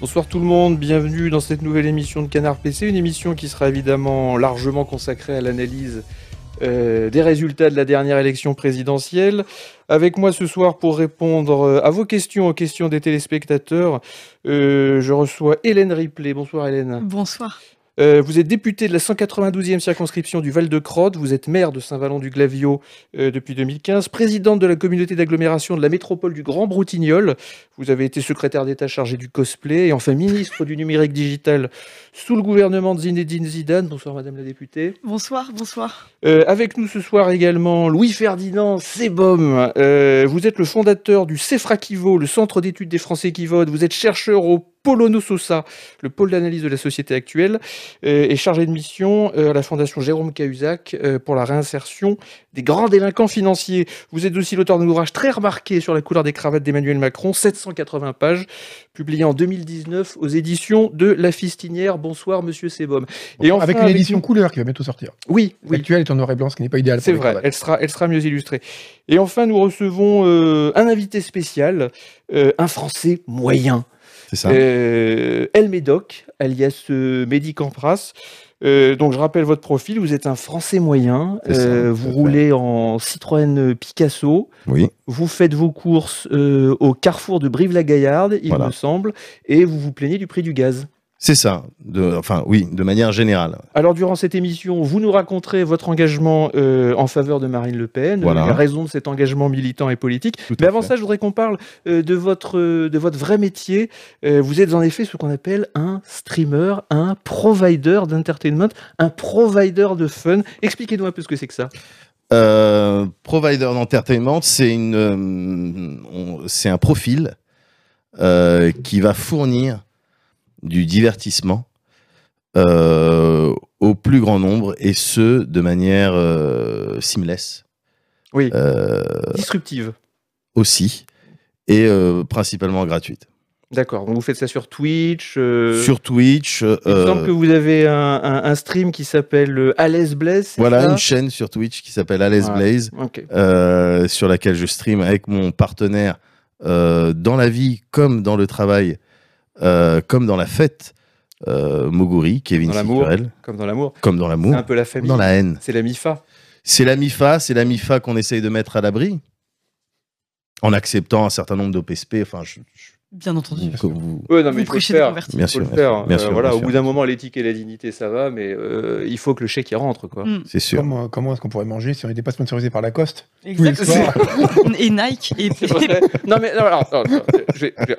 Bonsoir tout le monde, bienvenue dans cette nouvelle émission de Canard PC, une émission qui sera évidemment largement consacrée à l'analyse euh, des résultats de la dernière élection présidentielle. Avec moi ce soir pour répondre euh, à vos questions, aux questions des téléspectateurs, euh, je reçois Hélène Ripley. Bonsoir Hélène. Bonsoir. Euh, vous êtes députée de la 192e circonscription du Val-de-Crotte, vous êtes maire de Saint-Vallon-du-Glavio euh, depuis 2015, présidente de la communauté d'agglomération de la métropole du Grand Broutignol, vous avez été secrétaire d'État chargé du cosplay et enfin ministre du numérique digital sous le gouvernement de Zinedine Zidane. Bonsoir Madame la députée. Bonsoir, bonsoir. Euh, avec nous ce soir également Louis-Ferdinand Sebom, Euh, vous êtes le fondateur du CEFRAQUIVO, le centre d'études des Français qui votent, vous êtes chercheur au Polo Nososa, le pôle d'analyse de la société actuelle, euh, est chargé de mission euh, à la Fondation Jérôme Cahuzac euh, pour la réinsertion des grands délinquants financiers. Vous êtes aussi l'auteur d'un ouvrage très remarqué sur la couleur des cravates d'Emmanuel Macron, 780 pages, publié en 2019 aux éditions de La Fistinière. Bonsoir, monsieur Sebom. Et enfin, avec une édition avec... couleur qui va bientôt sortir. Oui, oui. L'actuelle est en noir et blanc, ce qui n'est pas idéal. C'est vrai, elle sera, elle sera mieux illustrée. Et enfin, nous recevons euh, un invité spécial, euh, un Français moyen. C'est ça. Euh, El Médoc, alias euh, Mehdi Campras. Euh, donc je rappelle votre profil, vous êtes un Français moyen, ça, vous roulez en Citroën Picasso, oui. vous faites vos courses euh, au carrefour de Brive-la-Gaillarde, il voilà. me semble, et vous vous plaignez du prix du gaz. C'est ça, de, enfin oui, de manière générale. Alors durant cette émission, vous nous raconterez votre engagement euh, en faveur de Marine Le Pen, voilà. la raison de cet engagement militant et politique. Tout Mais avant fait. ça, je voudrais qu'on parle euh, de, votre, euh, de votre vrai métier. Euh, vous êtes en effet ce qu'on appelle un streamer, un provider d'entertainment, un provider de fun. Expliquez-nous un peu ce que c'est que ça. Euh, provider d'entertainment, c'est euh, c'est un profil euh, qui va fournir du divertissement euh, au plus grand nombre et ce de manière euh, seamless. Oui. Euh, Disruptive. Aussi. Et euh, principalement gratuite. D'accord. Donc vous faites ça sur Twitch Sur euh, Twitch. Euh, Il me semble que vous avez un, un, un stream qui s'appelle euh, Alès Blaze. Voilà, une chaîne sur Twitch qui s'appelle Alès ah, Blaze. Okay. euh, sur laquelle je stream avec mon partenaire euh, dans la vie comme dans le travail euh, comme dans la fête, euh, Moguri, Kevin Sicurel. Comme dans l'amour. Comme dans l'amour. un peu la famille. Dans la haine. C'est la MIFA. C'est la MIFA, c'est la MIFA qu'on essaye de mettre à l'abri, en acceptant un certain nombre d'OPSP. Enfin, je, je... Bien entendu. Que vous... Ouais, non, mais vous il faut le faire. Bien sûr, le faire. Bien sûr, euh, voilà, bien sûr. au bout d'un moment, l'éthique et la dignité, ça va, mais euh, il faut que le chèque y rentre, quoi. Mm. C'est sûr. Comment, comment est-ce qu'on pourrait manger si on n'était pas sponsorisé par Lacoste Exactement. Oui, et Nike et. non mais non, alors, non, non, j ai, j ai...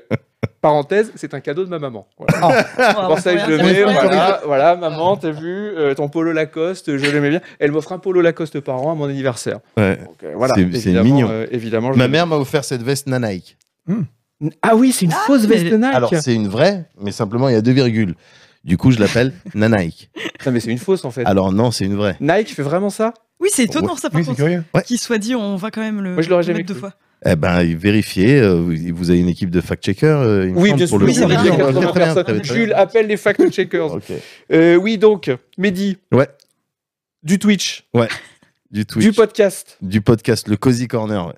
Parenthèse, c'est un cadeau de ma maman. Voilà. Oh, Pour ça, je le mets. Voilà, voilà, maman, t'as vu euh, ton polo Lacoste, je l'aimais bien. Elle m'offre un polo Lacoste par an à mon anniversaire. Ouais. Donc, euh, voilà, c'est mignon. évidemment, ma mère m'a offert cette veste Nike. Ah oui, c'est une ah, fausse veste Nike. Alors c'est une vraie, mais simplement il y a deux virgules. Du coup, je l'appelle Nanaike. Non, mais c'est une fausse en fait. Alors non, c'est une vraie. Nike fait vraiment ça Oui, c'est étonnant ça par oui, contre. Ouais. Qu'il soit dit, on va quand même le. Moi, je l'aurais jamais deux fois. Eh ben, vérifiez. Euh, vous avez une équipe de fact-checkers. Euh, oui, bien sûr. Oui, c'est vrai. Jules appelle les fact-checkers. okay. euh, oui, donc, Mehdi. Ouais. Du Twitch. Ouais. Du Twitch. Du podcast. Du podcast, le Cozy Corner. Ouais.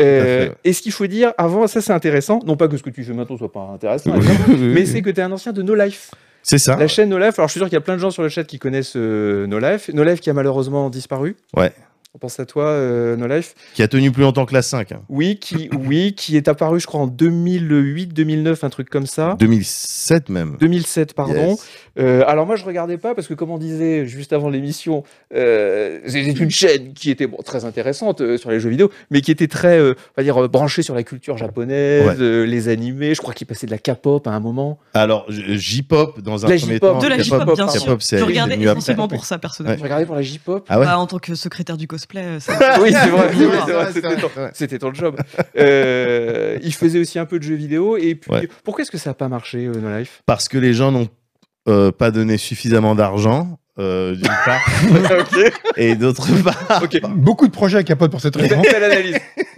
Euh, et ce qu'il faut dire avant, ça c'est intéressant, non pas que ce que tu fais maintenant soit pas intéressant, mais c'est que tu es un ancien de No Life. C'est ça. La chaîne No Life, alors je suis sûr qu'il y a plein de gens sur le chat qui connaissent euh, No Life. No Life qui a malheureusement disparu. Ouais. On pense à toi, euh, No Life. Qui a tenu plus longtemps que la 5. Hein. Oui, qui, oui, qui est apparu, je crois, en 2008, 2009, un truc comme ça. 2007 même. 2007, Ah. pardon. Yes. Euh, alors moi, je regardais pas parce que, comme on disait juste avant l'émission, euh, c'était une chaîne qui était bon, très intéressante euh, sur les jeux vidéo, mais qui était très, euh, on va dire, branchée sur la culture japonaise, ouais. les animés. Je crois qu'il passait de la K-pop à un moment. Alors J-pop dans un la premier temps. De la J-pop, hein. bien sûr. Je regardais essentiellement pour ça personnellement. Ouais. Je regardais pour la J-pop. Ah ouais. Ah, bah, en tant que secrétaire du cosplay. euh, oui, c'est vrai. C'était ton, ton, job. Euh, il faisait aussi un peu de jeux vidéo. Et puis, ouais. pourquoi est-ce que ça n'a pas marché, euh, No Life Parce que les gens n'ont euh, pas donné suffisamment d'argent. euh, d'une part okay. et d'autre part okay. beaucoup de projets à capote pour cette raison belle analyse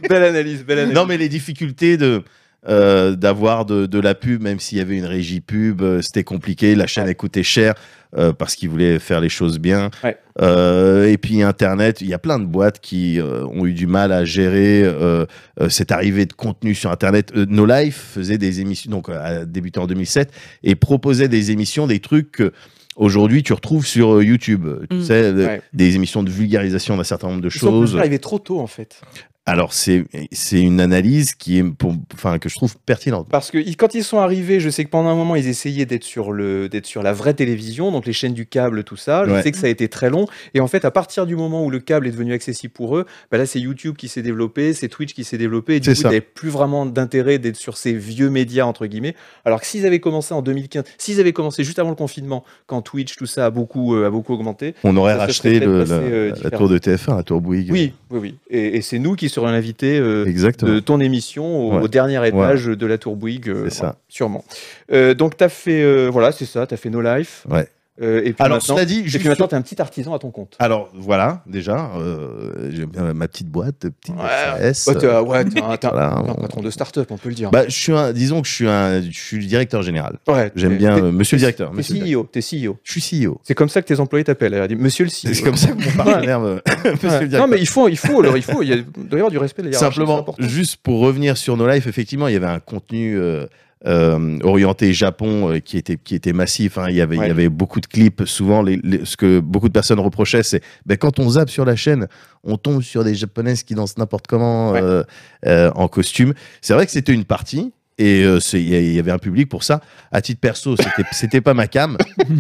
belle analyse belle analyse non mais les difficultés de euh, d'avoir de, de la pub, même s'il y avait une régie pub, euh, c'était compliqué, la chaîne elle coûtait cher euh, parce qu'ils voulaient faire les choses bien. Ouais. Euh, et puis Internet, il y a plein de boîtes qui euh, ont eu du mal à gérer euh, euh, cette arrivée de contenu sur Internet. Euh, no Life faisait des émissions, donc euh, a débuté en 2007, et proposait des émissions, des trucs que aujourd'hui tu retrouves sur euh, YouTube. Tu Mm. sais, le- Mmh. Ouais. des émissions de vulgarisation d'un certain nombre de Ils sont plus choses. arrivés trop tôt en fait. Alors c'est c'est une analyse qui est pour- enfin que je trouve pertinente. Parce que ils- quand ils sont arrivés, je sais que pendant un moment, ils essayaient d'être sur, le, d'être sur la vraie télévision, donc les chaînes du câble, tout ça. Je Ouais. sais que ça a été très long. Et en fait, à partir du moment où le câble est devenu accessible pour eux, bah là, c'est YouTube qui s'est développé, c'est Twitch qui s'est développé. Et du C'est coup, ils ça. n'avaient plus vraiment d'intérêt d'être sur ces vieux médias, entre guillemets. Alors que s'ils avaient commencé en 2015, s'ils avaient commencé juste avant le confinement, quand Twitch, tout ça a beaucoup, euh, a beaucoup augmenté. On aurait Ça se racheté serait le- peut-être passé, euh, la, la tour de TF1, la tour Bouygues. Oui, oui, oui. Et, et c'est nous qui serions invités euh, exactement. de ton émission au, Ouais. au dernier étage de la Tour Bouygues. euh, C'est ça. ouais, Sûrement. Euh, donc, tu as fait, euh, voilà, c'est ça, tu as fait No Life. Ouais. Euh, et puis Alors maintenant, cela dit, tu juste Ah, es un petit artisan à ton compte. Alors voilà, déjà, euh, j'ai bien ma petite boîte, petite Ouais. Oh, SAS, Ouais, t'es euh, un- ouais, t'es un, t'es un- voilà, t'es un on- patron de start-up, on peut le dire. bah, je suis un, disons que je suis un, je suis le directeur général. Ouais, J'aime t'es- bien, t'es- euh, monsieur le directeur. T'es monsieur le CEO, t'es CEO. directeur. Je suis CEO. C'est comme ça que tes employés t'appellent. elle a dit, Monsieur le CEO. C'est comme ça que mon partenaire, me- Ouais. monsieur le Non, directeur. mais il faut, il faut, alors il faut. Il y a d'ailleurs du respect de la hiérarchie, c'est Simplement, important. juste pour revenir sur nos lives, effectivement, il y avait un contenu euh, euh, orienté Japon euh, qui était qui était massif. hein. Il y avait il Ouais. y avait beaucoup de clips. Souvent, les- les- ce que beaucoup de personnes reprochaient, c'est ben, quand on zappe sur la chaîne, on tombe sur des japonaises qui dansent n'importe comment Ouais. euh, euh, en costume. C'est vrai que c'était une partie. Et euh, c'est- il y a- il y avait un public pour ça. À titre perso, c'était- c'était pas ma cam,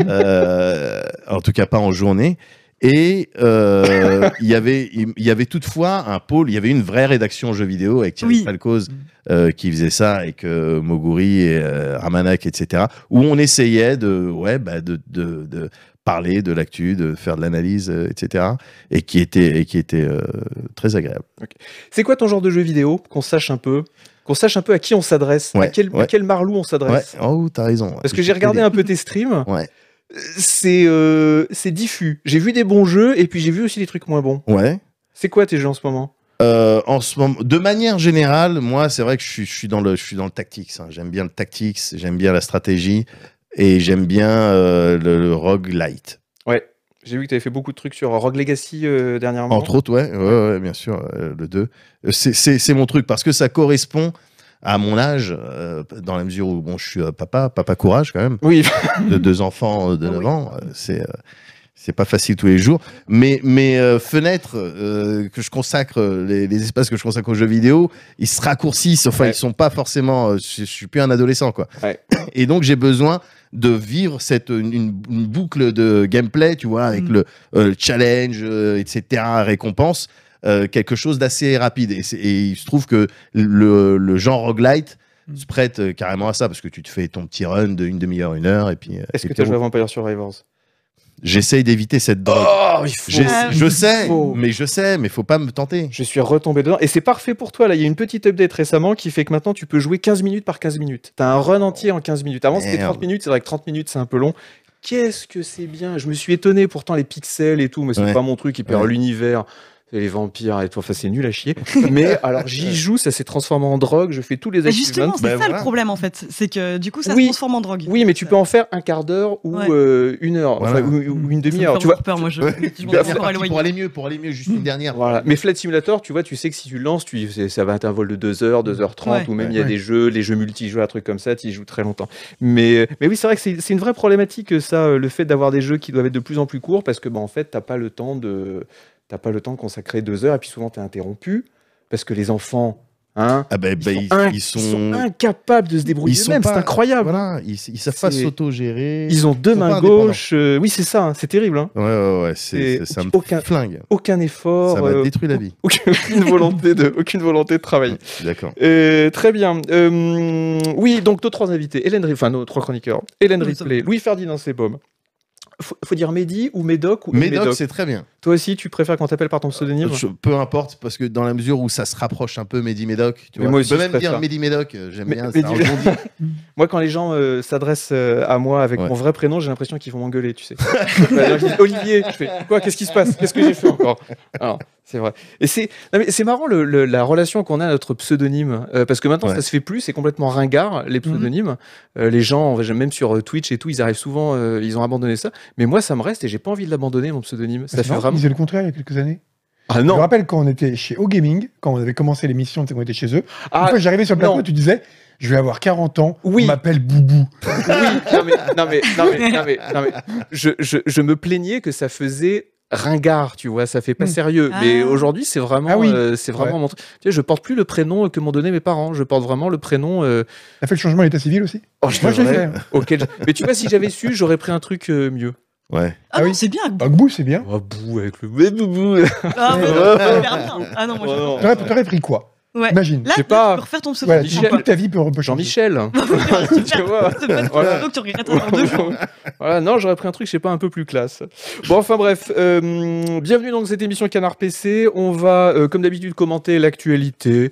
Euh, en tout cas pas en journée. Et euh, il y avait, il y avait toutefois un pôle, il y avait une vraie rédaction jeux vidéo avec Thierry Oui. Falcoz euh, qui faisait ça, avec euh, Moguri et euh, Ramanak, etc. Où on essayait de, ouais, bah, de, de, de parler de l'actu, de faire de l'analyse, euh, etc. Et qui était, et qui était euh, très agréable. C'est quoi ton genre de jeu vidéo Qu'on sache un peu, qu'on sache un peu à qui on s'adresse, à Ouais, quel, à ouais. quel marlou on Ouais, s'adresse. oh, t'as raison. ouais. Parce que j'ai regardé un peu tes streams. Ouais. Euh, C'est euh, c'est diffus. J'ai vu des bons jeux et puis j'ai vu aussi des trucs moins bons. Ouais. C'est quoi tes jeux en ce moment Euh, en ce moment, de manière générale, moi, c'est vrai que je suis, je suis dans le, je suis dans le tactics. hein. J'aime bien le tactics, j'aime bien la stratégie et j'aime bien euh, le, le roguelite. Ouais. J'ai vu que tu avais fait beaucoup de trucs sur Rogue Legacy euh, dernièrement. Entre autres, ouais, ouais, ouais, bien sûr, euh, le 2. Euh, C'est- C'est c'est mon truc parce que ça correspond à mon âge, euh, dans la mesure où bon, je suis euh, papa, papa courage quand même, Oui, de deux enfants euh, de Ah 9 oui. ans. euh, C'est euh, c'est pas facile tous les jours, mais mes euh, fenêtres euh, que je consacre, euh, les, les espaces que je consacre aux jeux vidéo, ils se raccourcissent. Enfin, Ouais. ils sont pas forcément. euh, je, je suis plus un adolescent, quoi. Ouais. Et donc j'ai besoin de vivre cette une, une boucle de gameplay, tu vois, avec Mm. le, euh, le challenge, euh, etc., récompense, euh, quelque chose d'assez rapide. Et, c'est- et il se trouve que le, le genre roguelite Mm. se prête euh, carrément à ça parce que tu te fais ton petit run de une demi-heure, une heure, et puis. euh, Est-ce et que puis oh, t'as joué à Vampire Survivors J'essaye d'éviter cette drogue. Oh, il faut. J'essa- Ah, je sais, faut. mais je sais, mais faut pas me tenter. Je suis retombé dedans. Et c'est parfait pour toi. Là, il y a une petite update récemment qui fait que maintenant tu peux jouer 15 minutes par 15 minutes. T'as un run entier en 15 minutes. Avant, c'était Merde. 30 minutes. C'est vrai que 30 minutes, c'est un peu long. Qu'est-ce que c'est bien. Je me suis étonné pourtant les pixels et tout, mais c'est Ouais. pas mon truc. hyper Ouais. l'univers. C'est les vampires et tout. Enfin, c'est nul à chier. mais alors, j'y joue. Ça s'est transformé en drogue. Je fais tous les Bah, achievements. justement, c'est Ben ça voilà. le problème en fait. C'est que du coup, ça Oui. se transforme en drogue. Oui, mais tu peux en faire un quart d'heure ou Ouais. euh, une heure, enfin, Voilà. ou, ou une Ça me demi-heure. fait Tu vois, encore peur, moi je. je m'en Bah, suis encore pour éloigné. aller mieux, pour aller mieux, Mm. juste une dernière. Voilà. Mais Flight Simulator, tu vois, tu sais que si tu lances, tu, c'est- ça va être un vol de 2h, 2h30, Ouais. ou même Ouais, il y a ouais. des jeux, les jeux multijoueurs, un truc comme ça, tu y joues très longtemps. Mais, mais oui, c'est vrai que c'est c'est une vraie problématique, ça, euh, le fait d'avoir des jeux qui doivent être de plus en plus courts, parce que, bah, en fait, t'as pas le temps de. T'as pas le temps de consacrer deux heures, et puis souvent t'es interrompu, parce que les enfants, hein, Ah ben, ben, ils, inc- ils ils sont sont, incapables de se débrouiller ils sont eux-mêmes, c'est pas- incroyable. voilà, ils, ils savent pas C'est- s'auto-gérer. Ils ont deux sont pas mains indépendants. gauches, euh, oui, c'est ça, hein, c'est terrible, hein. Ouais, ouais, ouais, c'est, Et c'est- ça me aucun- flingue. Aucun effort, ça m'a euh, détruit la vie. aucune, volonté de, aucune volonté de travailler. Je suis D'accord. Euh, très bien. Euh, oui, donc nos trois invités, Hélène, Ri- enfin nos trois chroniqueurs, Hélène Oui, ça Ripley, Louis Ferdinand Sebom. Faut, faut dire Mehdi ou Médoc ou Médoc, c'est très bien. Toi aussi, tu préfères qu'on t'appelle par ton pseudonyme Je- peu importe, parce que dans la mesure où ça se rapproche un peu Mehdi Médoc, tu Mais vois. moi tu aussi, peux je même dire préfère. Mehdi Médoc, euh, j'aime Mais- bien. c'est Mehdi- un rebondissement. Moi, quand les gens euh, s'adressent euh, à moi avec Ouais. mon vrai prénom, j'ai l'impression qu'ils vont m'engueuler, tu sais. Ils disent, Olivier, je fais quoi Qu'est-ce qui se passe Qu'est-ce que j'ai fait encore Alors, C'est vrai. Et c'est, non, mais c'est marrant le- le- la relation qu'on a à notre pseudonyme. euh, parce que maintenant, Ouais. ça se fait plus. C'est complètement ringard, les pseudonymes. Euh, les gens, on va- même sur euh, Twitch et tout, ils arrivent souvent, euh, ils ont abandonné ça. Mais moi, ça me reste et j'ai pas envie de l'abandonner, mon pseudonyme. Ça Ah C'est fait marrant, vraiment. Ils faisaient le contraire il y a quelques années. Ah Je me non rappelle quand on était chez O Gaming, quand on avait commencé l'émission, tu sais, qu'on était chez eux. Une Ah fois, j'arrivais sur le plateau, non. tu disais, je vais avoir 40 ans, Oui. on m'appelle Boubou. oui Non mais, non mais, non mais, non mais, non mais, je, je, je me plaignais que ça faisait ringard, tu vois, ça fait pas Hmm. sérieux. Mais Ah. aujourd'hui, c'est vraiment, Ah oui. euh, c'est vraiment Ouais. mon truc. Tu sais, je porte plus le prénom que m'ont donné mes parents. Je porte vraiment le prénom. euh, T'as fait le changement à l'état civil aussi Oh, je Moi, je l'ai devrais- fait. auquel je- Mais tu vois, si j'avais su, j'aurais pris un truc euh, mieux. Ouais. Ah, Ah non, oui. c'est bien. Bah, Boubou, c'est bien. Oh, bouh, avec le mais bouh, bouh. Ah, mais non, c'est hyper bien. Ah non, moi, j'adore. Oh, non. T'aurais t'aurais pris quoi Ouais. Imagine. Là, J'ai là, pas- tu peux refaire ton pseudo. Voilà, Michel- toute ta vie peut peut changer. Jean-Michel. tu vois. C'est pas ton Voilà. pseudo que tu regretteras dans deux jours. voilà, non, j'aurais pris un truc, je sais pas, un peu plus classe. Bon, enfin bref, euh, bienvenue dans cette émission Canard PC. On va, euh, comme d'habitude, commenter l'actualité.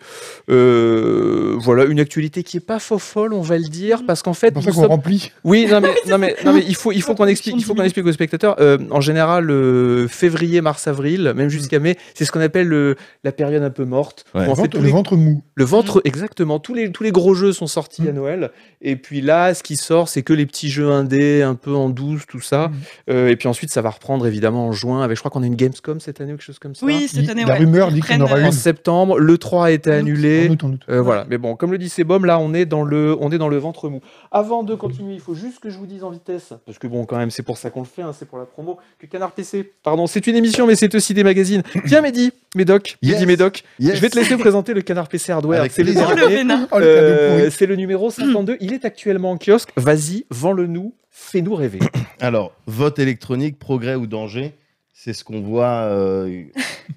Euh, voilà, une actualité qui est pas faux folle, on va le dire, parce qu'en C'est fait, pour ça nous qu'on sommes- remplit. oui, non mais, non, mais, non, mais il faut, il faut qu'on explique, il faut qu'on explique aux spectateurs. Euh, en général, euh, février, mars, avril, Mm. même jusqu'à mai, c'est ce qu'on appelle le- la période un peu morte. Ouais. où en Le fait, ventre- tous le les ventre mou. le ventre, exactement. Tous les, tous les gros jeux sont sortis à Mm. Noël. Et puis là, ce qui sort, c'est que les petits jeux indés, un peu en douce, tout ça. Mm. Euh, et puis ensuite, ça va reprendre évidemment en juin avec, je crois qu'on a une Gamescom cette année ou quelque chose comme ça. Oui, cette Il- année, la ouais. rumeur Ils dit qu'on prennent, aura euh, En une. septembre, le 3 a été En août. annulé. En août, en août. Euh, voilà, mais bon, comme le dit Sebum, là on est dans le, on est dans le ventre mou. Avant de continuer, il faut juste que je vous dise en vitesse, parce que bon, quand même, c'est pour ça qu'on le fait, hein, c'est pour la promo, que Canard PC, pardon, c'est une émission, mais c'est aussi des magazines. Tiens, Mehdi, Médoc, Yes. Mehdi Médoc, Yes. je vais te laisser présenter le Canard PC Hardware. Avec C'est le plaisir. Oh, le dernier. vénard. Oh, le cadeau Euh, pourri. c'est le numéro 52. Il est actuellement en kiosque. Vas-y, vends-le nous, fais-nous rêver. Alors, vote électronique, progrès ou danger, c'est ce qu'on voit euh,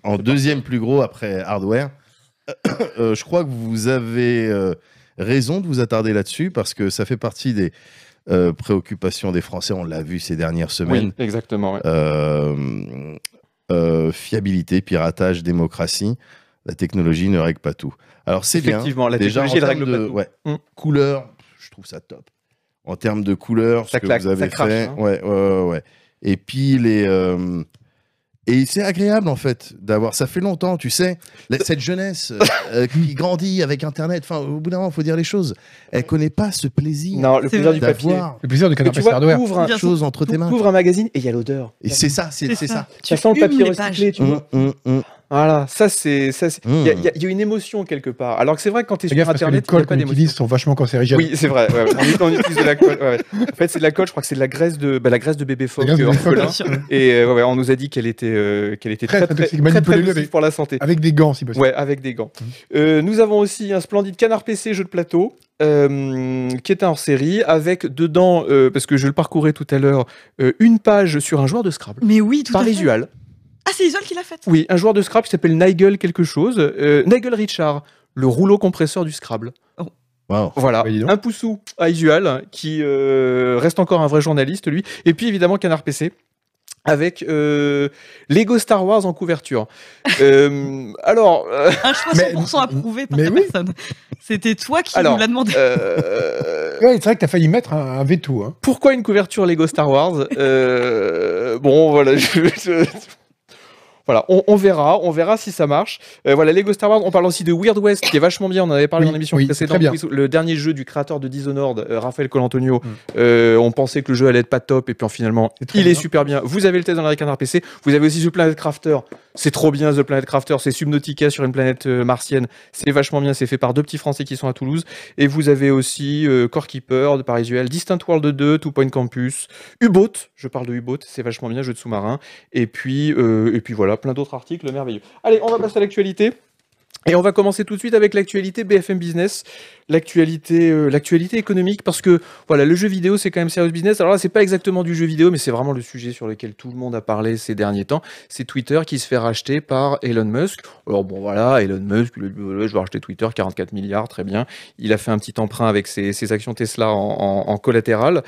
en deuxième plus gros après hardware. Euh, je crois que vous avez euh, raison de vous attarder là-dessus parce que ça fait partie des euh, préoccupations des Français. On l'a vu ces dernières semaines. exactement. ouais. Euh, euh, fiabilité, piratage, démocratie. La technologie ne règle pas tout. Alors c'est bien. Effectivement, la Déjà, en technologie, elle termes règle pas de tout. ouais, Mm. couleur, je trouve ça top. En termes de couleur, Ça ce que claque, vous avez ça crache, fait. hein. Ouais, ouais, ouais, ouais. Et puis, les. euh, Et c'est agréable, en fait, d'avoir. Ça fait longtemps, tu sais, la- cette jeunesse euh, qui grandit avec Internet. Enfin, au bout d'un moment, il faut dire les choses. Elle connaît pas ce plaisir Non, le C'est plaisir du papier. d'avoir Le plaisir de Mais canard tu PC vois, hardware. ouvre un, Bien quelque chose entre tes mains. ouvre un magazine et il y a l'odeur. Et c'est ça, c'est c'est ça. Ça Mm, sent le humes papier les recyclé, tu vois. Hum, hum, hum. Voilà, ça c'est ça. c'est- Il y, a- Mm. il y a- il y a une émotion quelque part. Alors que c'est vrai que quand tu es Fais sur gaffe parce que les internet, il n'y a cols pas qu'on d'émotion. utilise sont vachement cancérigènes. Oui, c'est vrai. ouais, ouais. On utilise- on utilise de la colle. ouais, ouais. En fait, c'est de la colle. Je crois que c'est de la graisse de bah, la graisse de bébé La phoque. graisse de euh, bébé phoque, orphelin. bien sûr. hein. Et euh, ouais, ouais, on nous a dit qu'elle était euh, qu'elle était très Très, très très très, toxique. très, très Manipulez-le, nocive mais- pour la santé. Avec des gants, si possible. Ouais, avec des gants. Euh, nous avons aussi un splendide canard PC jeu de plateau euh, qui est un hors-série avec dedans euh, parce que je le parcourais tout à l'heure euh, une page sur un joueur de Scrabble Mais oui, tout par à fait. visual. Ah, c'est Isol qui l'a faite. Oui, un joueur de Scrabble qui s'appelle Nigel quelque chose. euh, Nigel Richard, le rouleau compresseur du Scrabble. Wow. Voilà, Bah, dis donc. un poussou à Isual qui euh, reste encore un vrai journaliste lui. Et puis évidemment Canard PC avec euh, Lego Star Wars en couverture. Euh, alors, euh, Un choix Mais- 100% approuvé par mais ta oui. personne. C'était toi qui Alors, nous l'a demandé. euh, Ouais, c'est vrai que t'as failli mettre un, un veto. Hein. pourquoi une couverture Lego Star Wars Euh, Bon, voilà, je- je- voilà, on, on verra, on verra si ça marche. Euh, voilà, Lego Star Wars. On parle aussi de Weird West, qui est vachement bien. On en avait parlé Oui, dans l'émission oui, précédente. très bien. oui, Le dernier jeu du créateur de Dishonored, euh, Raphaël Colantonio. Mm. Euh, on pensait que le jeu allait être pas top, et puis en finalement, C'est très il est bien. super bien. Vous avez le test dans la Ricanard PC. Vous avez aussi The Planet Crafter. C'est trop bien, The Planet Crafter. C'est Subnautica sur une planète euh, martienne. C'est vachement bien. C'est fait par deux petits Français qui sont à Toulouse. Et vous avez aussi euh, Core Keeper de Parisuel, Distant World 2, Two Point Campus, U-Boat. Je parle de U-Boat. C'est vachement bien, jeu de sous-marin. Et puis, euh, et puis voilà, plein d'autres articles merveilleux. Allez, on va passer à l'actualité. Et on va commencer tout de suite avec l'actualité BFM Business, l'actualité, euh, l'actualité économique, parce que voilà, le jeu vidéo c'est quand même serious business. Alors là, c'est pas exactement du jeu vidéo, mais c'est vraiment le sujet sur lequel tout le monde a parlé ces derniers temps. C'est Twitter qui se fait racheter par Elon Musk. Alors bon, voilà, Elon Musk, il a dit, voilà, je vais racheter Twitter, 44 milliards, très bien. Il a fait un petit emprunt avec ses, ses actions Tesla en, en- en collatéral.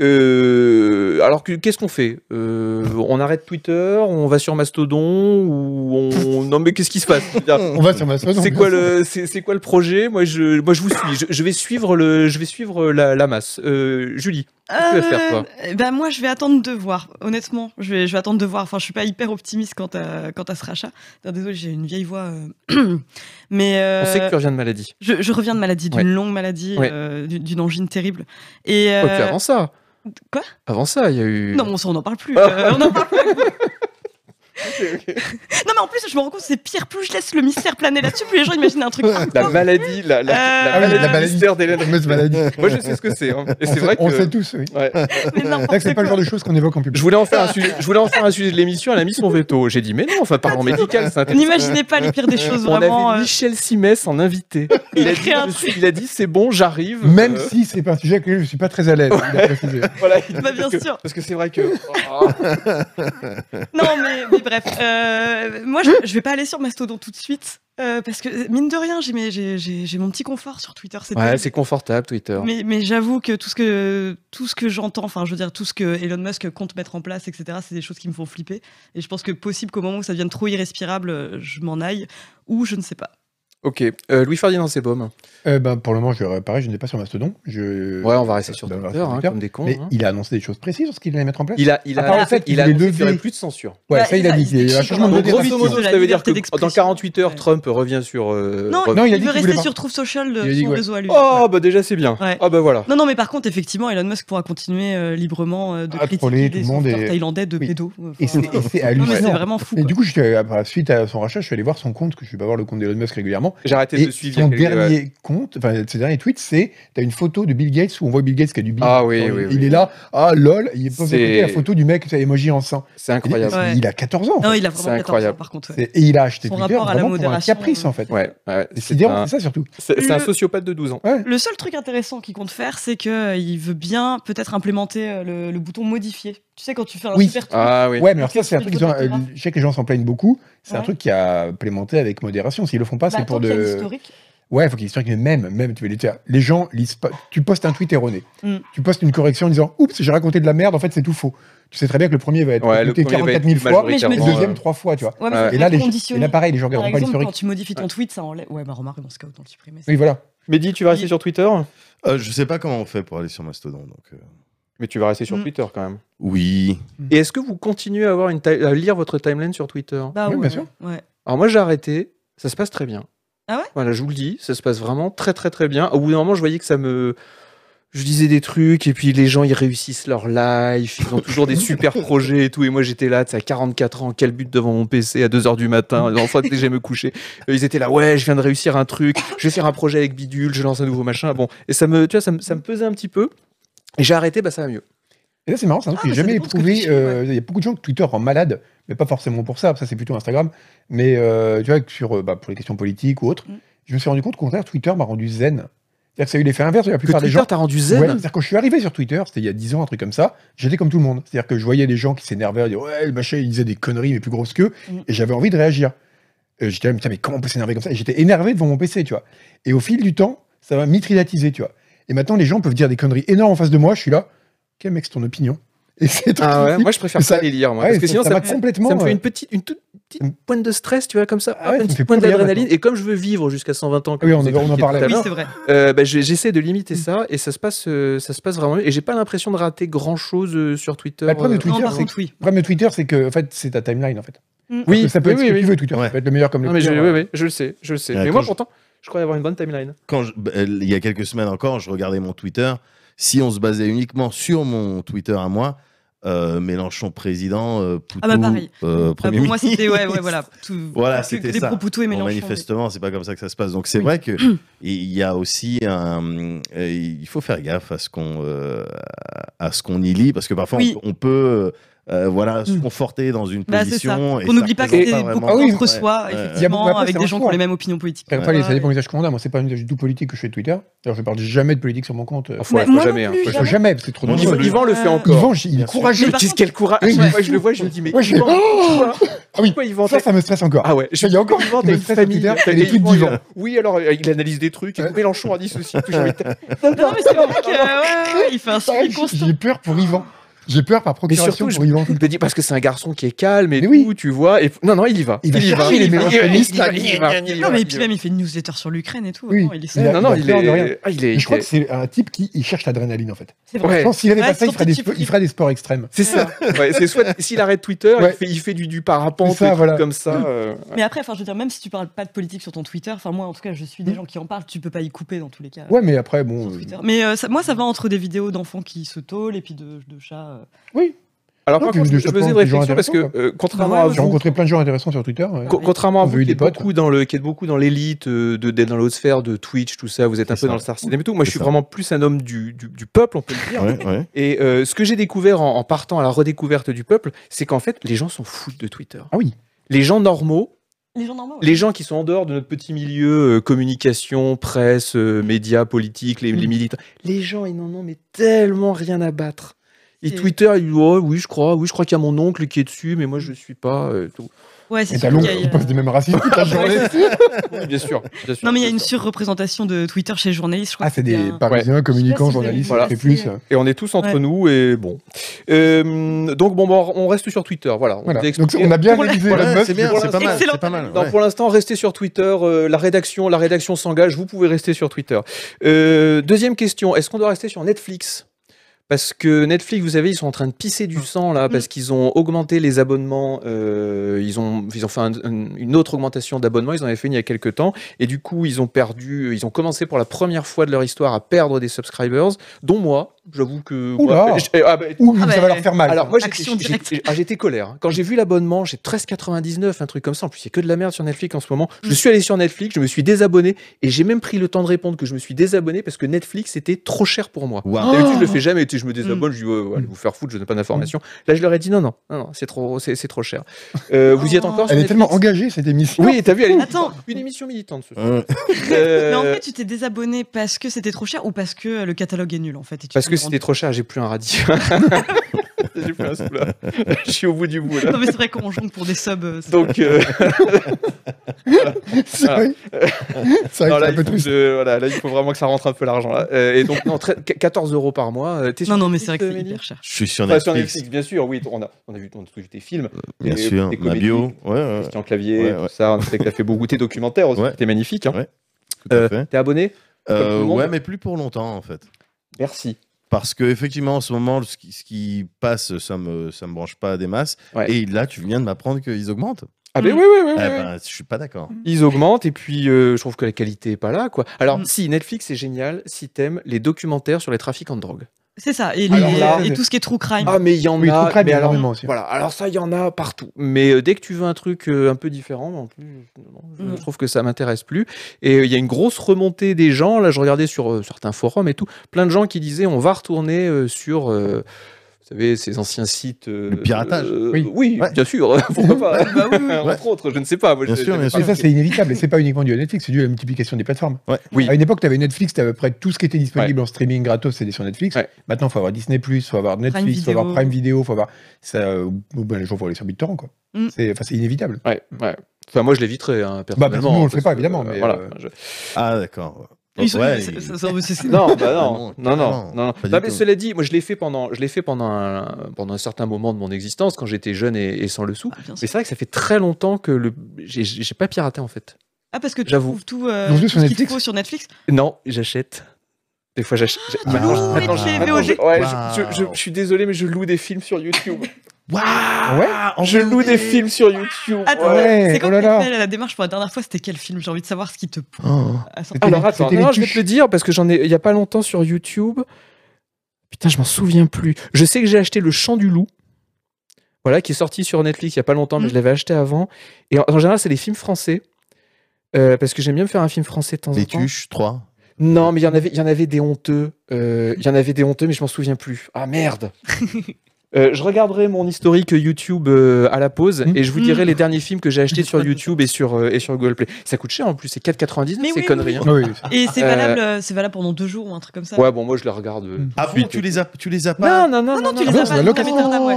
Euh, alors que- qu'est-ce qu'on fait Euh, On arrête Twitter, on va sur Mastodon ou on... Ah non mais qu'est-ce qui se passe Je veux dire, On va sur Amazon. C'est on- quoi le c'est c'est quoi le projet Moi je moi je vous suis. Je, je vais suivre le je vais suivre la, la masse. Euh, Julie. que tu vas faire, toi eh ben moi, je vais attendre de voir. Honnêtement, je vais, je vais attendre de voir. Enfin, je suis pas hyper optimiste quant à, quant à ce rachat. Attends, Désolée, j'ai une vieille voix. euh, Mais euh, On sait que tu reviens de maladie. je, je reviens de maladie, d'une Ouais. longue maladie, Ouais. euh, d'une d'une angine terrible. Et Oh, puis euh, avant ça. quoi Avant ça, il y a eu. non, on n'en parle plus. Ah. euh, on en parle plus. Ok, ok. Non, mais en plus, je me rends compte, c'est pire. Plus je laisse le mystère planer là-dessus, plus les gens imaginent un truc. La hardcore. maladie, la, la, Euh, Ah la, la maladie. maladie mystère d'Hélène. la fameuse maladie. Moi je sais ce que c'est. hein. Et On c'est sait- vrai que. On le sait tous, oui. Ouais. Mais C'est vrai que n'importe c'est pas le genre de choses qu'on évoque en Je public. voulais en faire un sujet. Je voulais en faire un sujet de l'émission. Elle a mis son veto. J'ai dit mais non, enfin parlant médical, c'est intéressant. N'imaginez pas les pires des choses, On vraiment. avait euh, Michel Simès en invité. Il a dit, crée un je suis- il a dit, c'est bon, j'arrive. Même Euh, si c'est pas un sujet avec lequel je suis pas très à l'aise, il a précisé. Voilà. Bah, bien parce que- sûr. Parce que c'est vrai que. Oh. euh. Non, mais, mais bref. euh, moi, je, je vais pas aller sur Mastodon tout de suite. euh, parce que, mine de rien, j'ai mes- j'ai- j'ai j'ai mon petit confort sur Twitter. C'est Ouais, terrible. c'est confortable Twitter. Mais, mais j'avoue que tout ce que tout ce que j'entends, enfin je veux dire tout ce que Elon Musk compte mettre en place, etc. C'est des choses qui me font flipper. Et je pense que possible qu'au moment où ça devienne trop irrespirable, euh, je m'en aille ou je ne sais pas. Ok, euh, Louis Ferdinand Sebom. Euh, ben, pour le moment, je, pareil, je n'ai pas sur Mastodon. Je... Ouais, on va rester sur bah, on va Twitter, sur hein, Twitter. comme des cons. Mais hein. il a annoncé des choses précises sur ce qu'il allait mettre en place. Il a, il a, À part le fait il qu'il a voulait annoncé qu'il y aurait lever- plus de censure. Ouais, Bah, ça, il a ça, dit. il Il y a eu un s'est changement dit, de Donc, dérive, grosso c'est modo, de la ça veut dire liberté que dans d'expression. 48 heures, Ouais. Trump revient sur. euh, Non, rev- Non, Ah, il a il dit veut qu'il voulait rester pas. sur Trouve Social, Il a le- dit, son ouais. réseau à lui. Oh, bah déjà, c'est bien. Ouais. Ah, bah voilà. Non, non, mais par contre, effectivement, Elon Musk pourra continuer euh, librement euh, de À critiquer troller des tout le monde sauveteurs et- thaïlandais de Oui. pédos. euh, enfin, Et c'est et c'est non, mais c'est hallucinant. vraiment fou. Et quoi. du coup, je suis allé- après, suite euh, à son rachat, je suis allé voir son compte, que je suis pas voir le compte d'Elon Musk régulièrement. J'ai arrêté de Et le suivre. il y son a quelques- dernier compte, enfin, ses derniers tweets, c'est t'as une photo de Bill Gates où on voit Bill Gates qui a du bide. Ah oui, Genre, oui, il, oui. il est là, ah lol, il est pas C'est- la photo du mec, ça émoji en sein. C'est Il, dit, incroyable. Ouais. il a 14 ans. en Non, fait. il a C'est vraiment 14 ans, incroyable. par contre. ouais. C'est- Et il a acheté Son Twitter rapport à la vraiment pour un modération, caprice, en fait. Ouais, ouais, C'est C'est sidérant, un, c'est ça surtout. c'est- c'est un Le- sociopathe de 12 ans. Le seul truc intéressant qu'il compte faire, c'est qu'il veut bien peut-être implémenter euh, le, le bouton modifier. Tu sais, quand tu fais un Oui. super tweet, Ah oui. Ouais, mais alors ça, Qu'est-ce c'est un qu'il truc qu'ils faut ont. de euh, Twitter Je sais que les gens s'en plaignent beaucoup. C'est un Ouais. truc qui a implémenté avec modération. S'ils le font pas, bah, c'est pour tant qu'il y a de. l'historique, Ouais, faut qu'il y ait historique, mais même, même, tu veux les faire. Les gens lisent pas. Tu postes un tweet erroné. Mm. Tu postes une correction en disant Oups, j'ai raconté de la merde, en fait, c'est tout faux. Tu sais très bien que le premier va être Ouais, le tweeté premier va 44 être 000 fois, Mais je le majoritairement, Ah, deuxième, euh, trois fois, tu vois. Ouais, mais Ouais. ça peut Et là, être les, conditionné. et là, pareil, les gens regardent Par pas exemple, quand l'historique. tu modifies ton tweet, ça enlève. Ouais, bah remarque, dans ce cas, autant le supprimer. ça. Oui, voilà. Mehdi, tu vas rester sur Twitter Euh, je sais pas comment on fait pour aller sur Mastodon. Donc, euh, Mais tu vas rester sur Mm. Twitter quand même. Oui. Et est-ce que vous continuez à, avoir une ti- à lire votre timeline sur Twitter Bah Oui, ouais, bien sûr. ouais. Alors moi j'ai arrêté, ça se passe très bien. Ah ouais Voilà, je vous le dis, ça se passe vraiment très très très bien. Au bout d'un moment, je voyais que ça me je disais des trucs et puis les gens ils réussissent leur life, ils ont toujours des super projets et tout et moi j'étais là, tu sais, à 44 ans, quel but devant mon PC à 2h du matin, enfin dès que j'allais me coucher. Euh, Ils étaient là, ouais, je viens de réussir un truc, je vais faire un projet avec bidule, je lance un nouveau machin. Bon, et ça me tu vois ça me, ça me pesait un petit peu. Et j'ai arrêté, bah ça va mieux. Et là, c'est marrant, c'est un truc Ah, que j'ai mais ça jamais dépend de ce que éprouvé. tu fais, euh, Il y a beaucoup de gens que Twitter rend malade, mais pas forcément pour ça, ça c'est plutôt Instagram. Mais euh, tu vois, que sur, euh, bah, pour les questions politiques ou autres, Mm. je me suis rendu compte qu'au contraire, Twitter m'a rendu zen. C'est-à-dire que ça a eu l'effet inverse de la Que plupart des Twitter gens. t'a rendu zen Ouais, c'est-à-dire quand je suis arrivé sur Twitter, c'était il y a 10 ans, un truc comme ça, j'étais comme tout le monde. C'est-à-dire que je voyais des gens qui s'énervaient, dire ouais, le machin, il disait des conneries, mais plus grosses qu'eux, Mm. et j'avais envie de réagir. Euh, j'étais là, putain, mais comment on peut s'énerver comme ça Et j'étais énervé devant mon PC, tu vois. Et au fil du temps, ça m'a mitridatisé, tu vois. Et maintenant, les gens peuvent dire des conneries énormes en face de moi, je suis là, quel mec, c'est ton opinion Et c'est Ah ouais, tranquille. moi je préfère Ça- pas les lire moi, Ouais, parce que sinon ça, m'a me- complètement. Ça me fait euh, une petite, une toute Mm. petite pointe de stress, tu vois, comme ça, Ah hop, ouais, ça une me petite fait pointe plus rien d'adrénaline. maintenant. Et comme je veux vivre jusqu'à 120 ans, Oui, comme on je vous ai en- on en expliqué tout parlait. Mm. à Oui, l'heure, c'est vrai. euh, bah, j'ai- j'essaie de limiter ça et ça se passe, euh, ça se passe vraiment mieux. Et j'ai pas l'impression de rater grand chose sur Twitter. Bah, le problème de euh, Twitter, non, par c'est contre, oui. Le problème de Twitter, c'est que en fait, c'est ta timeline, en fait. Parce Oui, que ça peut oui, être oui, ce que tu oui. veux, Twitter. Ça peut être le meilleur comme le Non, mais je, pire. oui, oui, je le sais, je le sais. Ouais, mais quand moi, je- pourtant, je crois avoir une bonne timeline. Quand je- bah, euh, il y a quelques semaines encore, je regardais mon Twitter. Si on se basait uniquement sur mon Twitter à moi, euh, Mélenchon président, euh, Poutou, Ah bah, pareil. euh, Bah, premier pour moi, ministre. c'était ouais, ouais, voilà. Tout- Voilà, que- c'était que des ça. propos tout et Bon, Mélenchon, mais- manifestement, c'est pas comme ça que ça se passe. Donc c'est Oui. vrai que il y a aussi un, euh, il faut faire gaffe à ce qu'on euh, à ce qu'on y lit parce que parfois on Oui. peut- on, peut euh, voilà se Mm. conforter dans une Bah, c'est ça. position. et Qu'on ça n'oublie pas que représente c'est vraiment- beaucoup Ah oui, d'entre soi, ouais, ouais. Il y a beaucoup- effectivement, après, avec des c'est un gens qui choix. ont les mêmes opinions politiques. que Après, les- toi, ça dépend et- des âges qu'on a. Moi, c'est pas un usage du politique que je fais de Twitter. Alors, je parle jamais de politique sur mon compte. euh, Ah, faut- Mais faut moi non jamais. hein, plus, faut Jamais, jamais. jamais parce que c'est trop Moi, Yvan, dangereux. Yvan le fait Euh, encore. Yvan, j- il est Bien sûr. courageux. Mais par Dis contre- quel courage. Oui, mais- Moi, je le vois, je me dis, mais Moi, je fais- Yvan, Oh pourquoi- oui, pourquoi Yvan Ça, t'as- ça me stresse encore. Ah ouais, je Ça, il y a encore Yvan, qui t'as me une stresse sur famille. Twitter, t'as- c'est les et tweets Yvan, d'Yvan. il a- Oui, alors euh, il analyse des trucs. Et Ouais. Mélenchon a dit ceci. tout, j'ai envie de- Non, mais c'est vrai que, ouais, ouais, ouais, il fait un Ah, Pareil, suivi j- constant. J'ai peur pour Yvan. J'ai peur par Mais procuration surtout, je pour Yvan. me dis parce que c'est un garçon qui est calme et Mais oui. tout, tu vois. Et... Non, non, il y va. Il va y va. chercher les y va, meilleurs il y va, il y féministes, va, là. il y va, il y Non, va, mais et il puis y même, il fait une newsletter sur l'Ukraine et tout. Oui. vraiment, il est va. il a- Non, il non, a il peur de rien. est. Ah, il est. Mais je crois il que est- c'est un type qui il cherche l'adrénaline en fait. C'est Ouais. Je pense que s'il avait Ouais, pas ça, il surtout ferait, des, type il ferait des sports extrêmes. C'est ça. Ouais, c'est soit s'il arrête Twitter, Ouais. il, fait, il fait du, du parapente, C'est ça, des trucs voilà. comme ça. euh, Mais après, enfin, je veux dire, même si tu parles pas de politique sur ton Twitter, enfin, moi, en tout cas, je suis des gens qui en parlent, tu peux pas y couper dans tous les cas. Ouais, mais après, bon. sur euh, Twitter. Mais euh, ça- moi, ça va entre des vidéos d'enfants qui se tôlent et puis de, de chats. euh. Alors, Non, par puis contre, je je sais pas, faisais une des gens réflexion parce que, intéressants, euh, contrairement à Ouais, J'ai vous, rencontré plein de gens intéressants sur Twitter. hein. ouais. co- contrairement à On vous, veut eu qui des êtes potes. beaucoup dans le, qui êtes beaucoup dans l'élite euh, de, d'être dans l'autre sphère de Twitch, tout ça, vous êtes un peu C'est ça. dans le star system et tout. Moi, je C'est suis ça. vraiment plus un homme du, du, du peuple, on peut le dire. Ouais, ouais. Et euh, ce que j'ai découvert en, en partant à la redécouverte du peuple, c'est qu'en fait, les gens s'en foutent de Twitter. Ah oui. Les gens normaux, Les gens normaux. ouais. les gens qui sont en dehors de notre petit milieu euh, communication, presse, euh, médias, politique, les, les militants, les gens, ils n'en ont mais tellement rien à battre. Et C'est- Twitter, ils disent, Oh, oui, je crois, oui, je crois qu'il y a mon oncle qui est dessus, mais moi, je ne suis pas. euh, tout. Ouais, c'est Et t'as sûr l'oncle qu'il y a- qui poste des mêmes racistes toute la journée. Oui, bien sûr, bien sûr, Non, mais il y a bien une sûr. surreprésentation de Twitter chez les journalistes. Je crois Ah, c'est qu'il y a des un- parisiens, communicants, si vous avez journalistes, vu ça ça, fait c'est- plus. euh. Et on est tous entre Ouais. nous, et bon. Euh, donc, bon, bon, on reste sur Twitter, voilà. On Voilà. vous a Donc expliqué. on a bien Pour la- réalisé Voilà, Elon Musk. c'est bien, pour c'est pas mal, l'instant, c'est pas mal. Non, ouais. pour l'instant, restez sur Twitter. euh, la rédaction, la rédaction s'engage. Vous pouvez rester sur Twitter. Euh, deuxième question est-ce qu'on doit rester sur Netflix Parce que Netflix, vous savez, ils sont en train de pisser du sang là, parce qu'ils ont augmenté les abonnements. euh, ils ont, ils ont fait un- un- une autre augmentation d'abonnements. Ils en avaient fait une il y a quelques temps, et du coup, ils ont perdu. Ils ont commencé pour la première fois de leur histoire à perdre des subscribers, dont moi. J'avoue que. Oula Ouais, j'ai- ah bah, Ouh, Ah, ça bah, va leur faire mal. alors moi j'étais- Action j'étais- directe. j'étais- ah, j'étais colère. hein. Quand j'ai vu l'abonnement, j'ai 13,99, un truc comme ça. En plus, il y a que de la merde sur Netflix en ce moment. Je Mm. suis allé sur Netflix, je me suis désabonné et j'ai même pris le temps de répondre que je me suis désabonné parce que Netflix était trop cher pour moi. Waouh. D'habitude, je Oh. le fais jamais. Tu sais, je me désabonne, Mm. je dis ouais, ouais, allez vous faire foutre, je donne pas d'informations. Là, je leur ai dit non, non, non, non, c'est trop, c'est c'est trop cher. Euh, vous y êtes Oh. encore sur Elle est Netflix tellement engagée cette émission. Oui, t'as vu, elle est Attends. une émission militante. Ce soir. Euh, Euh, Mais en fait, tu t'es désabonné parce que c'était trop cher ou parce que euh, le catalogue est nul en fait. et tu parce t'en que es rendu- c'était trop cher, j'ai plus un radis. j'ai plus un sou, là. Je suis au bout du bout là. Non, mais c'est vrai qu'on jongle pour des subs. euh, c'est- Donc euh, C'est vrai. C'est Ah. Non, là, vrai que c'est un il peu faut triste. que- voilà, là, il faut vraiment que ça rentre un peu l'argent. là. Euh, et donc, non, très- qu- 14 euros par mois. euh, t'es non, sur non, mais Netflix, c'est vrai que c'est Amélie hyper cher. je suis sur Enfin, sur Netflix, Netflix, bien sûr, oui. On a, on a vu ton, tes films, bien Et, sûr, des ma bio, comédies. ouais, ouais, Christian Clavier, Ouais, ouais. tout ça. On sait que t'as fait beaucoup tes documentaires aussi, Ouais. c'était magnifique. hein. Ouais, tout à Euh, fait. T'es abonné tout le Euh, monde. ouais, mais plus pour longtemps en fait. Merci. Parce que effectivement, en ce moment, ce qui, ce qui passe, ça me, ça me branche pas des masses. Ouais. Et là, tu viens de m'apprendre qu'ils augmentent. Ah ben Mm. oui, oui, oui. Eh oui, oui. ben, je suis pas d'accord. Ils augmentent et puis euh, je trouve que la qualité est pas là, quoi. Alors, Mm. si Netflix c'est génial, si t'aimes les documentaires sur les trafiquants de drogue. C'est ça. Et, Alors les- là- et tout ce qui est true crime. Ah mais il y en Oui, a. True Crime, mais il y en a alors, énormément aussi. Voilà, alors ça, il y en a partout. Mais euh, dès que tu veux un truc euh, un peu différent, en plus, non, je Mm. trouve que ça m'intéresse plus. Et euh, il y a une grosse remontée des gens. Là, je regardais sur euh, certains forums et tout, plein de gens qui disaient on va retourner euh, sur. euh, vous savez, ces anciens sites. euh, Le piratage. euh, Oui. oui, Ouais. bien sûr. Pourquoi pas Bah oui, oui, oui. Entre autres, je ne sais pas. Moi, Bien je- sûr, je- bien sûr. Mais ça, c'est inévitable. Et c'est pas uniquement dû à Netflix, c'est dû à la multiplication des plateformes. Oui. À une époque, tu avais Netflix, tu à peu près tout ce qui était disponible en streaming gratos, c'était sur Netflix. Ouais. Maintenant, il faut avoir Disney, il faut avoir Netflix, il faut Video. avoir Prime Video, faut avoir. Ça, euh, ou ben, les gens vont aller sur BitTorrent, quoi. Mm. C'est enfin, c'est inévitable. Ouais, ouais. Enfin, moi, je l'éviterais, hein, personnellement. nous, on le fait parce pas, que, évidemment, euh, mais, voilà. euh, Je- Ah d'accord. Ils sont- Ouais, c'est- il- c'est- c'est- c'est- Non, bah non, Vraiment, non, non, carrément, non, non. pas du Non, mais tout. cela dit, moi je l'ai fait pendant, je l'ai fait pendant un, pendant un certain moment de mon existence quand j'étais jeune et, et sans le sou. Ah, bien Mais sûr. c'est vrai que ça fait très longtemps que le, j'ai- j'ai pas piraté en fait. Ah, parce que tu J'avoue. trouves tout, euh, Ils ont vu tout sur ce qu'il te Netflix faut sur Netflix. Non, j'achète. Des fois j'achète. j'ai- Ah. maintenant, je- Vous maintenant, faites je- les maintenant, je- VOD? ouais, Waouh. je, je- je suis désolé, mais je loue des films sur YouTube. Waouh Ouais. en je loue VOD. des films sur YouTube. Ouais. Attends, Ouais, Ah, c'est quand oh là tu là. fait la démarche pour la dernière fois, c'était quel film J'ai envie de savoir ce qui te. Oh. a sorti. C'était Alors les- attends, c'était non, les je vais tuches. te le dire parce que j'en ai, il y a pas longtemps sur YouTube. Putain, je m'en souviens plus. Je sais que j'ai acheté Le Chant du Loup. Voilà, qui est sorti sur Netflix il y a pas longtemps, mais Mhm. je l'avais acheté avant. Et en, en général, c'est les films français. Euh, parce que j'aime bien me faire un film français de temps en Les temps. tuches 3. Non, mais il y en avait, il y en avait des honteux. Euh, Il y en avait des honteux, mais je m'en souviens plus. Ah merde. Euh, je regarderai mon historique YouTube euh, à la pause Mhm. et je vous dirai Mhm. les derniers films que j'ai achetés Je sur sais pas. YouTube et sur, euh, et sur Google Play. Ça coûte cher en plus, c'est 4,99 Mais ces oui, conneries. oui, hein. Ah oui, Et c'est Euh, valable, euh, c'est valable pendant deux jours ou un truc comme ça. Ouais, bon, moi je les regarde. euh, Mm. tout Ah de bon, suite. tu les as, tu les as pas. Non, non, non, non, tu les as pas, non, c'est la t'avais location. dit, ouais.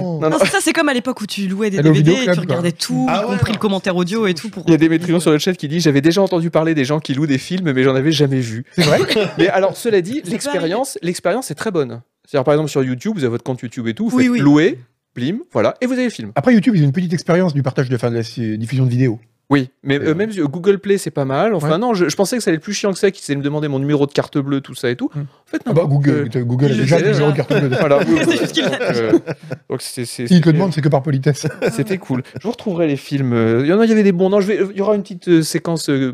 Non, non. Non, c'est ça, c'est comme à l'époque où tu louais des Allez au DVD et vidéoclub, tu regardais tout, Ah y ouais, compris non, le commentaire audio et tout. Pour... Il y a des métrions sur le chat qui dit J'avais déjà entendu parler des gens qui louent des films, mais j'en avais jamais vu. C'est vrai Mais alors, cela dit, C'est l'expérience, l'expérience est très bonne. C'est-à-dire, par exemple, sur YouTube, vous avez votre compte YouTube et tout, vous Oui, faites oui. louer, plim, voilà, et vous avez le film. Après, YouTube, ils ont une petite expérience du partage de, enfin, de la euh, diffusion de vidéos. Oui, mais Ouais. euh, même euh, Google Play, c'est pas mal. Enfin, Ouais. non, je, je pensais que ça allait être plus chiant que ça, qu'ils allaient me demander mon numéro de carte bleue, tout ça et tout. Hmm. En fait, non. Ah bah, Google, Euh, Google a je déjà sais, le numéro là. de carte bleue. de- voilà, oui, C'est oui, juste qu'il donc, euh, donc c'est- c'est- S'ils te le c'était- demandent, c'est que par politesse. c'était cool. Je vous retrouverai les films. euh, Il y en a, il y avait des bons. Non, je vais, il y aura une petite euh, séquence euh,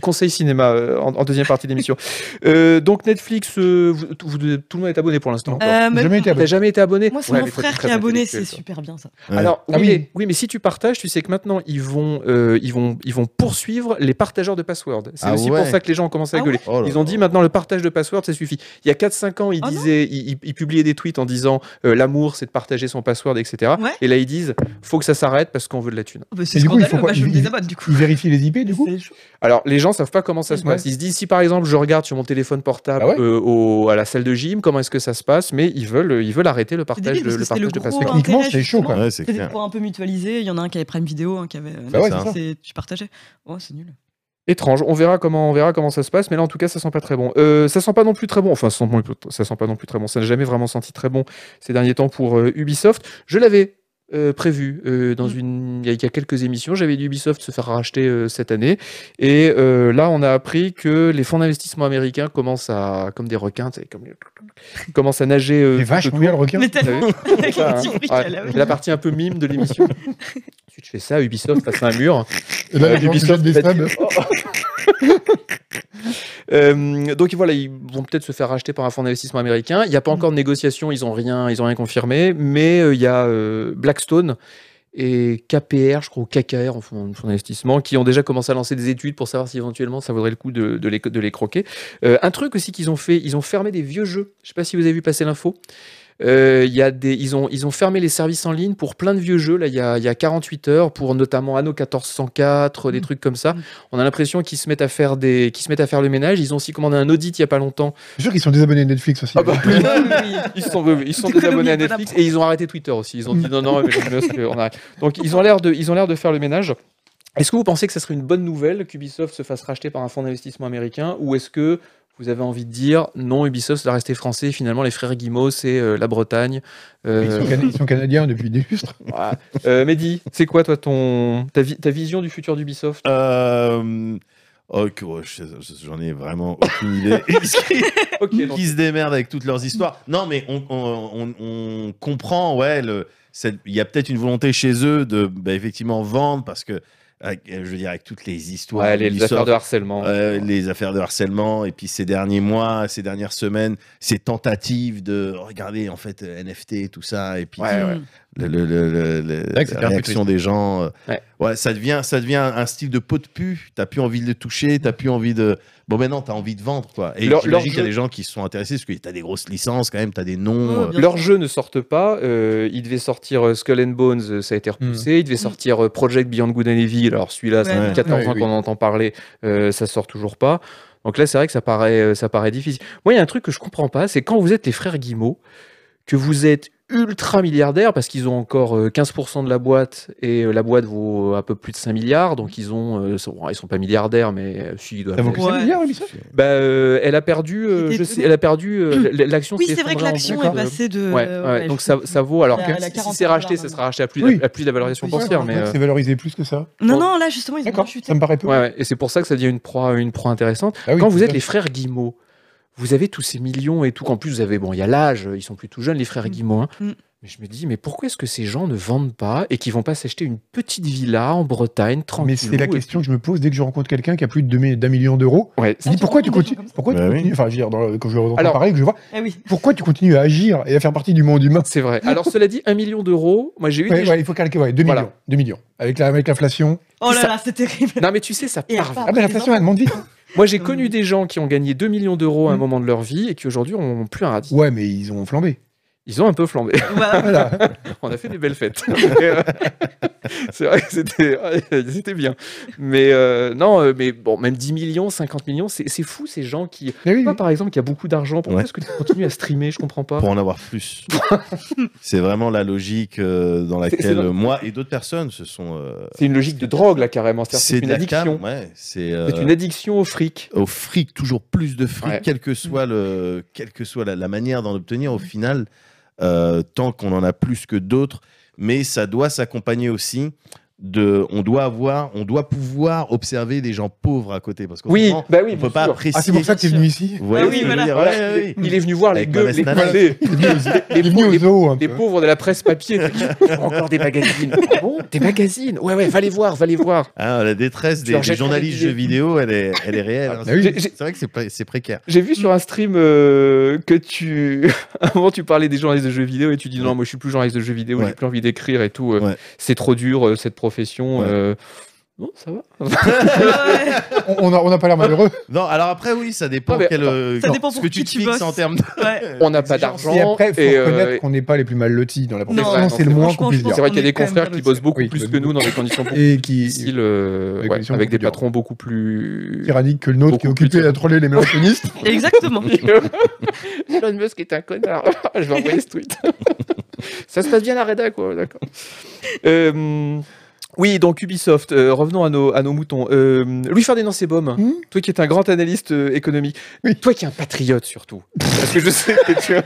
conseil cinéma euh, en, en deuxième partie d'émission. Euh, donc Netflix, euh, vous- tout, vous- tout le monde est abonné pour l'instant. Euh, mais- Jamais été T'as abonné. jamais été abonné Moi, c'est Ouais, mon mais toi, t'es frère très qui est abonné, c'est intellectuel, toi. super bien ça. Ouais. Alors Ah oui, oui. mais- oui, mais si tu partages, tu sais que maintenant ils vont, euh, ils vont, ils vont poursuivre les partageurs de passwords. C'est Ah aussi ouais. pour ça que les gens ont commencé à Ah gueuler. Oh là Ils ont dit maintenant le partage de password, ça suffit. Il y a 4-5 ans, ils, Oh non. disaient, ils, ils- ils publiaient des tweets en disant euh, l'amour, c'est de partager son password, etc. Ouais. Et là, ils disent faut que ça s'arrête parce qu'on veut de la thune. Oh, bah, c'est Et du coup, il scandaleux, faut quoi bah, je me Il- désabonne du coup. Ils vérifient les IP, du coup C'est chaud. Alors, les gens savent pas comment ça se Ouais. passe. Ils se disent si par exemple, je regarde sur mon téléphone portable Ah ouais euh, au- à la salle de gym, comment est-ce que ça se passe Mais ils veulent, ils veulent arrêter le C'est partage, de, débile parce le que c'était partage le de gros password. Techniquement, intérêt, c'est chaud, quoi. justement. Ouais, c'est C'était clair. pour un peu mutualiser, il y en a un qui avait Prime Vidéo, un qui avait. euh, Bah ouais, ça. c'est ça. c'est- Tu partageais Oh, c'est nul. Étrange. On verra comment, on verra comment ça se passe. Mais là, en tout cas, ça sent pas très bon. Euh, ça sent pas non plus très bon. Enfin, ça sent, bon- ça sent pas non plus très bon. Ça n'a jamais vraiment senti très bon ces derniers temps pour euh, Ubisoft. Je l'avais. euh, prévu euh, dans Mm. une il y a- il y, a quelques émissions j'avais dit Ubisoft se faire racheter euh, cette année et euh, là on a appris que les fonds d'investissement américains commencent à comme des requins tu sais, comme les- commencent à nager euh, C'est tout autour. vachement bien le requin. Mais Vous avez tellement vu avec ça, le hein petit bruit Ouais, qu'elle avait. c'est la partie un peu mime de l'émission ensuite je fais ça Ubisoft face à un mur Et là, euh, les gens qui Ubisoft jettent des l'a dit. sables. Euh, donc voilà, ils vont peut-être se faire racheter par un fonds d'investissement américain. Il n'y a pas encore de négociation, ils n'ont rien, ils ont rien confirmé, mais euh, il y a euh, Blackstone et KPR, je crois, ou KKR, en fonds fonds d'investissement, qui ont déjà commencé à lancer des études pour savoir si éventuellement ça vaudrait le coup de, de les, de les croquer. Euh, un truc aussi qu'ils ont fait, ils ont fermé des vieux jeux. Je ne sais pas si vous avez vu passer l'info. Euh, il y a des, ils, ont, ils ont fermé les services en ligne pour plein de vieux jeux, là, il y a, il y a 48 heures, pour notamment Anno 1404, des Mm. trucs comme ça. Mm. On a l'impression qu'ils se mettent à faire des, qu'ils se mettent à faire le ménage. Ils ont aussi commandé un audit il y a pas longtemps. Je suis sûr qu'ils sont désabonnés de Netflix Ah aussi. bah. Oui, oui, oui. Ils sont, ils sont désabonnés à Netflix et ils ont arrêté Twitter aussi. Ils ont dit non, non, Elon Musk, on arrête. Donc ils ont l'air de, ils ont l'air de faire le ménage. Est-ce que vous pensez que ça serait une bonne nouvelle qu'Ubisoft se fasse racheter par un fonds d'investissement américain ou est-ce que vous avez envie de dire non, Ubisoft doit rester français. Finalement, les frères Guimau, c'est euh, la Bretagne. Ils Euh, sont, cana- ils sont canadiens depuis des lustres. voilà. Euh, Mehdi, c'est quoi toi ton ta, vi- ta vision du futur d'Ubisoft Euh, oh, que- oh, je- je- J'en ai vraiment aucune idée. Ok, donc- qui se démerdent avec toutes leurs histoires. Non, mais on, on- on- on comprend, ouais, le- cette- il y a peut-être une volonté chez eux de bah, effectivement vendre parce que, avec- je veux dire, avec toutes les histoires, Ouais, les, les Ubisoft, affaires de harcèlement. euh, les affaires de harcèlement, et puis ces derniers mois, ces dernières semaines, ces tentatives de regarder en fait euh, NFT, tout ça, et puis Ouais, ouais. Mm. le- le- le- le- le- vrai que c'était la un peu réaction des gens. euh, Ouais. ouais. ça devient, ça devient un style de pot de pu. T'as plus envie de le toucher, t'as plus envie de. Bon, maintenant, t'as envie de vendre, quoi. Et Leur- leur j'imagine qu'il y jeu- a des gens qui se sont intéressés parce que t'as des grosses licences quand même, t'as des noms. Ouais, euh, bien Leurs sûr. jeux ne sortent pas. euh, ils devaient sortir euh, Skull and Bones, euh, ça a été Hmm. repoussé. Ils devaient sortir euh, Project Beyond Good and Evil. Alors celui-là, ça Hmm. Ouais, fait ouais. 14 ans Ouais, oui. qu'on en entend parler, euh, ça sort toujours pas. Donc là, c'est vrai que ça paraît, euh, ça paraît difficile. Moi, il y a un truc que je comprends pas, c'est quand vous êtes les frères Guimau, que vous êtes ultra milliardaires parce qu'ils ont encore euh, 15% de la boîte et euh, la boîte vaut un peu plus de 5 milliards. Donc ils ont, euh, sont- ils sont pas milliardaires, mais euh, si, ils doivent. Ça vaut que Ouais. 5 milliards, Ubisoft Bah, euh, elle a perdu, euh, C'était je sais- étonnant. elle a perdu euh, l- l'action. Oui, s'est c'est vrai que effondrée en l'action bourse, est euh, passée de. Ouais, euh, ouais, ouais, donc je- ça, ça vaut. Alors, Elle a- elle a si- si 45 c'est racheté, ça dollars, sera racheté à plus, Oui. à plus de la valorisation Oui, boursière. ouais, Mais, Je crois que euh, C'est valorisé plus que ça. Non, non, là justement, ils ont D'accord, chuté. ça me paraît peu. ouais, ouais, et c'est pour ça que ça devient une proie, une proie intéressante. Ah oui, Quand vous c'est êtes ça. les frères Guimau, vous avez tous ces millions et tout. qu'en plus, vous avez, bon, il y a l'âge, ils sont plus tout jeunes, les frères Mm. Guimau. hein. Mm. Mais je me dis, mais pourquoi est-ce que ces gens ne vendent pas et qu'ils vont pas s'acheter une petite villa en Bretagne, tranquille Mais c'est la question que je me pose dès que je rencontre quelqu'un qui a plus de deux mi- d'un million d'euros. Ouais, Je dis Ah, tu pourquoi tu rencontres des gens continues comme ça Pourquoi tu Bah oui. continues Enfin, je veux dire, dans le- quand je l'entends Alors- parler, que je vois, Eh oui. pourquoi tu continues à agir et à faire partie du monde humain c'est vrai. Alors, cela dit, un million d'euros, moi j'ai eu Ouais, des- ouais, Il faut calquer, ouais, 2 Voilà. millions. 2 millions. Avec la- avec l'inflation. Oh là Ça- là, c'est terrible. Non, mais tu sais, ça Et part elle part. Ah, ben l'inflation, elle monte vite. Moi, j'ai Mm. connu Mm. des gens qui ont gagné 2 millions d'euros à un moment de leur vie et qui aujourd'hui ont plus un radis. Ouais, mais ils ont flambé. Ils ont un peu flambé. Voilà. Voilà. On a fait des belles fêtes. c'est vrai que c'était, c'était bien. Mais euh, non, euh, mais bon, même 10 millions, 50 millions, c'est, c'est fou ces gens qui. Mais oui, Toi, oui. par exemple, qui a beaucoup d'argent, pourquoi Ouais. est-ce que tu continues à streamer Je comprends pas. pour en avoir plus. c'est vraiment la logique euh, dans C'est- c'est laquelle vrai. euh, moi et d'autres personnes se sont. euh, C'est une logique de drogue, là, carrément. C'est-à-dire que C'est de une la cam, addiction. ouais, c'est C'est euh, une addiction au fric. au fric, toujours plus de fric, Ouais. quelle que soit, le, quelle que soit la, la manière d'en obtenir, au final, euh, tant qu'on en a plus que d'autres, mais ça doit s'accompagner aussi de, on doit avoir, on doit pouvoir observer des gens pauvres à côté, parce qu'on Oui, bah oui, bien on peut pas sûr. apprécier. Ah, c'est pour ça que t'es venu ici Vous voyez Ah ce oui, que je veux voilà. dire Voilà. Ouais, ouais, ouais. Il est venu voir les Avec gueux, Thomas les, Nana. les- Il est venu aux- les il est venu pauvres- aux eaux oh, un les peu. pauvres de la presse papier. oh, Encore des magazines. Ah bon Des magazines Ouais, ouais, va les voir, va les voir. Ah, la détresse des, leur des jetterai journalistes des billets. jeux vidéo, elle est, elle est réelle. hein. Bah oui. J'ai- j'ai- C'est vrai que c'est pré- c'est précaire. J'ai vu sur un stream euh, que tu. à un moment, tu parlais des journalistes de jeux vidéo et tu dis non, moi je suis plus journaliste de jeux vidéo, Ouais. j'ai plus envie d'écrire et tout. euh, Ouais. C'est trop dur euh, cette profession. Ouais. euh. Non, ça va. Ouais. On on a- on n'a pas l'air malheureux. Non, alors après, oui, ça dépend Non, mais quel, euh, Ça quand- dépend ce pour que qui tu te tu fixes bosses. en termes de. Ouais. On n'a pas Exigence. d'argent. Et après, faut et, euh, reconnaître qu'on n'est pas les plus mal lotis dans la C'est profession. vrai, non, c'est c'est le moins franchement, qu'on puisse je pense dire. C'est vrai qu'il y a on est des quand même confrères pas qui lotis. bossent beaucoup Oui, plus bah, que nous dans des conditions beaucoup Et plus qui difficiles, euh, ouais, Avec des avec, conditions des beaucoup plus patrons beaucoup plus. tyrannique que le nôtre qui est Beaucoup plus occupé à tyrannique. troller les mélancolistes. Exactement. Elon Musk est un connard. Je vais envoyer ce tweet. Ça se passe bien à la rédac, quoi. D'accord. Euh, oui, donc Ubisoft, euh, revenons à nos, à nos moutons. Euh, Louis-Ferdinand Sebom, Hmm toi qui es un grand analyste euh, économique, Oui. toi qui es un patriote surtout, parce que je sais que tu as-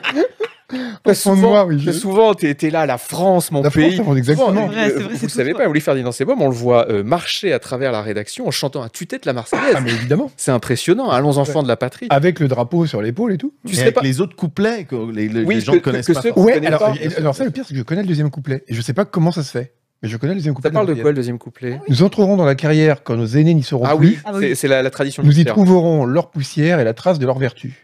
Toi, Au fond de moi, oui. que je- souvent, t'es t'es là, la France, mon La France, pays. la France, exactement. Souvent, C'est vrai, euh, c'est vrai, vous c'est ne tout savez toi. pas, Louis Ferdinand Sebom, on le voit euh, marcher à travers la rédaction en chantant à tue-tête la Marseillaise. Ah, mais évidemment. C'est impressionnant, allons enfants de la patrie. Avec le drapeau sur l'épaule et tout. tu Et sais avec pas. les autres couplets que les, les- Oui, les gens que- connaissent que pas. ceux- forcément. connaît Ouais, alors, pas. et- alors ça, le pire, c'est que je connais le deuxième couplet. Et je sais pas comment ça se fait. Mais je connais le deuxième couplet. Ça parle de la quoi le deuxième couplet Marseillaise. Nous entrerons dans la carrière quand nos aînés n'y seront Ah plus. oui, Ah bah c'est- oui. c'est la, la tradition Nous y militaire. trouverons leur poussière et la trace de leur vertu.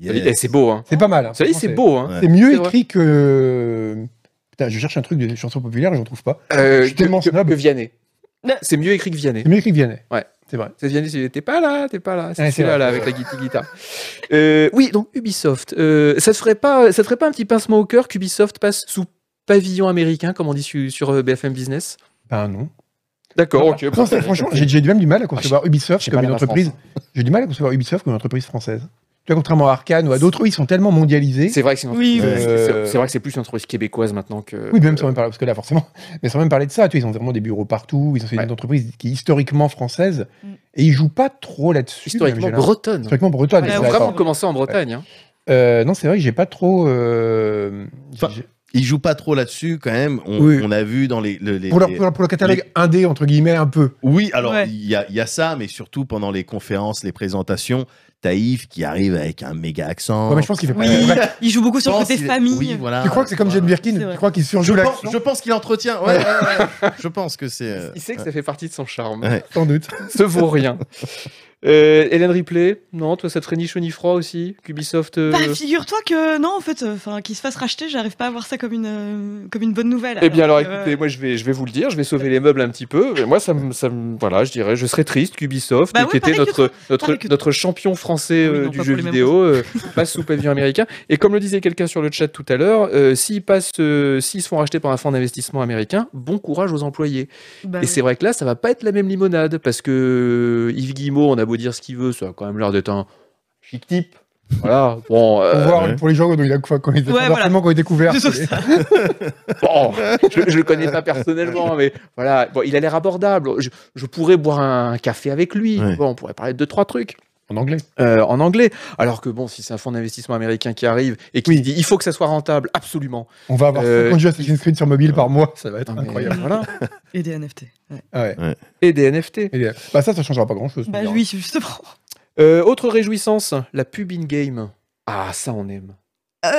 Yes. Eh, c'est beau, hein. C'est pas mal. hein. Ça y est, Franchement, c'est beau, hein. Ouais. C'est mieux C'est vrai. écrit que. Putain, je cherche un truc de chansons populaires et j'en trouve pas. Euh, Je suis tellement que, que- snob. que Vianney. C'est mieux écrit que Vianney. C'est mieux écrit que Vianney. Ouais. C'est vrai. C'est Vianney, c'est- t'es pas là, t'es pas là. C'est Ouais, c'est celui-là, vrai. là, avec la guitare. guitare. Euh, oui, donc Ubisoft. euh, ça te ferait pas, ça te ferait pas un petit pincement au cœur qu'Ubisoft passe sous pavillon américain, comme on dit su- sur, euh, BFM Business Ben non. D'accord, ok. Non, c'est- franchement, j'ai j'ai du même du mal à concevoir Ubisoft Ah, j'ai comme mal à une la entreprise. J'ai du mal à concevoir Ubisoft comme une entreprise française. Tu vois, contrairement à Arkane ou à d'autres, eux, ils sont tellement mondialisés. C'est vrai que c'est une Oui, entreprise- oui. c'est- Euh, c'est vrai que c'est plus une entreprise québécoise maintenant que. Oui, même sans même parler, parce que là, forcément, mais sans même parler de ça, tu vois, ils ont vraiment des bureaux partout, ils ont c'est Ouais. une entreprise qui est historiquement française, Mm. et ils jouent pas trop là-dessus. historiquement j'ai l'impression. bretonne. Historiquement bretonne. Ouais, Ils c'est ont ouais, vraiment d'accord. commencé en Bretagne. hein. Euh, non, c'est vrai que j'ai pas trop. euh, Enfin, j'ai- Ils jouent pas trop là-dessus quand même. On, Oui. on a vu dans les. le- les- pour, leur- les- pour leur- pour le catalogue indé, entre guillemets, un peu. Oui, alors il Ouais. y, a, il y a ça, mais surtout pendant les conférences, les présentations, Taïf qui arrive avec un méga accent. Ouais, mais je pense qu'il fait pas. Oui. Bref, Il joue beaucoup Je sur le pense côté qu'il- famille. oui, Ah, voilà. tu crois que c'est comme Voilà. Jane Birkin C'est Tu vrai. crois qu'il Je surjoue pense, l'action je pense qu'il entretient. Ouais, ouais, ouais. je pense que c'est. euh, Il sait que ça fait partie de son charme. Ouais. Sans doute. Ce vaut rien. Euh, Hélène Ripley, non, toi ça te ferait ni chaud ni froid aussi qu'Ubisoft. euh, Bah, figure-toi que non, en fait, euh, enfin, qu'il se fasse racheter, j'arrive pas à voir ça comme une, euh, comme une bonne nouvelle. Eh bien alors que, écoutez, moi je vais, je vais vous le dire, je vais sauver les meubles un petit peu. Mais moi ça me, ça me- voilà, je dirais, je serais triste qu'Ubisoft, Bah euh, oui, qui était pareil que notre, notre, pareil que toi. notre champion français Ah oui, euh, non, du pas jeu pour les mêmes vidéo, euh, passe sous pavillon américain. Et comme le disait quelqu'un sur le chat tout à l'heure, euh, s'ils passent, euh, s'ils se font racheter par un fonds d'investissement américain, bon courage aux employés. bah, Et c'est vrai que là, ça va pas être la même limonade parce que euh, Yves Guillemot, on a beau dire ce qu'il veut, ça a quand même l'air d'être un chic type. Voilà, bon, Pour euh, voir ouais. pour les gens dont il a quoi quand ils Ouais, voilà. forcément quand ils découvrent. C'est sauf ça. bon, Oh, je, je le connais pas personnellement, mais voilà, bon, il a l'air abordable. Je, je pourrais boire un café avec lui. Ouais. Bon, on pourrait parler de deux trois trucs En anglais. euh, en anglais. Alors que bon, si c'est un fonds d'investissement américain qui arrive et qui Oui. se dit, il faut que ça soit rentable, absolument. On va avoir Euh, 50 jeux Assassin's Creed sur mobile par mois, ça va être Non, mais incroyable. voilà. Et des NFT. ouais. Ah ouais. Et des NFT. Et, euh, bah ça, ça changera pas grand chose. Bah oui, justement. Euh, autre réjouissance, la pub in-game. Ah, ça on aime. Euh.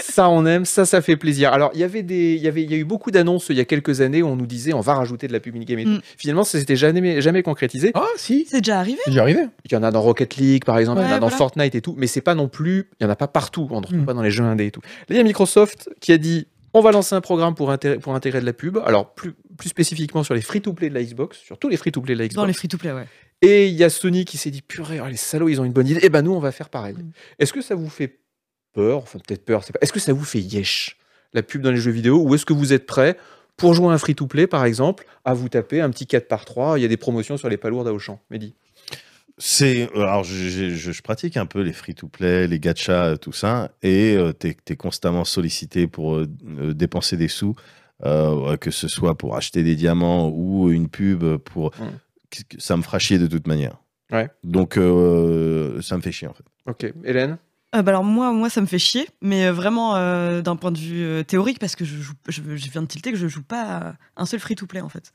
ça on aime, ça ça fait plaisir. Alors il y avait des, il y avait, il y a eu beaucoup d'annonces il y a quelques années où on nous disait on va rajouter de la pub in-game. et tout. Mm. Finalement ça s'était jamais, jamais concrétisé. Ah si, C'est déjà arrivé. c'est déjà arrivé. Il y en a dans Rocket League par exemple, il y en a Ouais, dans voilà. Fortnite et tout, mais c'est pas non plus, il y en a pas partout. On ne retrouve Mm. pas dans les jeux indés et tout. Là il y a Microsoft qui a dit on va lancer un programme pour, intér- pour intégrer de la pub. Alors plus, plus spécifiquement sur les free-to-play de la Xbox, sur tous les free-to-play de la Xbox. Dans les free-to-play, ouais. Et il y a Sony qui s'est dit purée, oh, les salauds, ils ont une bonne idée. Eh ben nous, on va faire pareil. Mm. Est-ce que ça vous fait peur, enfin peut-être peur, c'est pas. Est-ce que ça vous fait yesh la pub dans les jeux vidéo ou est-ce que vous êtes prêt pour jouer à un free-to-play par exemple à vous taper un petit 4 par 3 Il y a des promotions sur les palourdes à Auchan, Mehdi. C'est euh, alors je, je- je- je pratique un peu les free to play, les gachas, euh, tout ça, et euh, t'es es constamment sollicité pour euh, euh, dépenser des sous, euh, que ce soit pour acheter des diamants ou une pub pour. Mm. Qu'est-ce que- Ça me fera chier de toute manière. Ouais. Donc euh, ça me fait chier en fait. Ok, Hélène Euh, bah alors moi, moi, ça me fait chier, mais euh, vraiment euh, d'un point de vue euh, théorique, parce que je, joue, je, je viens de tilter que je joue pas à un seul free-to-play en fait.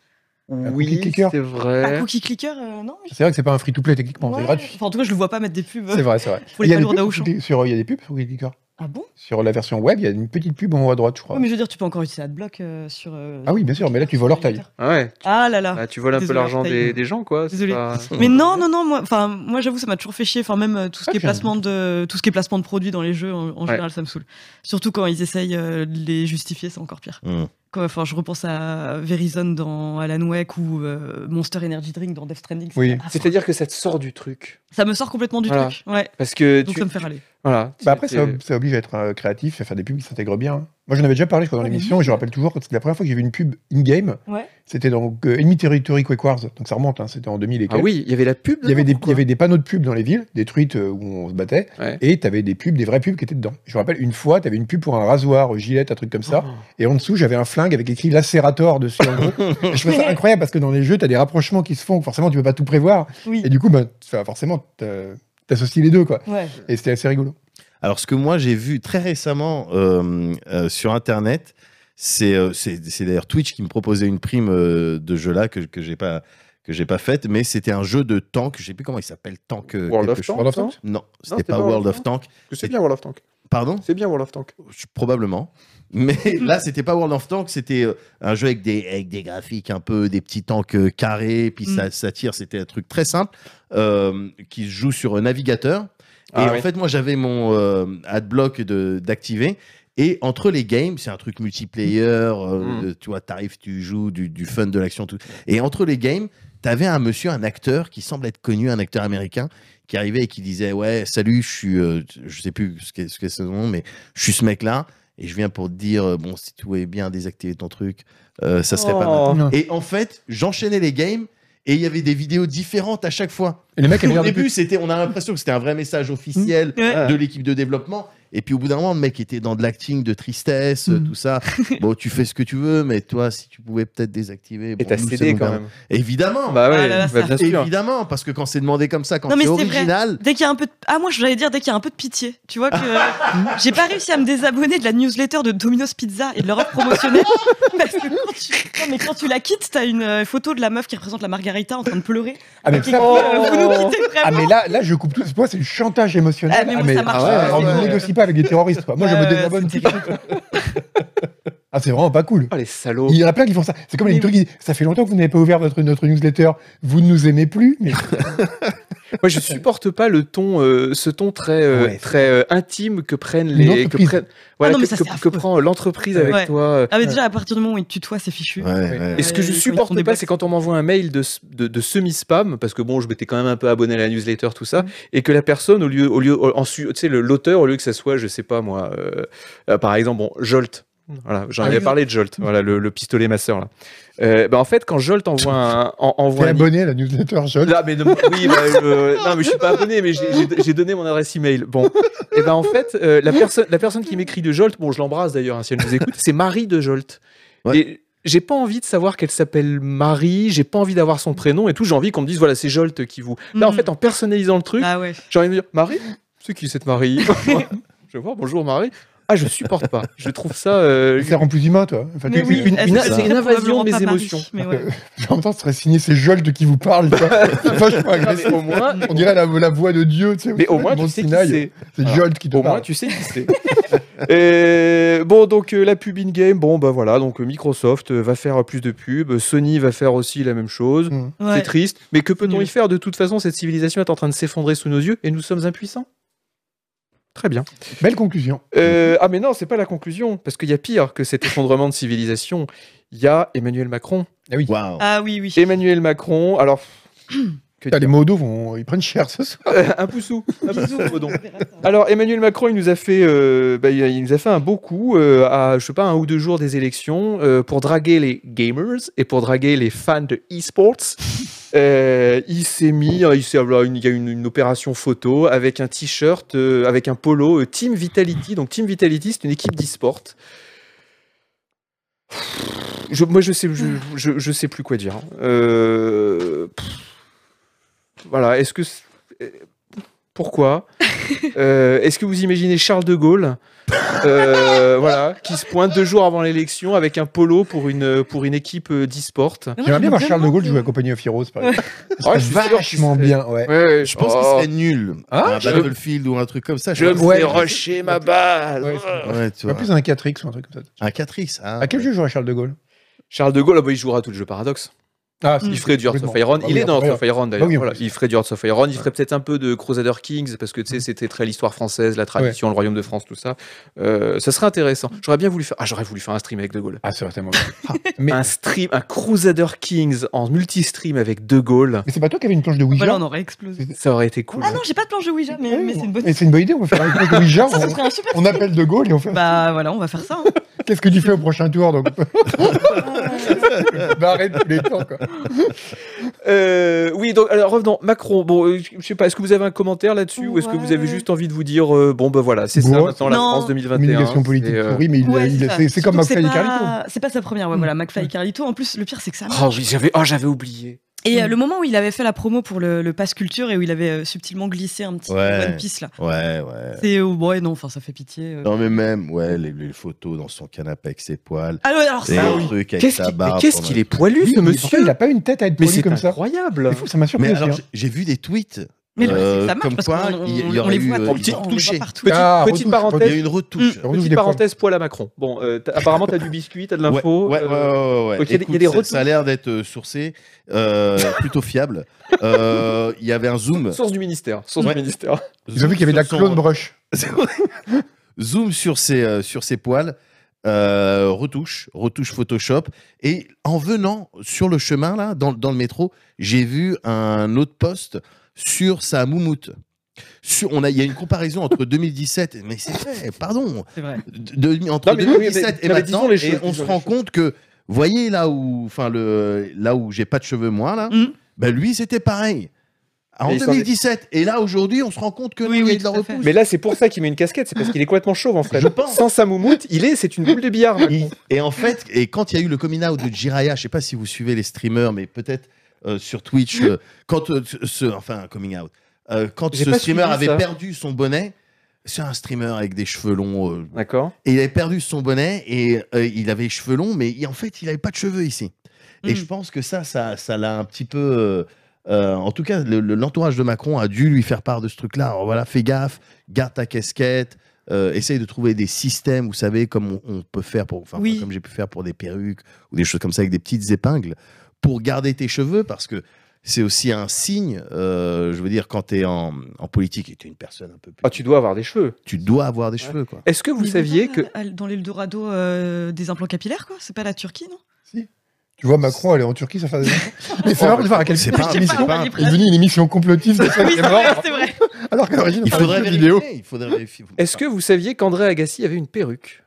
cookie clicker. c'est Pas vrai. cookie clicker, euh, non oui. C'est vrai que c'est pas un free-to-play techniquement, Ouais. c'est gratuit. Enfin, en tout cas, je le vois pas mettre des pubs. C'est vrai, c'est vrai. Pour les Il y a des palourdes pubs à Auchan. sur Cookie- sur- Il y a des pubs sur Cookie Clicker. Ah bon Sur la version web, il y a une petite pub en haut à droite, je crois. Ouais, mais je veux dire, tu peux encore utiliser Adblock euh, sur. euh, Ah oui, bien sûr, mais là, tu voles leur taille. Ouais, Ah là là. bah, tu voles un peu désolé, l'argent t'as des, eu- des gens quoi. c'est Désolé. pas- Mais non, non, non, moi, enfin, moi, j'avoue, ça m'a toujours fait chier. Enfin, même euh, tout ce Ah, qui est puis, hein. placement de, tout ce qui est placement de produits dans les jeux, en, en Ouais. général, ça me saoule. Surtout quand ils essayent euh, de les justifier, c'est encore pire. Mm. Quand- Enfin, je repense à Verizon dans Alan Wake ou euh, Monster Energy Drink dans Death Stranding. c'est- Oui. ah, C'est-à-dire que ça te sort du truc. ça me sort complètement du Voilà. truc. Ouais. Parce que Donc tu, ça me fait râler. voilà. Bah après, t'es- ça, ob- ça oblige à être euh, créatif, à faire des pubs qui s'intègrent bien. hein. Moi, j'en avais déjà parlé je crois, dans Ah, Ouais, l'émission, et je me rappelle toujours, quand c'était la première fois que j'ai vu une pub in-game, Ouais. c'était dans euh, Enemy Territory Quake Wars, donc ça remonte, hein, c'était en 2000 et Ah quelques. oui, il y avait la pub. Il y, avait des, il y dedans, avait des panneaux de pubs dans les villes, des truites euh, où on se battait, Ouais. et tu avais des pubs, des vraies pubs qui étaient dedans. Je me rappelle, une fois, tu avais une pub pour un rasoir, euh, gilette, un truc comme pourquoi ça, et en dessous, j'avais un flingue avec écrit lacérator dessus. en gros. Et je trouvais ça incroyable parce que dans les jeux, tu as des rapprochements qui se font, forcément, tu peux pas tout prévoir, Oui. et du coup, bah, enfin, forcément, t'as- t'associes les deux, quoi. Ouais. Et c'était assez rigolo. Alors, ce que moi, j'ai vu très récemment euh, euh, sur Internet, c'est euh, c'est- c'est d'ailleurs Twitch qui me proposait une prime euh, de jeu là que, que j'ai pas que j'ai pas faite, mais c'était un jeu de tank, je sais plus comment il s'appelle, tank euh, World of quelque chose. Tanks, non Non, c'était c'était pas, World of Tank. Parce que c'est bien World of Tank. Pardon C'est bien World of Tank. Je- Probablement. Mais là, c'était pas World of Tanks, c'était euh, un jeu avec des, avec des graphiques un peu, des petits tanks euh, carrés, puis Mm. ça, ça tire, c'était un truc très simple, euh, qui se joue sur un navigateur. Ah et oui. en fait, moi, j'avais mon euh, adblock de- d'activer. Et entre les games, c'est un truc multiplayer, euh, Mm. de- tu vois, t'arrives, tu joues, du, du fun, de l'action, tout. Et entre les games, t'avais un monsieur, un acteur qui semble être connu, un acteur américain, qui arrivait et qui disait, ouais, salut, je suis, euh, je sais plus ce qu'est ce qu'est ce nom, mais je suis ce mec-là, et je viens pour te dire, euh, bon, si tout est bien, désactiver ton truc, euh, ça serait pas mal. Oh. Non. Et en fait, j'enchaînais les games, et il y avait des vidéos différentes à chaque fois. Et les mecs avaient Au l'air de plus- début, c'était, on a l'impression que c'était un vrai message officiel Ah, Ouais. de l'équipe de développement. Et puis au bout d'un moment, le mec était dans de l'acting, de tristesse, Mm. Mhm. tout ça. Bon, tu fais ce que tu veux, mais toi, si tu pouvais peut-être désactiver. Et bon, t'as nous, ça cédé nous quand permet- même. Évidemment, Bah ouais, Ah là là, bah ça- bien sûr. évidemment, parce que quand c'est demandé comme ça, quand Non, mais c'est c'est vrai. original, Dès qu'il y a un peu de... Ah, moi, j'allais dire dès qu'il y a un peu de pitié. Tu vois que j'ai pas réussi à me désabonner de la newsletter de Domino's Pizza et de leur offre promotionnelle. parce que quand tu... Non, mais quand tu la quittes, t'as une euh, photo de la meuf qui représente la margarita en train de pleurer. Ah, mais Qui ça- dit, euh, vous nous quittez Ah vraiment. mais là, là je coupe tout. Moi c'est du chantage émotionnel. Ah, mais moi, ça marche pas, alors, c'est on ne vrai. négocie pas avec des terroristes. quoi. Moi je Ouais, me ouais, désabonne c'est tout de suite. Ah c'est vraiment pas cool. Ah les salauds. Il y en a plein qui font ça. C'est comme les Mais trucs qui disent, ça fait longtemps que vous n'avez pas ouvert votre, notre newsletter, vous ne nous aimez plus. Mais Moi, je supporte pas le ton, euh, ce ton très, euh, Ouais. très euh, intime que prennent Une les, que entreprise. prennent, voilà, Ah non, mais que, ça, que- c'est que affreux. prend euh, l'entreprise avec Ouais. toi. euh. Ah, mais déjà, à partir du moment où ils te tutoient, c'est fichu. Ouais, ouais. Et ce que je Ouais, ils font supporte des pas, blagues. c'est quand on m'envoie un mail de, s- de, de semi-spam, parce que bon, je m'étais quand même un peu abonné à la newsletter, tout Mm. ça, et que la personne, au lieu, au lieu, en su- tu sais, le- l'auteur, au lieu que ça soit, je sais pas moi, euh, euh, par exemple, bon, Jolt. Voilà, j'en Ah, avais Jolt. parlé de Jolt, voilà, le, le pistolet masseur là. Euh, ben, en fait, quand Jolt envoie un, en- t'es envoie un abonné à la newsletter, Jolt. Là, mais non, oui, bah, je- non, mais je suis pas abonné, mais j'ai- j'ai j'ai donné mon adresse email. Bon, et ben en fait, euh, la personne, la personne qui m'écrit de Jolt, bon, je l'embrasse d'ailleurs hein, si elle nous écoute, c'est Marie de Jolt. Ouais. Et j'ai pas envie de savoir qu'elle s'appelle Marie, j'ai pas envie d'avoir son prénom et tout. J'ai envie qu'on me dise voilà, c'est Jolt qui vous. Là, en Mhm. fait, en personnalisant le truc, Ah ouais. j'ai envie de dire Marie, c'est qui cette Marie Je vais voir, bonjour Marie. Ah, je supporte pas. Je trouve ça. euh, Ça rend plus humain, toi. Enfin, Mais tu- oui, une- elle une- serait c'est une Eh, très invasion de mes probablement pas Marie, émotions. mais ouais. En même temps, ce serait signé, c'est Jolt qui vous parle. tu vois. C'est vachement ah, mais agressif. au moins, On dirait la, la voix de Dieu, tu sais. mais au moins, du tu Mont sais qui Sinaï. c'est. C'est Voilà. Jolt qui te Au moins, parle. tu sais qui c'est. Et bon, donc euh, la pub in-game, bon, bah voilà, donc euh, Microsoft euh, va faire euh, plus de pubs, euh, Sony va faire aussi la même chose. Mm. Ouais. C'est triste, mais que peut-on y nul. faire De toute façon, cette civilisation est en train de s'effondrer sous nos yeux et nous sommes impuissants. Très bien. Belle conclusion. Euh, ah, mais non, c'est pas la conclusion, parce qu'il y a pire que cet effondrement de civilisation. Il y a Emmanuel Macron. Ah oui. Waouh. Ah oui, oui. Emmanuel Macron, alors. Que Putain, les dire. modos vont, ils prennent cher ce soir. un poussou, un poussou, Baudon. Alors Emmanuel Macron, il nous a fait, euh, bah, il il nous a fait un beau coup euh, à, je sais pas, un ou deux jours des élections euh, pour draguer les gamers et pour draguer les fans de e-sports. Euh, il s'est mis, il, s'est- voilà, une- il y a une, une opération photo avec un t-shirt, euh, avec un polo euh, Team Vitality. Donc Team Vitality, c'est une équipe d'e-sport. Je, moi, je sais, je, je- je sais plus quoi dire. hein. Euh, pff. voilà. Est-ce que c'est- euh, pourquoi Euh, Est-ce que vous imaginez Charles de Gaulle, euh, voilà, qui se pointe deux jours avant l'élection avec un polo pour une pour une équipe euh, d'e-sport J'aimerais bien voir Charles de Gaulle jouer à Compagnie of Heroes, par exemple. Ouais, Ça je suis serait sûr qu'il vachement serait- bien, ouais. Je pense qu'il serait nul. Ah, un Oh. je- Battlefield ou un truc comme ça. Je Je me pense- Ouais. fais rusher ma base. Ouais, Ouais, tu Pas vois. plus un 4X ou un truc comme ça. Un 4X. hein. À quel jeu jouerait Charles de Gaulle Charles de Gaulle, ah bah, il jouera à tout le jeu paradoxe. Ah, Il ferait du Hearts of complètement. Iron. Ah il oui, est dans Hearts Hearts of of Iron d'ailleurs. Ah oui, en Voilà, plus. Mm. Il ferait du Hearts of Iron. Il ferait peut-être un peu de Crusader Kings parce que tu sais, c'était très l'histoire française, la tradition, le royaume de France, tout ça. Euh, ça serait intéressant. J'aurais bien voulu faire. Ah, j'aurais voulu faire un stream avec De Gaulle. Ah, certainement. Ah, mais un stream, un Crusader Kings en multi-stream avec De Gaulle, mais c'est pas toi qui avais une planche de Ouija Voilà, Bah on aurait explosé. ça aurait été cool. Ah non, j'ai pas de planche de Ouija, mais, mais c'est une bonne Mais c'est une bonne idée, on va faire une planche de Ouija. Ça, ça on- serait un super. On appelle De Gaulle et on fait Bah voilà, on va faire ça. hein. Qu'est-ce que tu fais au prochain tour donc Barré de tous les temps quoi. Euh, oui, donc alors revenons. Macron, bon, euh, je sais pas, est-ce que vous avez un commentaire là-dessus ou est-ce que vous avez Ouais. juste envie de vous dire, euh, bon, bah voilà, c'est ça Bon. maintenant la Non. France 2021. Communication politique c'est, euh, pourrie, mais il- Ouais, il- c'est ça. c'est c'est comme Surtout que McFly et c'est pas- Carlito. C'est pas sa première, ouais, voilà, McFly et Carlito. En plus, le pire, c'est que ça. marche. Oh, oui, j'avais oh, j'avais oublié. Et euh, le moment où il avait fait la promo pour le, le Pass Culture et où il avait euh, subtilement glissé un petit Ouais. One Piece, là. Ouais, ouais. C'est. euh, ouais, non, enfin, ça fait pitié. euh. Non, mais même, ouais, les, les photos dans son canapé avec ses poils. Ah ouais, alors Et ça. le truc avec Qu'est-ce sa qu'il mais barbe qu'est-ce pendant- qu'il est poilu, Oui, ce mais pourquoi Il monsieur a pas une tête à être Mais poli c'est comme ça. incroyable. C'est fou, ça m'a surpris. Mais aussi, alors, hein. j'ai- j'ai vu des tweets. Mais le truc, c'est que euh, ça marche comme parce quoi, qu'on- il y- il y on aurait les eu, voit euh, partout, on une petite les voit touchée. partout. Petite, Ah, petite retouche, Il y a parenthèse, eu une retouche. retouche petite des parenthèse poil à Macron. Bon, euh, t'as- apparemment, t'as du biscuit, t'as de l'info. Ouais, ouais, ouais, euh, ouais, ouais. donc il y a des- il y a Écoute, des ça- retours. Ça a l'air d'être euh, sourcé, euh, plutôt fiable. Euh, Il y avait un zoom. Source du ministère. Source Ouais. du ministère. Ils ont vu qu'il y avait de la sur clone son- brush. Zoom sur ses, euh, sur ses poils, euh, retouche, retouche Photoshop. Et en venant sur le chemin, là, dans, dans le métro, j'ai vu un autre post sur sa moumoute. Sur, on a, il y a une comparaison entre 2017, mais c'est vrai, pardon, C'est vrai. de- de- entre Non, mais- oui, mais- 2017 et non, mais maintenant, disons les choses, et on se disons rend les compte que, voyez là où, enfin le, là où j'ai pas de cheveux moi là, Mhm. ben lui c'était pareil. En Et il s'en est- 2017 et là aujourd'hui, on se rend compte que Oui, lui, il oui, y a de la tout à fait. repousse. Mais là, c'est pour ça qu'il met une casquette, c'est parce qu'il est complètement chauve en fait. Je pense. Sans sa moumoute, il est, c'est une boule de billard. Macron. Et en fait, et quand il y a eu le coming out de Jiraya, je sais pas si vous suivez les streamers, mais peut-être euh, sur Twitch, euh, quand euh, ce- ce, enfin un coming out, euh, quand J'ai ce pas streamer suivi avait ça. perdu son bonnet, c'est un streamer avec des cheveux longs, euh, D'accord. et il avait perdu son bonnet et euh, il avait les cheveux longs, mais il- en fait, il avait pas de cheveux ici. Et Mm. je pense que ça, ça, ça l'a un petit peu. euh, euh, en tout cas, le- le- l'entourage de Macron a dû lui faire part de ce truc-là. Alors voilà, fais gaffe, garde ta casquette, euh, essaye de trouver des systèmes, vous savez, comme on, on peut faire pour, enfin, Oui. comme j'ai pu faire pour des perruques ou des choses comme ça avec des petites épingles pour garder tes cheveux parce que c'est aussi un signe. euh, je veux dire, quand t'es en, en politique et t'es une personne un peu plus, Ah, tu dois avoir des cheveux. tu dois avoir des cheveux, quoi. Est-ce que vous Mais saviez non, que à- Dans l'Eldorado euh, des implants capillaires, quoi. C'est pas la Turquie, non Tu vois Macron aller en Turquie, ça fait des enfants. Mais Ah, c'est marrant de voir à quel C'est point pas, Je sais mais pas, c'est on pas va un y il est devenu une émission complotiste. c'est ça qui est marrant. c'est vrai. Alors qu'à l'origine, Il on parlait faudrait de jeux vérifier. vidéo. Il faudrait vérifier. est-ce que vous saviez qu'André Agassi avait une perruque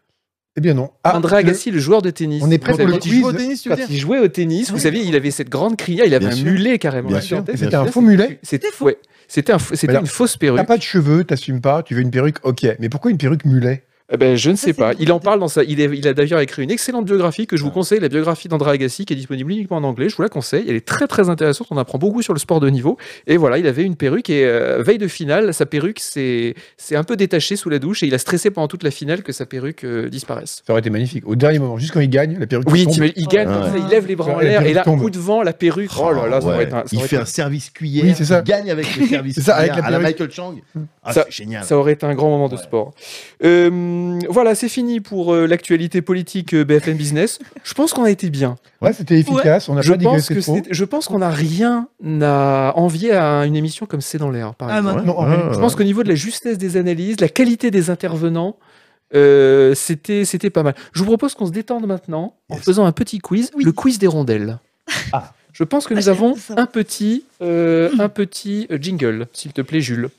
Eh bien non. Ah, André le- Agassi, le joueur de tennis. On est vous prêt pour saviez- le quiz. Quand il jouait au Ah tennis, vous saviez, il avait cette grande crinière, il avait Bien un sûr. mulet carrément. Bien sur sûr. la tête. Bien C'était un sûr. faux mulet. C'était C'était faux. ouais. C'était un- c'était Mais une fausse perruque. T'as pas de cheveux, t'assumes pas, tu veux une perruque, ok. Mais pourquoi une perruque mulet Eh ben, je ne Ça, sais c'est pas. une Il en parle dans sa. Il, est- il a d'ailleurs écrit une excellente biographie que je vous conseille, la biographie d'André Agassi, qui est disponible uniquement en anglais. Je vous la conseille. Elle est très très intéressante. On apprend beaucoup sur le sport de niveau. Et voilà, il avait une perruque et euh, veille de finale, sa perruque s'est s'est un peu détachée sous la douche et il a stressé pendant toute la finale que sa perruque euh, disparaisse. Ça aurait été magnifique. Au dernier moment, juste quand il gagne, la perruque Oui, tombe. t'imagines, il gagne comme Ouais. ça, il lève les bras en La l'air perruque et là, tombe. coup de vent, la perruque. Oh là là, ça aurait été un- ça Il aurait fait été un service cuillère. Oui, c'est ça. Il gagne avec le service C'est ça, avec cuillère la à la perruque. Michael Chang. Ah, Ça- c'est génial. Ça aurait été un grand moment de Ouais. sport. Euh, voilà, c'est fini pour euh, l'actualité politique euh, BFM Business. Je pense qu'on a été bien. Ouais, c'était efficace, on n'a Je pas pense, digressé que trop. c'est- je pense qu'on n'a rien à envier à une émission comme C'est dans l'air, par Ah, exemple. bah, Ouais, Non, en ouais, réalité, Je ouais. pense qu'au niveau de la justesse des analyses, la qualité des intervenants, euh, c'était c'était pas mal. Je vous propose qu'on se détende maintenant en Yes. faisant un petit quiz, le quiz des rondelles. Ah. Je pense que Ah, nous j'ai hâte avons de savoir. un petit, euh, un petit euh, jingle, s'il te plaît, Jules.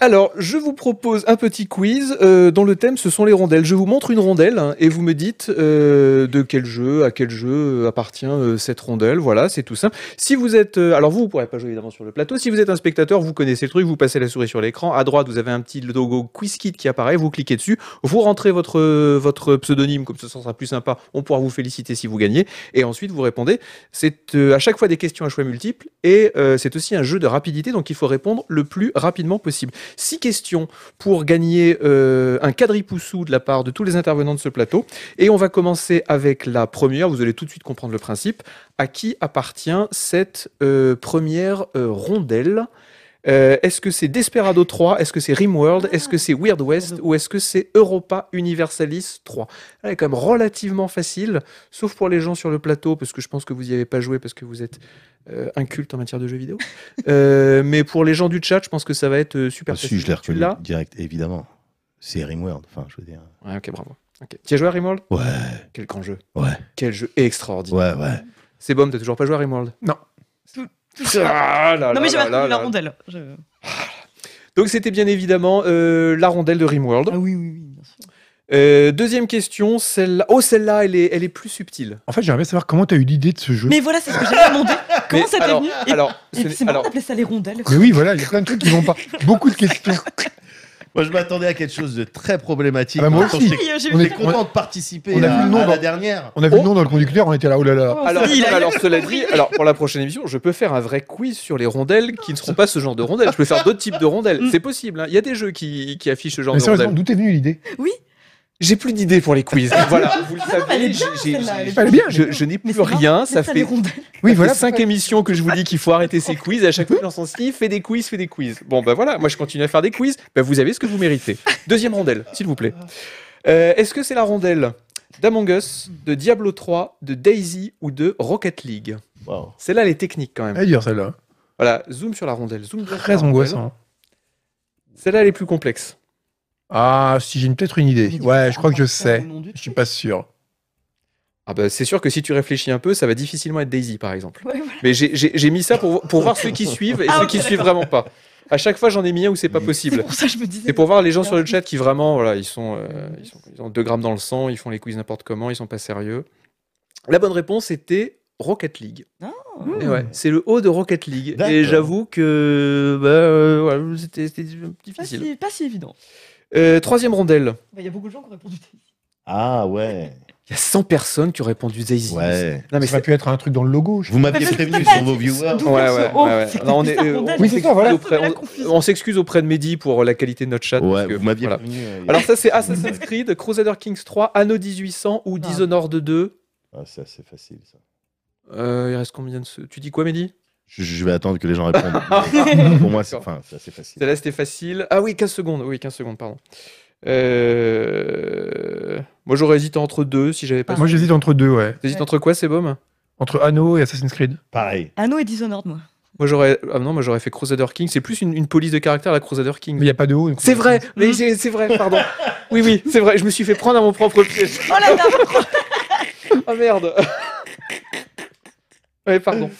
Alors, je vous propose un petit quiz euh, dont le thème ce sont les rondelles. Je vous montre une rondelle hein, et vous me dites euh, de quel jeu, à quel jeu appartient euh, cette rondelle. Voilà, c'est tout simple. Si vous êtes, euh, alors vous, vous pourrez pas jouer évidemment sur le plateau. Si vous êtes un spectateur, vous connaissez le truc, vous passez la souris sur l'écran. À droite, vous avez un petit logo Quiz Kit qui apparaît. Vous cliquez dessus, vous rentrez votre euh, votre pseudonyme comme ça, ça sera plus sympa. On pourra vous féliciter si vous gagnez. Et ensuite, vous répondez. C'est euh, à chaque fois des questions à choix multiples et euh, c'est aussi un jeu de rapidité, donc il faut répondre le plus rapidement possible. Six questions pour gagner euh, un quadripoussou de la part de tous les intervenants de ce plateau. Et on va commencer avec la première. Vous allez tout de suite comprendre le principe. À qui appartient cette euh, première euh, rondelle Euh, Est-ce que c'est Desperado 3 Est-ce que c'est Rimworld Est-ce que c'est Weird West Ou est-ce que c'est Europa Universalis 3 Elle est quand même relativement facile, sauf pour les gens sur le plateau, parce que je pense que vous n'y avez pas joué, parce que vous êtes euh, inculte en matière de jeux vidéo. Euh, mais pour les gens du chat, je pense que ça va être euh, super Ah, Si, facile. je l'ai Tu reconnu l'as direct, évidemment. C'est Rimworld, enfin, je veux dire. Ouais, ok, bravo. Ok. Tu as joué à Rimworld Ouais, Quel grand jeu. Ouais. Quel jeu extraordinaire. ouais, ouais. C'est bon, t'as toujours pas joué à Rimworld Non. Tout- Ah là Non, mais j'ai là pas là trouvé la là. rondelle. Je- Donc c'était bien évidemment euh, la rondelle de Rimworld. Ah oui, oui, oui, bien sûr. Euh, deuxième question, celle-là. Oh, celle-là, elle est, elle est plus subtile. En fait, j'aimerais bien savoir comment t'as eu l'idée de ce jeu. Mais voilà, c'est ce que j'avais demandé. Comment Mais ça t'est alors, venu Et- alors, et ce n'est- C'est marrant alors, d'appeler ça les rondelles. Mais oui, voilà, il y a plein de trucs qui vont pas. Beaucoup de questions. Moi, je m'attendais à quelque chose de très problématique. Ah bah, moi En même temps, aussi. j'étais- Oui, j'ai On vu J'étais est- content de participer on a à, vu le nom à la dans- dernière. On a vu Oh. le nom dans le conducteur, on était là, oh là là. comment alors, ça- Il a- alors, cela dit, alors pour la prochaine émission, je peux faire un vrai quiz sur les rondelles qui ne seront pas ce genre de rondelles. Je peux faire d'autres types de rondelles. Mm. C'est possible. hein. Il y a des jeux qui, qui affichent ce genre Mais de sérieusement, rondelles. d'où t'es venue l'idée J'ai plus d'idées pour les quiz. voilà, vous le mais elle savez. est bien, j'ai- j'ai- celle-là, elle est j'ai- bien. bien, Je, je n'ai plus Mais c'est rien. marrant, Ça c'est les fait rondelles. Oui, Oui, voilà. cinq émissions que je vous dis qu'il faut arrêter ces quiz. Et à chaque fois, j'en sens si fait des quiz, fait des quiz. Bon, bah voilà, moi je continue à faire des quiz. Bah, vous avez ce que vous méritez. Deuxième rondelle, s'il vous plaît. Euh, Est-ce que c'est la rondelle d'Among Us, de Diablo 3, de Daisy ou de Rocket League Wow. C'est là les techniques quand même. Elle est dure celle-là. Voilà, zoom sur la rondelle. Zoom bien sur la Ah Très hein. rondelle. angoissant. Celle-là, elle est plus complexe. Ah, si j'ai une- peut-être une idée. Ouais, je crois que je sais. Je suis pas sûr. Ah bah, c'est sûr que si tu réfléchis un peu, ça va difficilement être Daisy par exemple. Ouais, voilà. Mais j'ai- j'ai j'ai mis ça pour, pour voir ceux qui suivent et Ah, ceux ok, qui suivent vraiment pas. À chaque fois, j'en ai mis un où c'est pas C'est possible. pour ça que je me disais. C'est pour voir les gens sur le chat qui vraiment, voilà, ils sont, euh, ils sont, ils ont deux grammes dans le sang, ils font les quiz n'importe comment, ils sont pas sérieux. La bonne réponse était Rocket League. Hmm. Et ouais, c'est le haut de Rocket League. D'accord. Et j'avoue que bah, euh, voilà, c'était c'était Pas difficile. si, pas si évident. Euh, troisième rondelle. Bah, Il y a beaucoup de gens qui ont répondu. Ah ouais. Il y a 100 personnes qui ont répondu Daisy. Ouais. Non mais Ça aurait c'est pu être un truc dans le logo. je sais Vous m'aviez prévenu sur vos viewers. D'où Ouais, vient ce ouais, haut ouais, ouais. C'est que Non, on c'est est- ça, euh, rondelle. oui, c'est ça, voilà. auprès- La confusion. on s'excuse auprès de Mehdi pour la qualité de notre chat. parce que, Ouais, vous m'aviez voilà. prévenu. euh, Alors ça c'est Assassin's Creed, Crusader Kings 3, Anno 1800 ou Ah. Dishonored 2. Ah, ça, c'est facile, ça. Euh, il reste combien de... ce- Tu dis quoi Mehdi Je, je vais attendre que les gens répondent. Pour moi, c'est enfin, c'est assez facile. Celle-là, c'était facile. Ah oui, 15 secondes. Oui, 15 secondes, pardon. Euh, Moi, j'aurais hésité entre deux si j'avais pas. pas. Moi, j'hésite entre deux, Ah. ouais. T'hésites entre quoi, Sebum Entre Anno et Assassin's Creed. Pareil. Anno et Dishonored, moi. Moi, j'aurais. Ah non, moi, j'aurais fait Crusader King. C'est plus une, une police de caractère, la Crusader Mais King. il n'y a pas de haut. donc- C'est vrai, mais Mm. j'ai- c'est vrai, pardon. Oui, oui, c'est vrai, je me suis fait prendre à mon propre piège. Oh là là Ah merde Ouais, pardon.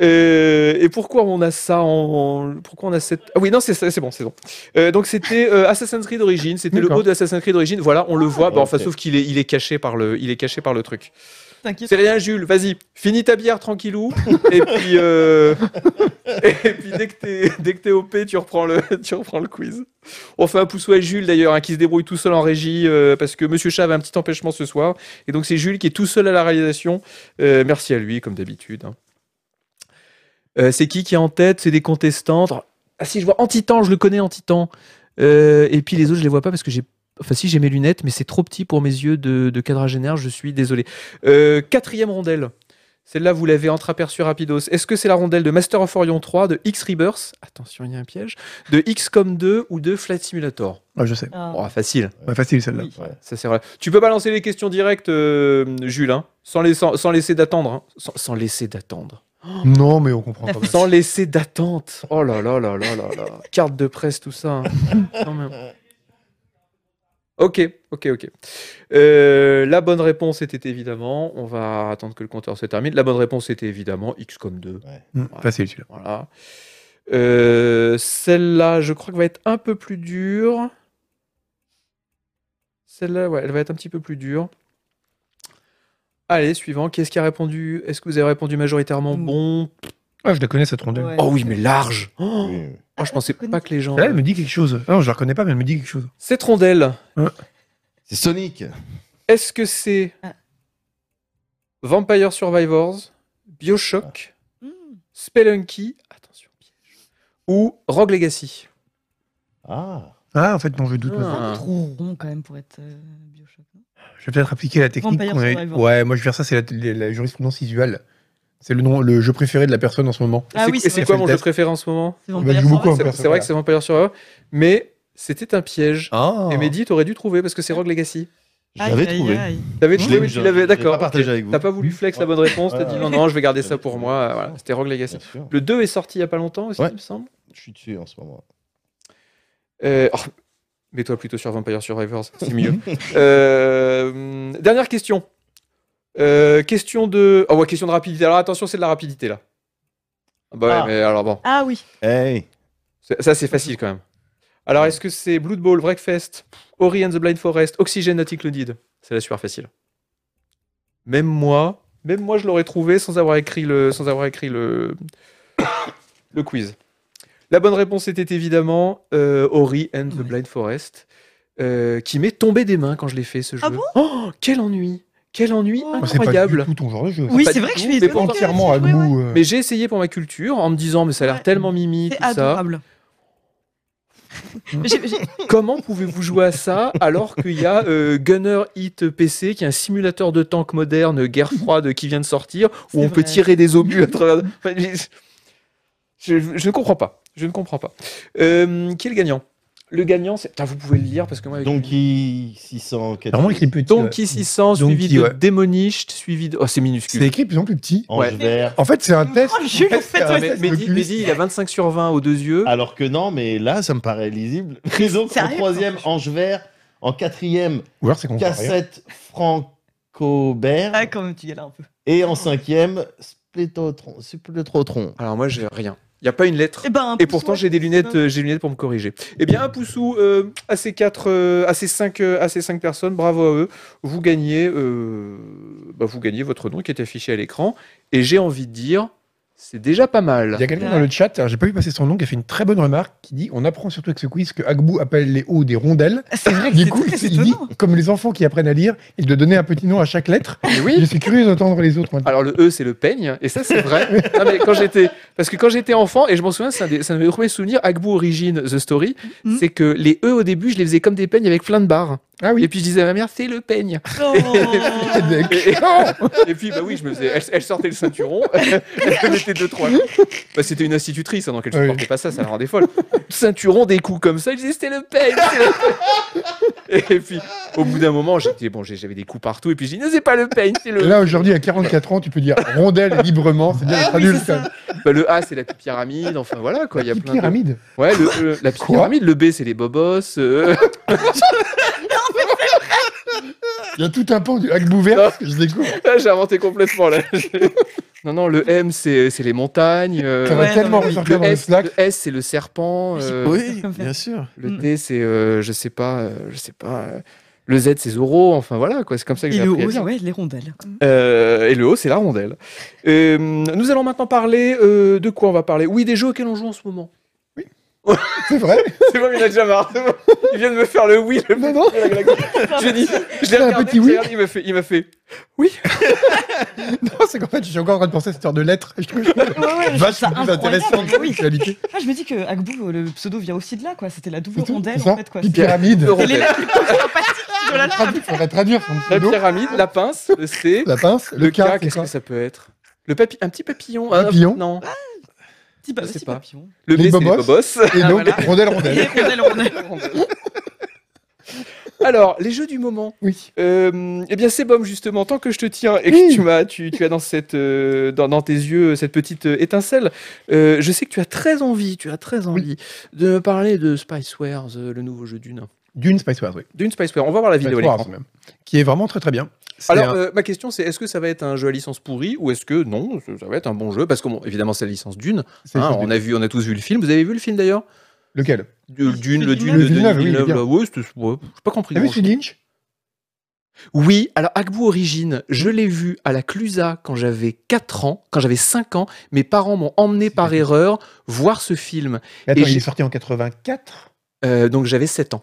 Euh, et pourquoi on a ça en. Pourquoi on a cette. Ah oui, non, c'est ça, c'est bon, c'est bon. Euh, donc c'était euh, Assassin's Creed Origins, c'était le D'accord. haut de Assassin's Creed Origins. Voilà, on le voit. Bah, Enfin, Ok. sauf qu'il est, il est, caché par le- il est caché par le truc. T'inquiète. C'est rien, Jules, vas-y, finis ta bière tranquillou. et, puis, euh, et puis, dès que t'es dès que t'es OP, tu reprends, le, tu reprends le quiz. On fait un pouce à Jules d'ailleurs, hein, qui se débrouille tout seul en régie, euh, parce que Monsieur Chat avait un petit empêchement ce soir. Et donc c'est Jules qui est tout seul à la réalisation. Euh, merci à lui, comme d'habitude. hein. Euh, c'est qui qui est en tête C'est des contestants. Ah si, je vois Antitan, je le connais Antitan. Euh, et puis les autres, je les vois pas parce que j'ai... Enfin si, j'ai mes lunettes, mais c'est trop petit pour mes yeux de, de quadragénaire, je suis désolé. Euh, quatrième rondelle. Celle-là, vous l'avez entreaperçue rapidos. Est-ce que c'est la rondelle de Master of Orion 3, de X Rebirth Attention, il y a un piège. De XCOM 2 ou de Flight Simulator Ouais, je sais. Ah. Oh, Facile. Ouais, facile celle-là. Oui. Ça, c'est vrai. Tu peux balancer les questions directes, euh, Jules, hein, sans, les- sans- sans laisser d'attendre. hein. Sans, sans laisser d'attendre. Non, mais on comprend quand même. Sans laisser d'attente. Oh là là là là là là. Carte de presse, tout ça. hein. Quand même. Ok, ok, ok. Euh, la bonne réponse était évidemment, on va attendre que le compteur se termine. La bonne réponse était évidemment XCOM 2. Hum, Facile celui-là. Voilà. Euh, Celle-là, je crois qu'elle va être un peu plus dure. Celle-là, ouais, elle va être un petit peu plus dure. Allez, suivant. Qui est-ce qui a répondu Est-ce que vous avez répondu majoritairement Mm. bon Ah, je la connais cette rondelle. Ouais. Mmh. Oh oui, mais large Oh, Oui, oui. oh, je pensais pas que les gens. Là, elle me dit quelque chose. Ah Non, je la reconnais pas, mais elle me dit quelque chose. Cette rondelle, C'est Sonic. est-ce que c'est Ah. Vampire Survivors, Bioshock, Ah. Hmm. Spelunky, attention, piège, ou Rogue Legacy Ah. Ah, en fait, non, je doute. Ah. maintenant. C'est un peu trop rond quand même pour être euh, Bioshock. non Je vais peut-être appliquer la technique Vampire qu'on a Survivor. Ouais, moi, je vais faire ça, c'est la, la- la jurisprudence visuelle. C'est le nom, le jeu préféré de la personne en ce moment. Ah C'est- oui, et c'est c'est vrai. quoi C'est mon le jeu test. préféré en ce moment C'est Bah, je joue beaucoup, Survivor. hein. C'est- C'est Vampire vrai Survivor. que c'est Vampire Survivor, mais c'était un piège. Ah. Et Mehdi, t'aurais dû trouver parce que c'est Rogue Legacy. Aïe, J'avais aïe, trouvé. aïe. T'avais Je trouvé, l'ai- mais je- tu l'avais, je l'ai d'accord. pas partagé ok. avec vous. T'as pas voulu flex la bonne réponse, t'as dit Ouais. non, non, je vais garder ça pour Ouais. moi. Voilà, c'était Rogue Legacy. Bien sûr. Le 2 est sorti il y a pas longtemps aussi, Ouais. il me semble. Je suis dessus en ce moment. Euh, oh, Mets-toi plutôt sur Vampire Survivors, c'est mieux. Euh, hum, dernière question. Euh, question de. Oh, ouais, question de rapidité. Alors attention, c'est de la rapidité là. Ah Bah ouais, Ah. mais alors bon. Ah oui. Hey. C'est- Ça, c'est facile quand même. Alors, est-ce que c'est Blood Bowl, Breakfast, Ori and the Blind Forest, Oxygen Not Included C'est la super facile. Même moi, même moi, je l'aurais trouvé sans avoir écrit le, sans avoir écrit le, le quiz. La bonne réponse était évidemment euh, Ori and the Blind Forest, euh, qui m'est tombé des mains quand je l'ai fait ce jeu. Ah bon oh, quel ennui Quel ennui Oh. C'est pas du incroyable tout euh. ton genre de jeu. ça. Oui, pas c'est du vrai que tout, je suis mais étonnée que- Entièrement à ouais, ouais. nous. euh, Mais j'ai essayé pour ma culture en me disant, mais ça a l'air Ouais. tellement mimi, C'est tout ça. adorable. J'ai- j'ai- Comment pouvez-vous jouer à ça alors qu'il y a euh, Gunner Hit PC, qui est un simulateur de tank moderne, guerre froide, qui vient de sortir, où C'est on peut vrai. tirer des obus à travers. Enfin, je- je, je ne comprends pas. Je ne comprends pas. Euh, qui est le gagnant Le gagnant, c'est. Putain, vous pouvez le lire parce que moi. avec- Donkey 604. Vraiment écrit petit. Donkey ouais. 600, Donkey, suivi de ouais. Démonicht, suivi de. Oh, c'est minuscule. C'est écrit de plus en plus petit. Ange Ouais. vert. En fait, c'est un test. Oh, Jules, en fait, C'est Ah. un Ah, ouais, mais- test mais dis- mais Oculus. dis, il a 25 sur 20 aux deux yeux. Alors que non, mais là, ça me paraît lisible. Et donc, en Sérieux troisième, Ange vert. En quatrième, Ou alors c'est qu'on comprend Cassette Franco-Bert. Ah, quand même, tu galères un peu. Et en cinquième, Splétotron. Splétrotron. Alors moi, j'ai rien. Il n'y a pas une lettre. Eh ben, un Et pouce, pourtant, ouais. j'ai des lunettes, euh, j'ai des lunettes pour me corriger. Eh bien, un poussou euh, à ces quatre, euh, à ces cinq, euh, à ces cinq personnes, bravo à eux. Vous gagnez, euh, bah, vous gagnez votre nom qui est affiché à l'écran. Et j'ai envie de dire, c'est déjà pas Il y mal. a quelqu'un dans le chat, alors j'ai pas vu passer son nom, qui a fait une très bonne remarque, qui dit on apprend surtout avec ce quiz que Agbou appelle les hauts des rondelles. C'est vrai que Du c'est coup, très il il dit, étonnant. comme les enfants qui apprennent à lire, il doit donner un petit nom à chaque lettre. Et Je oui. suis curieux d'entendre les autres maintenant. Alors le E c'est le peigne et ça c'est vrai. Non, mais quand j'étais parce que quand j'étais enfant et je m'en souviens c'est un, des- c'est un de mes premiers souvenirs Agbou Origine The Story Mhm. c'est que les E au début je les faisais comme des peignes avec plein de barres Ah et oui. puis je disais à ma mère c'est le peigne Oh. Et, et- et puis, bah oui, je me faisais, elle, elle sortait le ceinturon, elle mettait deux, trois. Bah, c'était une institutrice, hein, donc elle Oui. supportait pas ça, ça la rendait folle. Ceinturon, des coups comme ça, elle disait c'était le peigne, c'est le peigne. Et puis, au bout d'un moment, j'étais, bon, j'ai- j'avais des coups partout, et puis je dis, non, c'est pas le peigne, c'est le. Là, aujourd'hui, à 44 ans, tu peux dire rondelle librement, c'est bien Ah d'être oui, adulte. c'est ça. Bah, le A, c'est la petite pyramide, enfin voilà, quoi, il y a Petite plein de- pyramide. Ouais, le, le- la petite Quoi pyramide, le B, c'est les bobos. euh, Il y a tout un pan du Agbou Non. vert que je découvre. là, j'ai inventé complètement, là. Non, non, le M, c'est c'est les montagnes. euh, Ça va Ouais, non, tellement mais oui. ressortir le, dans le S, Slack. le S, c'est le serpent. euh, Oui, Comme ça. bien sûr. Le Mm. T, c'est, euh, je sais pas, euh, je sais pas. euh, le Z, c'est Zoro. Enfin voilà, quoi. C'est comme ça que Et j'ai le appris. à haut, lire. ouais, les rondelles. Euh, et le haut, c'est la rondelle. Euh, nous allons maintenant parler euh, de quoi on va parler Oui, des jeux auxquels on joue en ce moment. C'est vrai. C'est bon, il en a déjà marre. c'est bon. Il vient de me faire le oui. Le... Non, non. Je l'ai dit, je l'ai Un regardé, petit je l'ai oui. regardé, il m'a fait, il m'a fait. Non, c'est qu'en fait, je suis encore en train de penser à cette histoire de lettres. Je trouve que Ouais, ouais, je trouve ça vachement plus intéressant incroyable. que Oui. l'actualité. Ah, je me dis que Agbou, le pseudo vient aussi de là, quoi. C'était la double C'est tout, rondelle, c'est ça en fait, quoi. Petite C'est pyramide. Euro- les lapins sympathiques de Ah, la lame. On va traduire son La pseudo. pyramide, la pince, le C, La pince, le le K. cas, Qu'est-ce que ça peut être Le papi- un petit papillon. Un ah, papillon Non. Petit pa- Je sais petit pas. Bah, papillon. Le Les B, c'est les bobos. bobos. Et Ah, donc, voilà. rondelle, rondelle. Et rondelle, rondelle. Alors, les jeux du moment. Oui. Euh, eh bien, c'est bon justement, tant que je te tiens et Oui. que tu m'as- tu- tu as, dans, cette, euh, dans, dans tes yeux cette petite euh, étincelle, euh, je sais que tu as très envie, tu as très envie de me parler de Spicewares, euh, le nouveau jeu d'une. D'une Spicewars, oui. D'une Spiceware, on va voir la vidéo. à Spicewars, l'écran. même. Qui est vraiment très très bien. C'est Alors, un- euh, ma question, c'est est-ce que ça va être un jeu à licence pourrie ou est-ce que non, ça ça va être un bon jeu Parce que, bon, évidemment, c'est la licence d'une. c'est hein, le- on, a vu, on a tous vu le film. Vous avez vu le film d'ailleurs Lequel Du- Dune, le Dune Le de Denis Villeneuve, Ah, oui, Ah il est Villeneuve, bien. là, ouais, c'était- ouais, j'ai pas compris. T'as vu grand-chose. celui de Lynch Oui, alors Agbu Origine, je l'ai vu à la Clusa quand j'avais 4 ans, quand j'avais 5 ans. Mes parents m'ont emmené par vrai. erreur voir ce film. Mais Attends, Et il j'ai- est sorti en 84 Euh, donc j'avais 7 ans.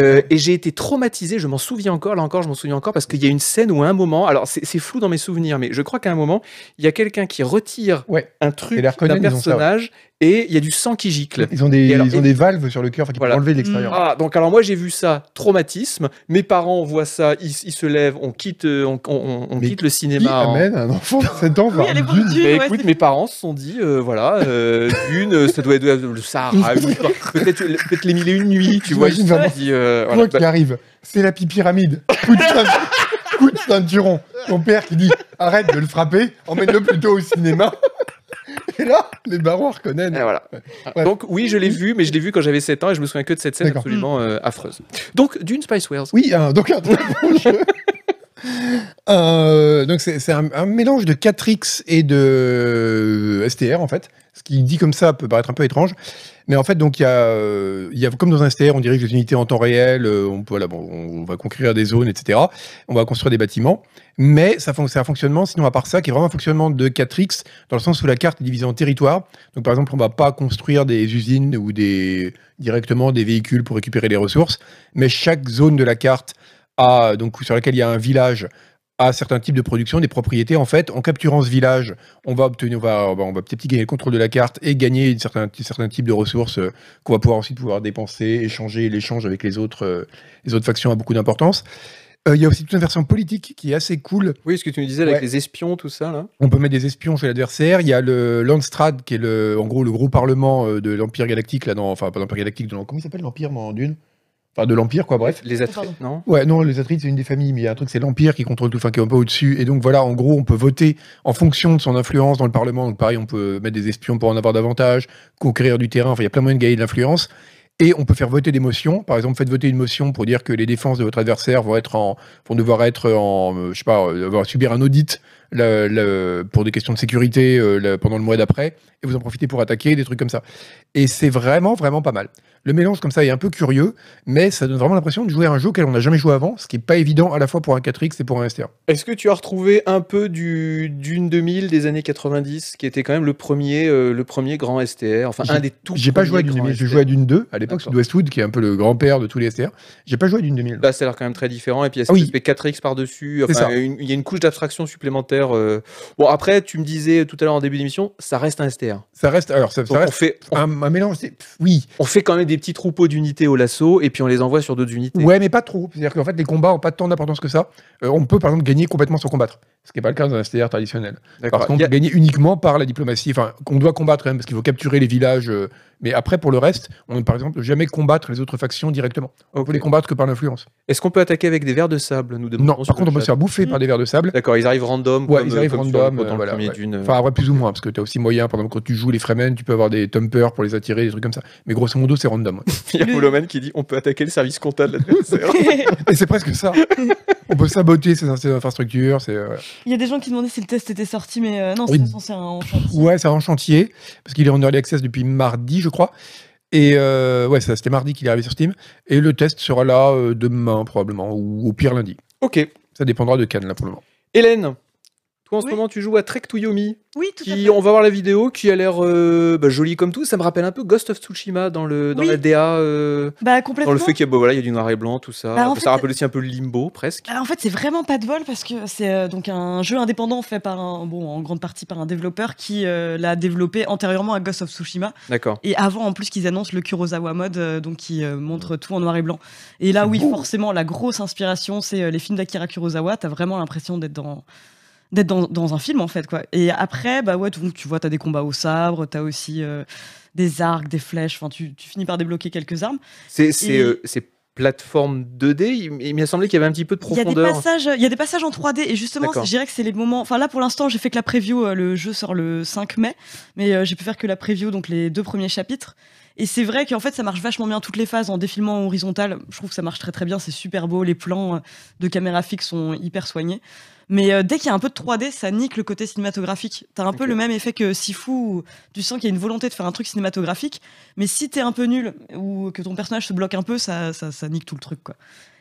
Euh, et j'ai été traumatisé, je m'en souviens encore, là encore, je m'en souviens encore, parce qu'il y a une scène où à un moment, alors c'est c'est flou dans mes souvenirs, mais je crois qu'à un moment, il y a quelqu'un qui retire Ouais. un Et truc les Harkonnen, d'un ils ont ça, ouais. personnage et il y a du sang qui gicle. Ils ont des, Et alors- ils ont des valves sur le cœur enfin, qui Voilà. peuvent enlever de l'extérieur. Ah, donc alors moi j'ai vu ça, traumatisme. Mes parents voient ça, ils, ils se lèvent, on quitte, euh, on, on- on Mais quitte le Qui cinéma. en- amène un enfant de 7 ans Oui, voir allez voir Dune Dune, Bah, ouais, écoute, c'est- mes parents se sont dit, euh, voilà, euh, une, euh, ça doit être le Sahara, je sais pas, peut-être peut les mille et une nuits, tu vois. Ils J'imagine se sont vraiment. dit, euh, Toi voilà, qui arrive, c'est la pyramide. Coup de Saint- coup de ceinturon. Ton père qui dit arrête de le frapper, emmène-le plutôt au cinéma. Et là, les barons reconnaissent. bah, voilà. Ouais. Donc oui, je l'ai vu, mais je l'ai vu quand j'avais 7 ans et je me souviens que de cette scène D'accord. absolument euh, affreuse. Donc, d'une Spice Wars. Oui, un- donc un très bon jeu. Euh, donc c'est c'est un, un mélange de 4X et de euh, STR en fait. Ce qui dit comme ça peut paraître un peu étrange, mais en fait donc il y a, euh, il y a comme dans un STR, on dirige des unités en temps réel, euh, on peut voilà, bon, on va conquérir des zones, etc. On va construire des bâtiments, mais ça fon- c'est un fonctionnement sinon à part ça qui est vraiment un fonctionnement de 4X dans le sens où la carte est divisée en territoires. Donc par exemple on va pas construire des usines ou des directement des véhicules pour récupérer les ressources mais chaque zone de la carte a, donc, sur laquelle il y a un village a certains types de production, des propriétés. En fait, en capturant ce village, on va obtenir, on va, on va- on va petit à petit gagner le contrôle de la carte et gagner une certain, certain type de ressources euh, qu'on va pouvoir ensuite pouvoir dépenser, échanger. L'échange avec les autres, euh, les autres factions a beaucoup d'importance. Euh, Il y a aussi toute une version politique qui est assez cool. Oui, ce que tu me disais Ouais. avec les espions, tout ça, là. On peut mettre des espions chez l'adversaire. Il y a le Landstrad, qui est le, en gros le gros parlement euh, de l'Empire Galactique, là, dans, enfin pas l'Empire Galactique, de l'en- comment il s'appelle l'Empire dans Dune Enfin de l'Empire, quoi, bref. Les attraits, Pardon. non Ouais, non, les Atrides, c'est une des familles, mais il y a un truc, c'est l'Empire qui contrôle tout, enfin, qui est un peu au-dessus. Et donc, voilà, en gros, on peut voter en fonction de son influence dans le Parlement. Donc, pareil, on peut mettre des espions pour en avoir davantage, conquérir du terrain. Enfin, il y a plein de moyens de gagner de l'influence. Et on peut faire voter des motions. Par exemple, faites voter une motion pour dire que les défenses de votre adversaire vont être en, vont devoir être en, euh, je sais pas, euh, devoir subir un audit le- le- pour des questions de sécurité euh, le- pendant le mois d'après. Et vous en profitez pour attaquer, des trucs comme ça. Et c'est vraiment, vraiment pas mal. Le mélange comme ça est un peu curieux mais ça donne vraiment l'impression de jouer à un jeu auquel on n'a jamais joué avant, ce qui n'est pas évident à la fois pour un 4X et pour un STR. Est-ce que tu as retrouvé un peu du d'une 2000 des années 90, qui était quand même le premier, euh, le premier grand STR, enfin J'ai- un des tout J'ai pas premiers joué à d'une grands 2000, j'ai STR. joué à d'une 2, à l'époque D'accord. Sud Westwood, qui est un peu le grand-père de tous les STR. J'ai pas joué à d'une 2000. Là, Bah, ça a l'air quand même très différent. Et puis, il y a cet Ah Oui. aspect 4X par-dessus. C'est Enfin, ça. une- il y a une couche d'abstraction supplémentaire. euh. Bon, après, tu me disais tout à l'heure en début d'émission, ça reste un STR. Ça reste, alors, ça, ça Donc, on, reste fait, on, un, un mélange, c'est- pff, oui, on fait quand même des petits troupeaux d'unités au lasso et puis on les envoie sur d'autres unités. ouais, mais pas trop. C'est-à-dire qu'en fait, les combats n'ont pas tant d'importance que ça. Euh, on peut, par exemple, gagner complètement sans combattre, ce qui n'est pas le cas dans un STR traditionnel. D'accord. Parce qu'on Il y peut a- gagner uniquement par la diplomatie, enfin, qu'on doit combattre, hein, parce qu'il faut capturer les villages. euh, mais après, pour le reste, on ne, par exemple, jamais combattre les autres factions directement. On peut ok. les combattre que par l'influence. Est-ce qu'on peut attaquer avec des vers de sable nous demandons Non, sur par le contre, on peut se chat. faire bouffer Mm. par des vers de sable. D'accord, ils arrivent random. Ouais, comme, euh, ils arrivent comme sur le- random, dans le voilà, premier ouais. d'une. euh, Enfin, ouais, plus ou moins, parce que tu as aussi moyen, par exemple, quand tu joues les Fremen, tu peux avoir des Tumpers pour les attirer, des trucs comme ça. Mais grosso modo, c'est random. ouais. Il y a Poloman qui dit on peut attaquer le service comptable de l'adversaire. Et c'est presque ça. On peut saboter ces, ces infrastructures. c'est, euh, Il y a des gens qui demandaient si le test était sorti, mais euh, non, Oui. c'est censé un. Ouais, c'est en chantier, parce qu'il est en early access depuis mardi, je crois. Et euh, ouais, ça, c'était mardi qu'il est arrivé sur Steam. Et le test sera là euh, demain, probablement, ou au pire lundi. ok. Ça dépendra de Cannes, là, pour le moment. Hélène, toi en ce Oui. moment, tu joues à Trek to Yomi. Oui, tout à qui, fait. on va voir la vidéo qui a l'air euh, bah, jolie comme tout. Ça me rappelle un peu Ghost of Tsushima dans, le, dans Oui. la DA, euh, Bah dans complètement. le fait qu'il y, a- bah, voilà, il y a du noir et blanc, tout ça. Bah, en ça fait- rappelle aussi un peu le limbo presque. Alors, Ah, en fait, c'est vraiment pas de vol parce que c'est euh, donc un jeu indépendant fait par un, bon, en grande partie par un développeur qui euh, l'a développé antérieurement à Ghost of Tsushima D'accord. et avant en plus qu'ils annoncent le Kurosawa mode euh, donc qui euh, montre tout en noir et blanc. Et là, oui, forcément, la grosse inspiration c'est euh, les films d'Akira Kurosawa. T'as vraiment l'impression d'être dans d'être dans, dans un film en fait quoi. Et après bah ouais tu, tu vois t'as des combats au sabre, t'as aussi euh, des arcs, des flèches. Enfin tu, tu finis par débloquer quelques armes. C'est c'est, Et- euh, c'est plateforme 2D. Il, il m'a semblé qu'il y avait un petit peu de Il y a des profondeur. passages, il y a des passages en 3D et justement D'accord. je dirais que c'est les moments. Enfin là pour l'instant j'ai fait que la preview. euh, Le jeu sort le 5 mai, mais euh, j'ai pu faire que la preview donc les deux premiers chapitres. Et c'est vrai qu'en fait ça marche vachement bien toutes les phases en défilement horizontal. Je trouve que ça marche très très bien, c'est super beau, les plans euh, de caméra fixe sont hyper soignés. Mais euh, dès qu'il y a un peu de 3D, ça nique le côté cinématographique. T'as un peu Ok. le même effet que Sifu, où tu sens qu'il y a une volonté de faire un truc cinématographique, mais si t'es un peu nul ou que ton personnage se bloque un peu, ça, ça, ça nique tout le truc. Quoi.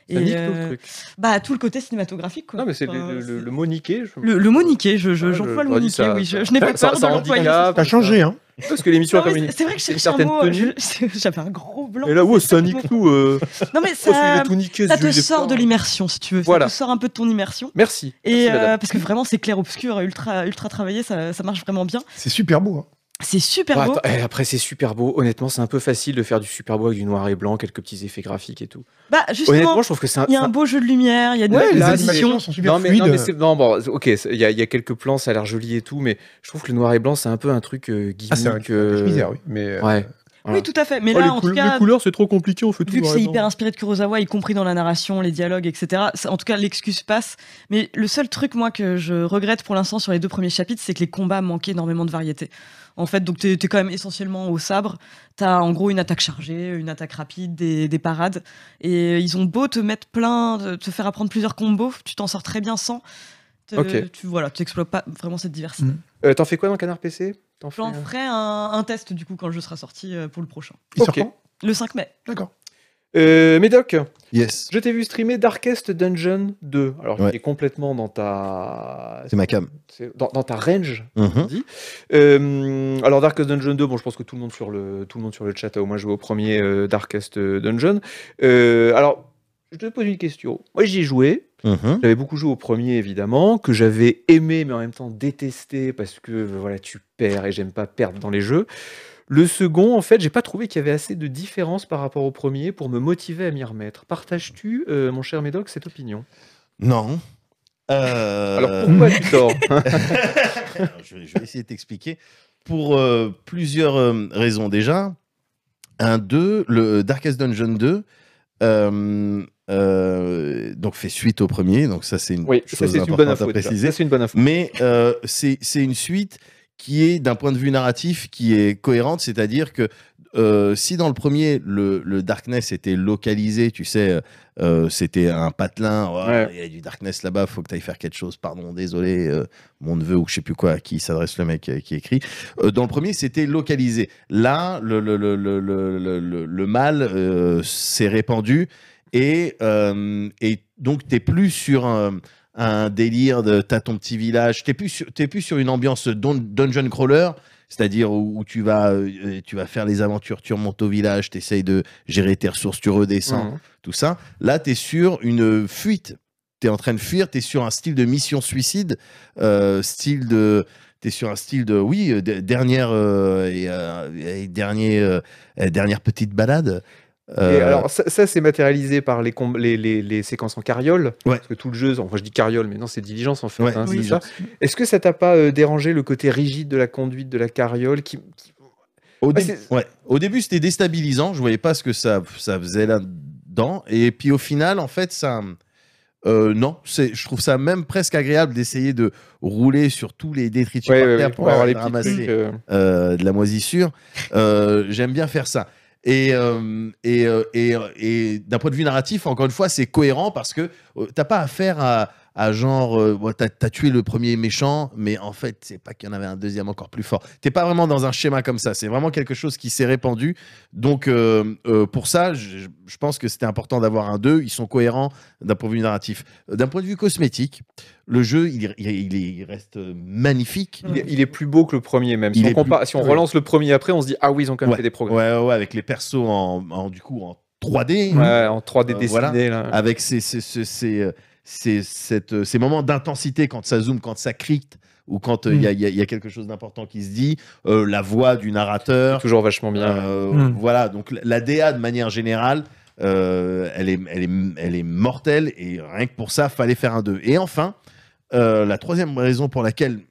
Ça Et, nique tout le euh, truc. bah, tout le côté cinématographique, quoi. Non, mais c'est Enfin, le, le, c'est- le mot niqué. je- le- le mot niqué, je, je, Ah, j'emploie je- le j'aurais mot dit niqué, ça, oui. ça. Je, je n'ai pas Ça- peur ça de l'employer. ce soir. handicape. T'as changé, hein Parce que l'émission Non, a quand mais même c'est- C'est vrai que je une cherchais un certaine mot. euh, tenue. je- J'avais un gros blanc. Et là, ouais, ça C'est nique complètement- tout. euh. Non, mais Oh, celui ça, de tout niquer, ça celui te des sort de fleurs. l'immersion, si tu veux. Voilà. Ça te sort un peu de ton immersion. Merci. Et Merci, madame. euh, parce que vraiment, c'est clair obscur, ultra, ultra travaillé, ça, ça marche vraiment bien. C'est super beau. hein. C'est super Ouais, beau. attends, eh, après, c'est super beau. Honnêtement, c'est un peu facile de faire du super beau avec du noir et blanc, quelques petits effets graphiques et tout. Bah, Honnêtement, justement, je trouve que c'est un. il y a un beau jeu de lumière, il y a Ouais, des Les là, animations sont super Non mais, fluides. non, mais c'est- non, bon, ok, c'est- il y, a- il y a quelques plans, ça a l'air joli et tout, mais je trouve que le noir et blanc, c'est un peu un truc euh, gimmick. Ah, c'est un euh, misère, oui. Mais euh, Ouais. Oui, tout à fait. Mais là, en tout cas, Oh, couleurs, c'est trop compliqué, on fait Vu que c'est hyper inspiré de Kurosawa, y compris dans la narration, les dialogues, etc. ça- En tout cas, l'excuse passe. Mais le seul truc, moi, que je regrette pour l'instant sur les deux premiers chapitres, c'est que les combats manquaient énormément de variété. En fait, donc t'es t'es quand même essentiellement au sabre. T'as en gros une attaque chargée, une attaque rapide, des, des parades. Et euh, ils ont beau te mettre plein, de- te faire apprendre plusieurs combos, tu t'en sors très bien sans. Te- Ok. Tu voilà, tu exploites pas vraiment cette diversité. Mm. Euh, T'en fais quoi dans Canard PC T'en fais, J'en euh, ferai un, un test du coup quand le jeu sera sorti euh, pour le prochain, il sort ok. quand le 5 mai. D'accord. Euh, Médoc, Yes. je t'ai vu streamer Darkest Dungeon 2. Alors, Ouais. qui est complètement dans ta. C'est ma cam. c'est- Dans, dans ta range, on Mhm. dit. Euh, alors Darkest Dungeon 2, bon, je pense que tout le monde sur le, tout le, monde sur le chat a au moins joué au premier euh, Darkest Dungeon. Euh, alors, je te pose une question. Moi, j'y ai joué. Mhm. J'avais beaucoup joué au premier, évidemment, que j'avais aimé, mais en même temps détesté, parce que euh, voilà, tu perds et j'aime pas perdre dans les jeux. Le second, en fait, j'ai pas trouvé qu'il y avait assez de différence par rapport au premier pour me motiver à m'y remettre. Partages-tu, euh, mon cher Médoc, cette opinion Non. Euh, Alors pourquoi tu tort Alors, je, vais- je vais essayer de t'expliquer. Pour euh, plusieurs euh, raisons déjà. Un 2, le euh, Darkest Dungeon 2, euh, euh, donc fait suite au premier, donc ça c'est une Oui, ça chose c'est une bonne importante à info. déjà. préciser. Ça c'est une bonne info. Mais euh, c'est c'est une suite qui est, d'un point de vue narratif, qui est cohérente. C'est-à-dire que euh, si dans le premier, le, le Darkness était localisé, tu sais, euh, c'était un patelin, Oh, il Ouais. y a du Darkness là-bas, faut que tu ailles faire quelque chose, pardon, désolé, euh, mon neveu ou je sais plus quoi, à qui s'adresse le mec euh, qui écrit. Euh, dans le premier, c'était localisé. Là, le, le, le, le, le, le- le- le mal euh, s'est répandu et, euh, et donc t'es plus sur un un délire de t'as ton petit village, t'es plus sur, t'es plus sur une ambiance dun- dungeon crawler, c'est-à-dire où, où tu vas euh, tu vas faire les aventures, tu remontes au village, t'essayes de gérer tes ressources, tu redescends, Mhm. tout ça. Là, t'es sur une fuite, t'es en train de fuir, t'es sur un style de mission suicide, euh, style de T'es sur un style de oui euh, de- dernière euh, et, euh, et dernier euh, euh, dernière petite balade. Et Euh, alors ça, ça, c'est matérialisé par les, com- les, les, les séquences en carriole, Ouais. parce que tout le jeu, enfin je dis carriole, mais non c'est diligence en fait. Euh, Ouais, hein, c'est diligence. ça. Est-ce que ça t'a pas euh, dérangé le côté rigide de la conduite de la carriole qui, qui- Au, Ouais, dé- c'est- ouais. Au début, c'était déstabilisant. Je voyais pas ce que ça, ça faisait là-dedans. Et puis au final, en fait, ça. euh, non, c'est- je trouve ça même presque agréable d'essayer de rouler sur tous les détritus Ouais, par ouais, terre ouais, pour avoir les petits ramasser trucs, euh, euh, de la moisissure. Euh, J'aime bien faire ça. Et, euh, et, euh, et, euh, et d'un point de vue narratif, encore une fois, c'est cohérent parce que euh, t'as pas affaire à, à genre, euh, bon, t'as t'as tué le premier méchant, mais en fait, c'est pas qu'il y en avait un deuxième encore plus fort. T'es pas vraiment dans un schéma comme ça. C'est vraiment quelque chose qui s'est répandu. Donc, euh, euh, pour ça, je, je- je pense que c'était important d'avoir un 2. Ils sont cohérents d'un point de vue narratif. Euh, D'un point de vue cosmétique, le jeu, il, il- il- il reste euh, magnifique. il, est, il est plus beau que le premier même. Si, Il on, est plus- compare- si on ouais. relance le premier après, on se dit ah oui ils ont quand même fait des progrès. Ouais, ouais, ouais, avec les persos en, en- du coup en 3D, Ouais, en 3D Euh, dessiné voilà. là. avec ces, ces, ces, ces, euh, ces- cette, euh, ces moments d'intensité quand ça zoome, quand ça crypte ou quand euh, il Mm. y, a, y a- y a quelque chose d'important qui se dit, euh, la voix du narrateur, toujours vachement bien. euh, Mm. voilà. Donc la- la DA de manière générale, euh, elle, est, elle, est, elle est mortelle et rien que pour ça, fallait faire un 2. Et enfin, Euh, la troisième raison pour laquelle,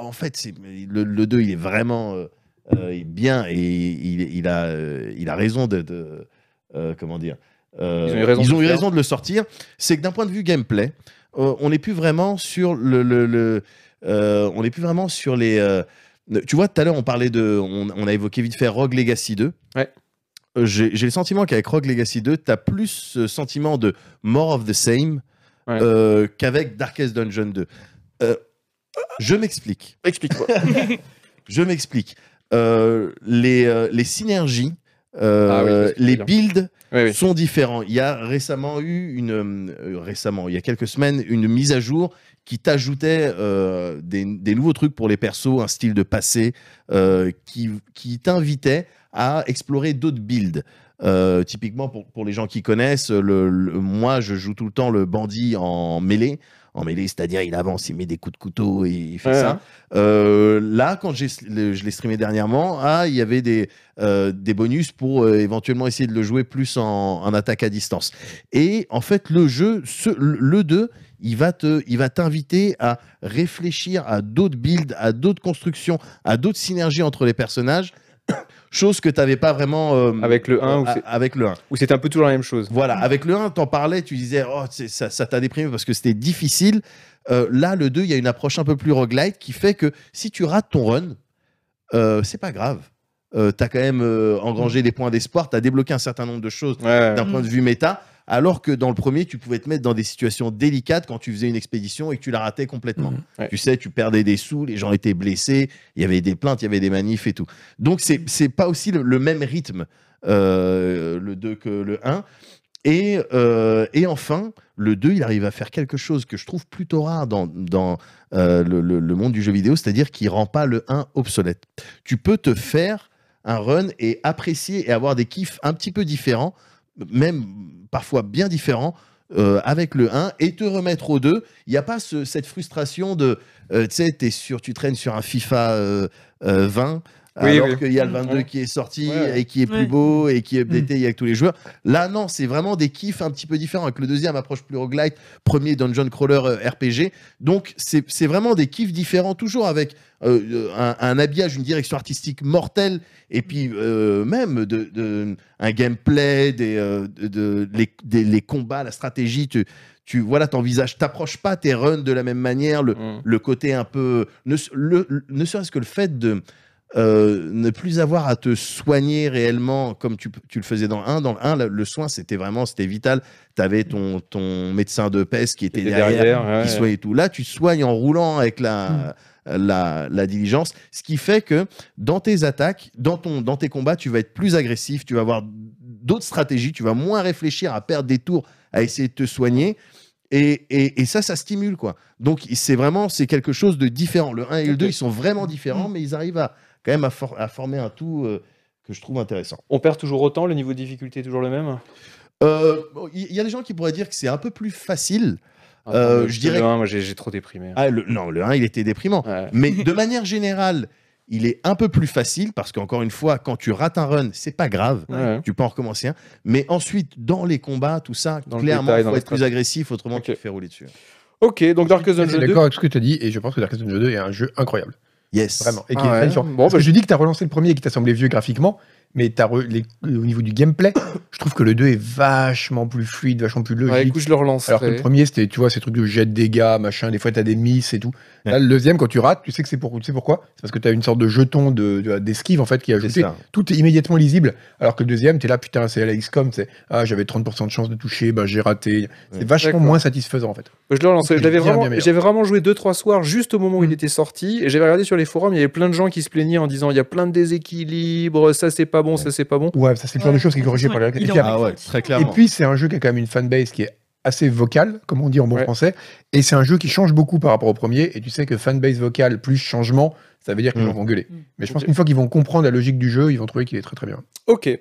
en fait, c'est- le, le 2, il est vraiment euh, euh, bien et il, il a, euh, il a raison de. de, euh, comment dire euh, Ils ont eu raison de le eu faire. raison de le sortir. C'est que d'un point de vue gameplay, euh, on n'est plus vraiment sur le. le- le- euh, on n'est plus vraiment sur les. euh, tu vois, tout à l'heure, on parlait de. On, on a évoqué vite fait Rogue Legacy 2. Ouais. Euh, J'ai j'ai le sentiment qu'avec Rogue Legacy 2, tu as plus ce sentiment de more of the same Ouais. euh, qu'avec Darkest Dungeon 2. Euh, je m'explique. Explique-moi. Je m'explique. Euh, les, euh, les synergies, euh, Ah oui, je sais ce que tu les veux dire. builds Ouais, ouais. sont différents. Il y a récemment eu une euh, récemment, il y a quelques semaines, une mise à jour qui t'ajoutait euh, des, des nouveaux trucs pour les persos, un style de passé euh, qui, qui t'invitait à explorer d'autres builds. Euh, typiquement pour, pour les gens qui connaissent, le, le- moi je joue tout le temps le bandit en mêlée. En mêlée, c'est-à-dire il avance, il met des coups de couteau et il fait Ouais, ça. ouais. Euh, là, quand j'ai, le- je l'ai streamé dernièrement, ah, il y avait des, euh, des bonus pour euh, éventuellement essayer de le jouer plus en, en attaque à distance. Et en fait, le jeu, ce- le 2, il va, te, il va t'inviter à réfléchir à d'autres builds, à d'autres constructions, à d'autres synergies entre les personnages, chose que tu n'avais pas vraiment euh, Avec le 1, euh, ou a- c'est- avec le 1. ou c'était un peu toujours la même chose. Voilà, avec le 1, t'en parlais, tu disais, oh, c'est- ça ça t'a déprimé parce que c'était difficile. Euh, là, le 2, il y a une approche un peu plus roguelite qui fait que si tu rates ton run, euh, c'est pas grave. Euh, t'as quand même euh, engrangé des points d'espoir, t'as débloqué un certain nombre de choses Ouais, ouais. d'un Mm. point de vue méta, alors que dans le premier, tu pouvais te mettre dans des situations délicates quand tu faisais une expédition et que tu la ratais complètement. Mhm. Ouais. Tu sais, tu perdais des sous, les gens étaient blessés, il y avait des plaintes, il y avait des manifs et tout. Donc, c'est c'est pas aussi le, le même rythme, euh, le 2 que le 1. Et, euh, et enfin, le 2, il arrive à faire quelque chose que je trouve plutôt rare dans, dans euh, le, le- le monde du jeu vidéo, c'est-à-dire qu'il rend pas le 1 obsolète. Tu peux te faire un run et apprécier et avoir des kiffs un petit peu différents même parfois bien différent euh, avec le 1 et te remettre au 2. Il n'y a pas ce- cette frustration de, euh, tu sais, t'es sur- tu traînes sur un FIFA euh, euh, 20. Oui, alors oui. qu'il y a le 22 Ouais. qui est sorti Ouais. et qui est plus Ouais. beau et qui est updaté avec tous les joueurs. Là, non, c'est vraiment des kiffs un petit peu différents avec le deuxième approche plus roguelite, premier dungeon crawler euh, RPG. Donc, c'est c'est vraiment des kiffs différents, toujours avec euh, euh, un, un habillage, une direction artistique mortelle et puis euh, même de, de- un gameplay, des, euh, de, de- les, des- les combats, la stratégie. Tu, tu voilà, t'envisages, t'approches pas tes runs de la même manière. Le, Mm. le côté un peu. Ne, s- le- le- ne serait-ce que le fait de euh, ne plus avoir à te soigner réellement comme tu, p- tu le faisais dans le 1. Dans le 1, le, le soin, c'était vraiment c'était vital. Tu avais ton, ton médecin de peste qui était C'était derrière, ouais, qui ouais. soigne et tout. Là, tu soignes en roulant avec la. La, la diligence, ce qui fait que dans tes attaques, dans, ton, dans tes combats, tu vas être plus agressif, tu vas avoir d'autres stratégies, tu vas moins réfléchir à perdre des tours, à essayer de te soigner, et, et- et ça, ça stimule quoi. Donc c'est vraiment c'est quelque chose de différent. Le 1 et le 2, ils sont vraiment Mm. différents, mais ils arrivent à, quand même à, for- à former un tout euh, que je trouve intéressant. On perd toujours autant, le niveau de difficulté est toujours le même Euh, bon, Il y, y a des gens qui pourraient dire que c'est un peu plus facile. Euh, Attends, je le dirais- un, moi j'ai j'ai trop déprimé. Ah, le- non, le 1, il était déprimant. Ouais. Mais de manière générale, il est un peu plus facile parce qu'encore une fois, quand tu rates un run, c'est pas grave. Ouais. Tu peux en recommencer un. Mais ensuite, dans les combats, tout ça, Dans le clairement, détail, il dans faut les être plus agressif, autrement tu Ok. te fais rouler dessus. Ok, donc Dark Zone Je suis 2. d'accord avec ce que tu as dit et je pense que Darkest Dungeon 2 est un jeu incroyable. Yes. Vraiment. Et qui Ah est ouais. très différent. Bon, Parce bah, que je dis que tu as relancé le premier et qui t'a semblé vieux graphiquement, mais t'as re- les- au niveau du gameplay, je trouve que le 2 est vachement plus fluide, vachement plus logique. Ouais, écoute, je le relance. Alors que le premier, c'était, tu vois, ces trucs de jet de dégâts, machin, des fois t'as des miss et tout. Là, Ouais. le deuxième, quand tu rates, tu sais que c'est pour, tu sais pourquoi C'est parce que t'as une sorte de jeton de, de- d'esquive, en fait, qui est C'est ajouté. ça. Tout est immédiatement lisible. Alors que le deuxième, t'es là, putain, c'est la XCOM, c'est, ah, j'avais 30% de chance de toucher, bah, j'ai raté. C'est Ouais. vachement D'accord. moins satisfaisant, en fait. Je le relance. Il est Je l'avais bien, vraiment, bien meilleur. j'avais vraiment joué 2-3 soirs juste au moment où Mm. il était sorti. Et j'avais regardé sur les forums, il y avait plein de gens qui se plaignaient en disant il y a plein de déséquilibres, ça c'est pas bon, ça c'est pas bon. Ouais, ça, c'est le genre de choses qui est corrigé par les Il est Et en- Ah ouais, très Et clairement. puis, c'est un jeu qui a quand même une fanbase qui est assez vocale, comme on dit en bon Ouais. français. Et c'est un jeu qui change beaucoup par rapport au premier. Et tu sais que fanbase vocale plus changement, ça veut dire qu'ils Mm. vont gueuler. Mm. Mais je pense Ok. qu'une fois qu'ils vont comprendre la logique du jeu, ils vont trouver qu'il est très très bien. Ok.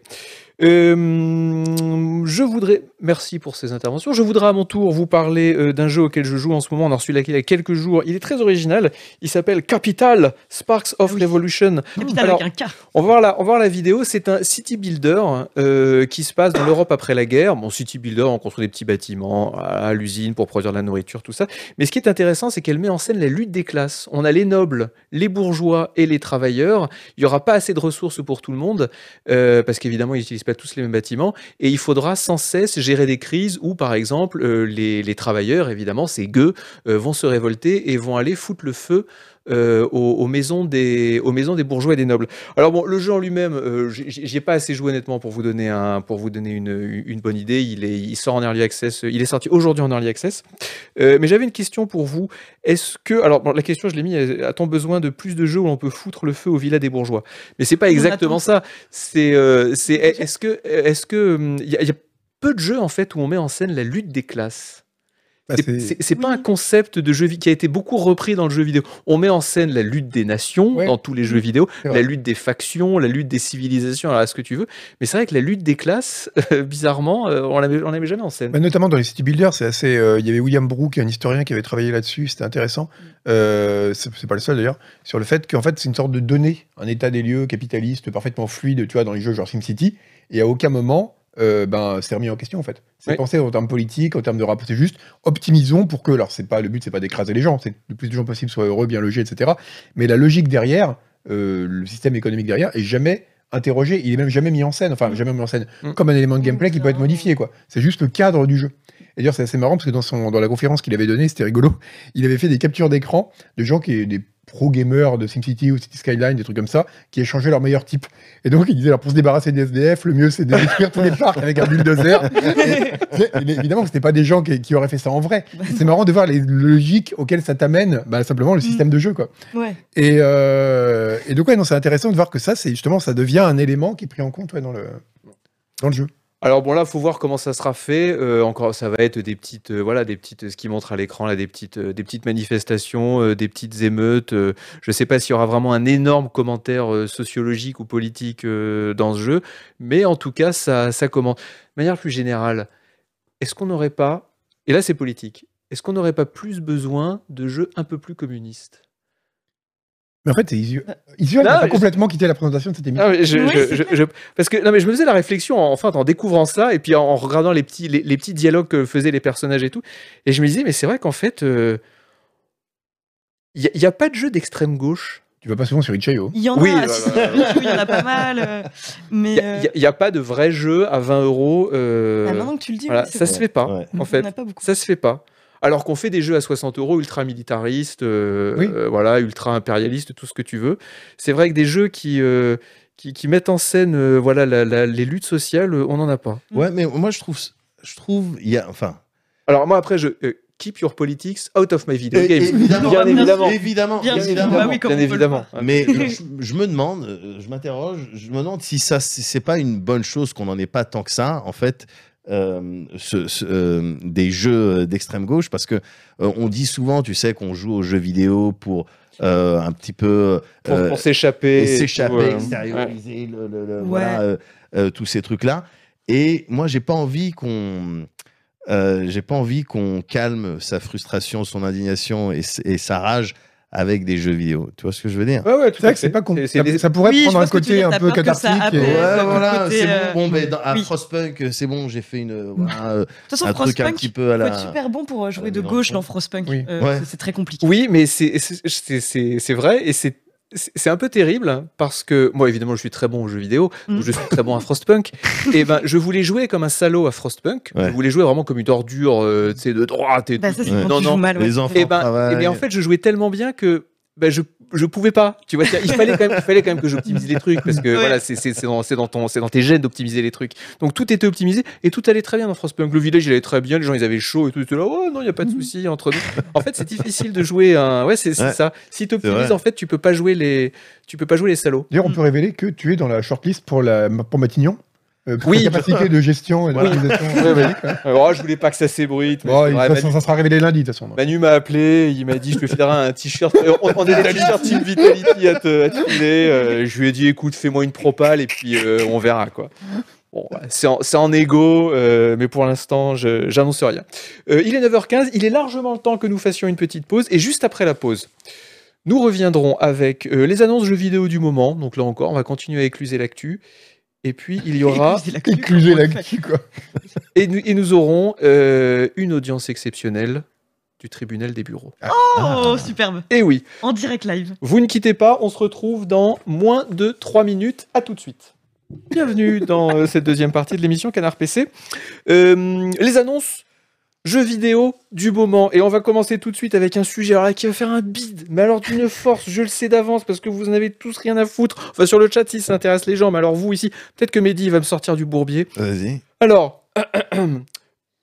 Euh, je voudrais, merci pour ces interventions. Je voudrais à mon tour vous parler euh, d'un jeu auquel je joue en ce moment. On en a reçu là- il y a quelques jours. Il est très original. Il s'appelle Capital Sparks of Ah oui. Revolution. Capital Mmh. Alors, avec un K. On va voir la, on va voir la vidéo. C'est un city builder euh, qui se passe dans l'Europe après la guerre. Bon, city builder, on construit des petits bâtiments à l'usine pour produire de la nourriture, tout ça. Mais ce qui est intéressant, c'est qu'elle met en scène la lutte des classes. On a les nobles, les bourgeois et les travailleurs. Il n'y aura pas assez de ressources pour tout le monde euh, parce qu'évidemment, ils n'utilisent pas tous les mêmes bâtiments. Et il faudra sans cesse gérer des crises où, par exemple, euh, les, les travailleurs, évidemment, ces gueux, euh, vont se révolter et vont aller foutre le feu euh, aux, aux maisons des, aux maisons des bourgeois et des nobles. Alors bon, le jeu en lui-même, euh, j'ai- j'ai j'ai pas assez joué honnêtement pour vous donner un, pour vous donner une, une bonne idée. Il est, il sort en early access. euh, Il est sorti aujourd'hui en early access. Euh, mais j'avais une question pour vous. Est-ce que, alors bon, la question, je l'ai mis. euh, A-t-on besoin de plus de jeux où on peut foutre le feu aux villas des bourgeois Mais c'est pas On exactement attend. ça. C'est, euh, c'est, est-ce que, est-ce que, hum, il y, a- il y a peu de jeux en fait où on met en scène la lutte des classes. Bah, C'est- c'est- c'est c'est pas Oui. un concept de jeu vi- qui a été beaucoup repris dans le jeu vidéo. On met en scène la lutte des nations Ouais. dans tous les jeux vidéo, C'est vrai. la lutte des factions, la lutte des civilisations, alors ce que tu veux. Mais c'est vrai que la lutte des classes, euh, bizarrement, euh, on la met- on la met jamais en scène. Bah, notamment dans les city builders, c'est assez. euh, Il y avait William Brooke, un historien qui avait travaillé là-dessus. C'était intéressant. Euh, c'est c'est pas le seul d'ailleurs. Sur le fait qu'en fait, c'est une sorte de donnée, un état des lieux capitaliste parfaitement fluide, tu vois, dans les jeux genre SimCity. Et à aucun moment, euh, ben, c'est remis en question en fait. C'est Ouais. pensé en termes politiques, en termes de rapport. C'est juste optimisons pour que. Alors, c'est pas le but, c'est pas d'écraser les gens. C'est que le plus de gens possible soient heureux, bien logés, etc. Mais la logique derrière, euh, le système économique derrière, est jamais interrogé. Il est même jamais mis en scène. Enfin, jamais mis en scène Mm. comme un élément de gameplay qui peut être modifié, quoi. C'est juste le cadre du jeu. Et d'ailleurs, c'est assez marrant parce que dans, son, dans la conférence qu'il avait donnée, c'était rigolo. Il avait fait des captures d'écran de gens qui des pro gamers de SimCity ou City Skyline, des trucs comme ça, qui échangeaient leurs meilleurs types. Et donc, il disait, alors pour se débarrasser des SDF, le mieux c'est de détruire tous les parcs avec un bulldozer. Mais- mais évidemment, que c'était pas des gens qui, qui auraient fait ça en vrai. C'est marrant de voir les logiques auxquelles ça t'amène, bah, simplement le système de jeu, quoi. Ouais. Et, euh, et donc, ouais, non, c'est intéressant de voir que ça, c'est justement, ça devient un élément qui est pris en compte ouais, dans, le, dans le jeu. Alors bon là, faut voir comment ça sera fait. Euh, encore, ça va être des petites, euh, voilà, des petites, ce qui montre à l'écran là, des petites, euh, des petites manifestations, euh, des petites émeutes. euh, je ne sais pas s'il y aura vraiment un énorme commentaire euh, sociologique ou politique euh, dans ce jeu, mais en tout cas, ça, ça commence. De manière plus générale, est-ce qu'on n'aurait pas, et là c'est politique, est-ce qu'on n'aurait pas plus besoin de jeux un peu plus communistes Mais en fait, c'est Isu- Isuel Non, n'a pas mais- complètement quitté la présentation de cette émission. Ah, mais je- Oui, je- c'est je- je- parce que non, mais je me faisais la réflexion en, enfin, en découvrant ça et puis en, en regardant les petits, les, les petits dialogues que faisaient les personnages et tout. Et je me disais, mais c'est vrai qu'en fait, il n'y a, y a pas de jeu d'extrême gauche. Tu vas pas souvent sur Itch.io. Il y en Oui, a, voilà, si, il y en a pas mal. euh, Il Mais n'y a, euh, y a- y a pas de vrai jeu à 20 euros. euh, bah, maintenant que tu le dis, voilà, oui, c'est ça vrai. se fait pas, Ouais. en Il y fait. a pas beaucoup. Ça se fait pas. Alors qu'on fait des jeux à 60 euros ultra militaristes, euh, Oui. euh, voilà, ultra impérialistes, tout ce que tu veux. C'est vrai que des jeux qui, euh, qui, qui mettent en scène euh, voilà, la- la- les luttes sociales, euh, on n'en a pas. Ouais, mais moi, je trouve, je trouve, il y a, enfin, Alors moi après je euh, keep your politics out of my video Et- games. et- évidemment, Bah, bien évidemment. évidemment, Bien Bien sûr. évidemment. Ah Bah oui, comme bien on peut le évidemment. Hein, Mais je, je me demande, euh, je m'interroge, je me demande si ça, si c'est pas une bonne chose qu'on n'en ait pas tant que ça, en fait, euh, ce- ce, euh, des jeux d'extrême gauche, parce que euh, on dit souvent, tu sais, qu'on joue aux jeux vidéo pour euh, un petit peu Pour, euh, pour s'échapper. et et s'échapper, tout, euh, ouais. extérioriser le, le- le- Ouais. voilà, euh, euh, tous ces trucs-là. Et moi, j'ai pas envie qu'on euh, j'ai pas envie qu'on calme sa frustration, son indignation et, s- et sa rage avec des jeux vidéo. Tu vois ce que je veux dire Ouais, ouais, tout C'est vrai à que c'est fait. pas con. c'est Ça, des- ça pourrait Oui, je prendre vois un ce que tu côté veux dire, un t'as peu peur que ça cathartique. appelle. et- Ouais, le côté, c'est euh, bon. Bon, ben, dans- à oui. Frostpunk, c'est bon, j'ai fait une, euh, voilà, euh, De toute façon, un truc un Frostpunk, petit peu à faut la. être super bon pour euh, jouer Ah, de mais gauche non. dans Frostpunk. Oui. Euh, Ouais. c'est- C'est très compliqué. Oui, mais c'est- c'est c'est- c'est- c'est vrai et c'est c'est c'est un peu terrible hein, parce que moi évidemment je suis très bon aux jeux vidéo, donc Mm. je suis très bon à Frostpunk. et ben je voulais jouer comme un salaud à Frostpunk. Ouais. Je voulais jouer vraiment comme une ordure, euh, tu sais, de droite et Bah, tout. ça, c'est Ouais. quand Non, tu non, joues mal. ouais. les enfants Et ben, travaillent. eh bien, en fait, je jouais tellement bien que ben, je je pouvais pas. Tu vois, c'est-à-dire, il fallait quand même, il fallait quand même que j'optimise les trucs parce que Ouais. voilà, c'est c'est c'est dans, c'est dans ton, c'est dans tes gènes d'optimiser les trucs. Donc tout était optimisé et tout allait très bien dans Frostpunk. Le village, il allait très bien. Les gens, ils avaient chaud et tout. Ils étaient là, oh non, il y a pas de souci entre nous. En fait, c'est difficile de jouer. Un... Ouais, c'est c'est Ouais. ça. Si t'optimises, vrai. en fait, tu peux pas jouer les, tu peux pas jouer les salauds. D'ailleurs, on peut révéler que tu es dans la shortlist pour, la, pour Matignon. euh, pour Oui. ta capacité de gestion et Oui. d'organisation. Ouais, ouais. Oh, je voulais pas que ça s'ébruite. mais Bon, c'est de vrai, toute façon, ça sera révélé lundi, de toute façon. Manu m'a appelé, il m'a dit je te filerai un t-shirt. euh, On, on a des t-shirts Team Vitality à te, à te filer. euh, je lui ai dit écoute, fais-moi une propale et puis euh, on verra quoi. Bon, Bon, c'est en, c'est en égo, euh, mais pour l'instant, je- j'annonce rien. Euh, il est 9h15, il est largement le temps que nous fassions une petite pause, et juste après la pause, nous reviendrons avec euh, les annonces jeux vidéo du moment. Donc là encore, on va continuer à écluser l'actu. Et puis, il y aura... Éclusez la queue, Écluser comment on le fait l'actu, quoi. et, nous, et nous aurons euh, une audience exceptionnelle du tribunal des bureaux. Oh, superbe. Et oui, En direct live. Vous ne quittez pas, on se retrouve dans moins de 3 minutes. À tout de suite. Bienvenue dans euh, cette deuxième partie de l'émission Canard PC. Euh, les annonces jeux vidéo du moment. Et on va commencer tout de suite avec un sujet alors là, qui va faire un bide. Mais alors d'une force, je le sais d'avance parce que vous en avez tous rien à foutre. Enfin sur le chat si ça intéresse les gens, mais alors vous ici, peut-être que Mehdi va me sortir du bourbier. Vas-y. Alors,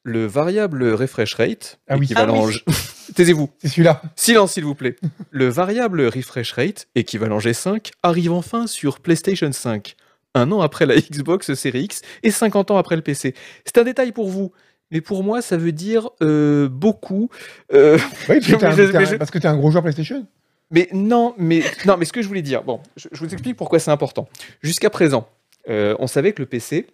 le variable refresh rate, Ah oui. équivalent... Ah oui. en- Taisez-vous. C'est celui-là. Silence, s'il vous plaît. Le variable refresh rate, équivalent G5, arrive enfin sur PlayStation 5, un an après la Xbox Series X et 50 ans après le PC. C'est un détail pour vous, mais pour moi, ça veut dire euh, beaucoup. Euh, Oui, parce que Mais t'es un- je- t'es mais je- un- parce que t'es un gros joueur PlayStation. mais non, mais non, mais ce que je voulais dire, bon, je, je vous explique pourquoi c'est important. Jusqu'à présent, euh, on savait que le PC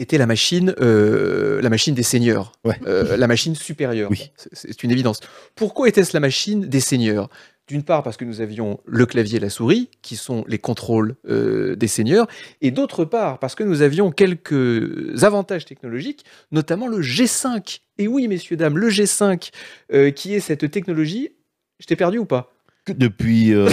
était la machine, euh, la machine des seigneurs, Ouais. euh, la machine supérieure. Oui. C'est- C'est une évidence. Pourquoi était-ce la machine des seigneurs D'une part parce que nous avions le clavier et la souris, qui sont les contrôles euh, des seigneurs, et d'autre part parce que nous avions quelques avantages technologiques, notamment le G5. Et oui, messieurs, dames, le G5, euh, qui est cette technologie... Je t'ai perdu ou pas Que Depuis, euh,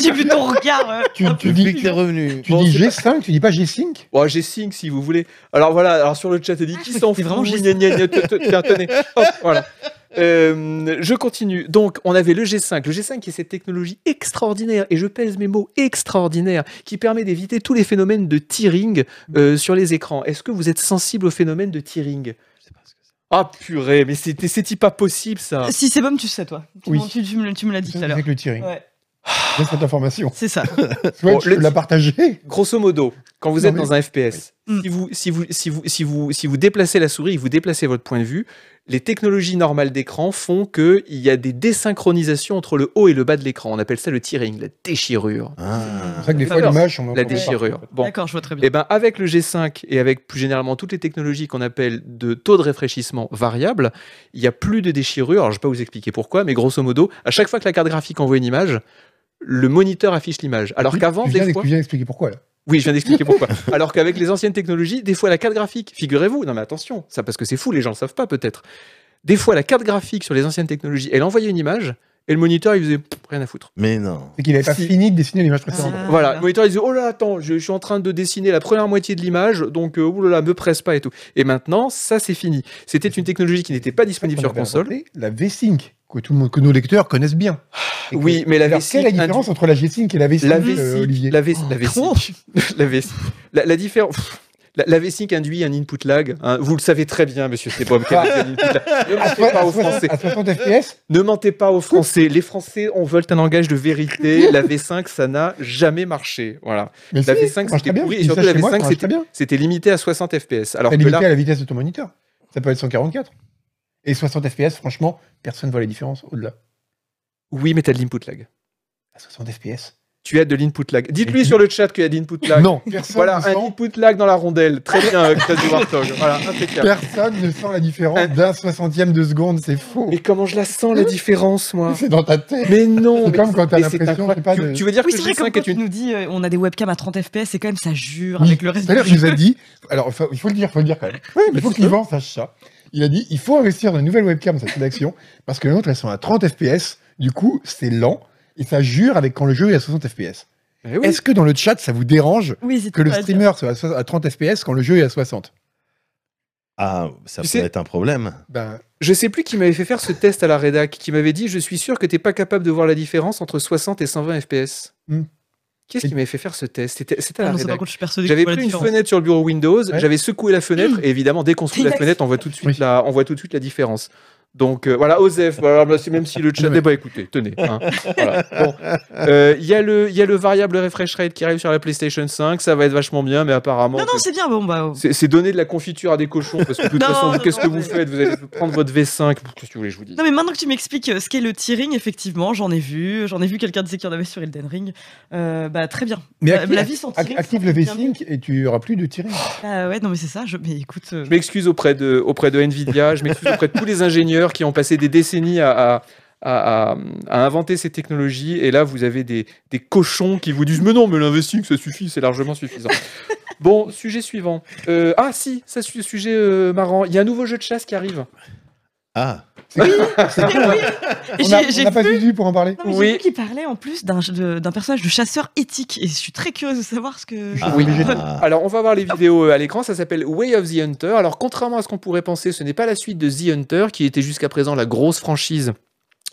J'ai vu ton regard. euh, Tu, un peu tu depuis que dis, t'es hein. revenu. tu Bon, dis c'est G5, tu dis pas G5 Bon, j'ai sync si vous voulez. Alors voilà, alors sur le chat, il dit Ah, qui je s'en crois que fout c'était vraiment gna, gna, gna, te- te- Tiens, tenez. Hop, voilà. Euh, je continue. Donc, on avait le G5. Le G5 qui est cette technologie extraordinaire, et je pèse mes mots, extraordinaire, qui permet d'éviter tous les phénomènes de tearing Mm. euh, sur les écrans. Est-ce que vous êtes sensible au phénomène de tearing Ah purée, mais c'était c'était pas possible ça. Si c'est bon, tu sais, toi. Tu Oui. m'en- Tu, tu me, le- tu me l'as dit tout à l'heure. Avec le tiring. Ouais, J'ai cette information. c'est ça. Soit Bon, tu le- l'as partagé. Grosso modo, quand vous Non, êtes mais- dans un FPS, Oui. si, vous, si, vous, si, vous, si, vous, si vous déplacez la souris et que vous déplacez votre point de vue, les technologies normales d'écran font qu'il y a des désynchronisations entre le haut et le bas de l'écran. On appelle ça le tearing, la déchirure. Ah. C'est pour ça que des la fois, valeur, l'image, on La on- déchirure. Bon. D'accord, je vois très bien. Et ben avec le G5 et avec plus généralement toutes les technologies qu'on appelle de taux de rafraîchissement variable, il n'y a plus de déchirure. Alors je ne vais pas vous expliquer pourquoi, mais grosso modo, à chaque fois que la carte graphique envoie une image, le moniteur affiche l'image. Alors Tu- qu'avant, tu viens des d'ex- fois... Tu viens d'expliquer pourquoi, là. Oui, je viens d'expliquer pourquoi. Alors qu'avec les anciennes technologies, des fois la carte graphique, figurez-vous, non mais attention, ça parce que c'est fou, les gens le savent pas peut-être. Des fois la carte graphique sur les anciennes technologies, elle envoyait une image et le moniteur il faisait pff, rien à foutre. Mais non. C'est qu'il avait pas Si. fini de dessiner l'image Ah, précédente. Voilà, le moniteur il disait oh là attends, je, je suis en train de dessiner la première moitié de l'image, donc euh, oulala, me presse pas et tout. Et maintenant, ça c'est fini. C'était une technologie qui n'était pas disponible On sur avait console. inventé La V-Sync, que tout le monde, que nos lecteurs connaissent bien. Et que- Oui, mais la Alors, V-Sync quelle est la différence entre la G-Sync et la V-Sync, La euh, V-Sync, Olivier Oh, la V- Eh ben, la V-Sync, Trop. la V- la- la différence. La, la V-Sync induit un input lag. hein. Vous le savez très bien, monsieur Sebom. qu'elle induit un input lag. Ne À mentez soi- pas à aux soi- Français. à 60 FPS Ne mentez pas aux Français. Les Français, on veut un langage de vérité. La V5, ça n'a jamais marché. Voilà. Mais La si, V5, marche c'était très bien. pourri, et Dis ça surtout, la chez moi, V5, ça marche très bien. C'était limité à 60 FPS. Alors T'as que limité là, à la vitesse de ton moniteur. Ça peut être 144. Et 60 FPS, franchement, personne ne voit la différence au-delà. oui, mais t'as de l'input lag. À 60 FPS. Tu as de l'input lag. Dites-lui Et- sur le chat qu'il y a de l'input lag. Non, personne, Voilà, ne un sent, input lag dans la rondelle. Très bien, euh, Chris du Warthog. Voilà, impeccable. personne ne sent la différence d'un soixantième de seconde, c'est faux. Euh, Mais comment je la sens, la différence, moi C'est dans ta tête. Mais non C'est mais- comme quand t'as mais c'est l'impression, je sais incroyable. pas, Tu- de- Tu veux dire Oui, que c'est vrai, comme G5 quand est tu une... nous dis euh, on a des webcams à 30 FPS et quand même ça jure Oui. avec le reste Tout à l'heure, du il nous jeu. a dit, alors enfin, il faut le dire, faut le dire quand même. il faut que Yvan sache ça. Il a dit, il faut investir dans une nouvelle webcam dans cette rédaction parce que les nôtres elles sont à 30 FPS. Du coup, c'est lent et ça jure avec quand le jeu est à 60 FPS. Eh oui. Est-ce que dans le chat, ça vous dérange Oui, c'est que le pas à dire. streamer soit à so- à 30 FPS quand le jeu est à 60 Ah, ça Tu peut sais- être un problème. Ben, Je sais plus qui m'avait fait faire ce test à la rédac, qui m'avait dit Je suis sûr que t'es pas capable de voir la différence entre 60 et 120 FPS. Hmm. Qu'est-ce qui m'avait fait faire ce test C'était c'était à Ah la non, ça, par rédac. contre, je suis persuadé J'avais que tu vois la pris une différence. Hmm. fenêtre sur le bureau Windows, Ouais. j'avais secoué la fenêtre, et évidemment, dès qu'on secoue la fenêtre, on voit tout de suite, Oui. la, on voit tout de suite la différence. Donc euh, voilà, Osef, voilà, bah, c'est- même si le chat n'est pas écouté, tenez. hein. Voilà. Bon. Euh, Il y, a le- il y a le variable refresh rate qui arrive sur la PlayStation 5, ça va être vachement bien, mais apparemment. Non, non, c'est bien. Bon, bah. oh. c'est c'est donner de la confiture à des cochons, parce que de toute Non, façon, non, qu'est-ce que non, vous mais- faites Vous allez prendre votre V5, qu'est-ce que vous voulez, que je vous dis Non, mais maintenant que tu m'expliques euh, ce qu'est le tearing, effectivement, j'en ai vu. J'en ai vu quelqu'un disait qu'il y en avait sur Elden Ring. Euh, bah, très bien. Mais Bah, active, la vie sans ac- tirer, active ça le fait bien V-Sync et tu auras plus de tirer. Ah ouais, non, mais c'est ça. Je... Mais écoute. euh, Je m'excuse auprès de, auprès de Nvidia, je m'excuse auprès de tous les ingénieurs qui ont passé des décennies à, à- à- à- à inventer ces technologies. Et là, vous avez des, des cochons qui vous disent Mais non, mais l'investing, ça suffit, c'est largement suffisant. bon, sujet suivant. Euh, ah, si, ça, c'est un sujet euh, marrant. Il y a un nouveau jeu de chasse qui arrive. Ah, Eh et On a- j'ai- on j'ai n'a pas vu- vu du pour en parler. Non, mais Oui. J'ai vu qu'il parlait en plus d'un de- d'un personnage de chasseur éthique et je suis très curieuse de savoir ce que. Ah, oui. ah. Alors, on va voir les vidéos euh, à l'écran. Ça s'appelle Way of the Hunter. Alors, contrairement à ce qu'on pourrait penser, ce n'est pas la suite de The Hunter, qui était jusqu'à présent la grosse franchise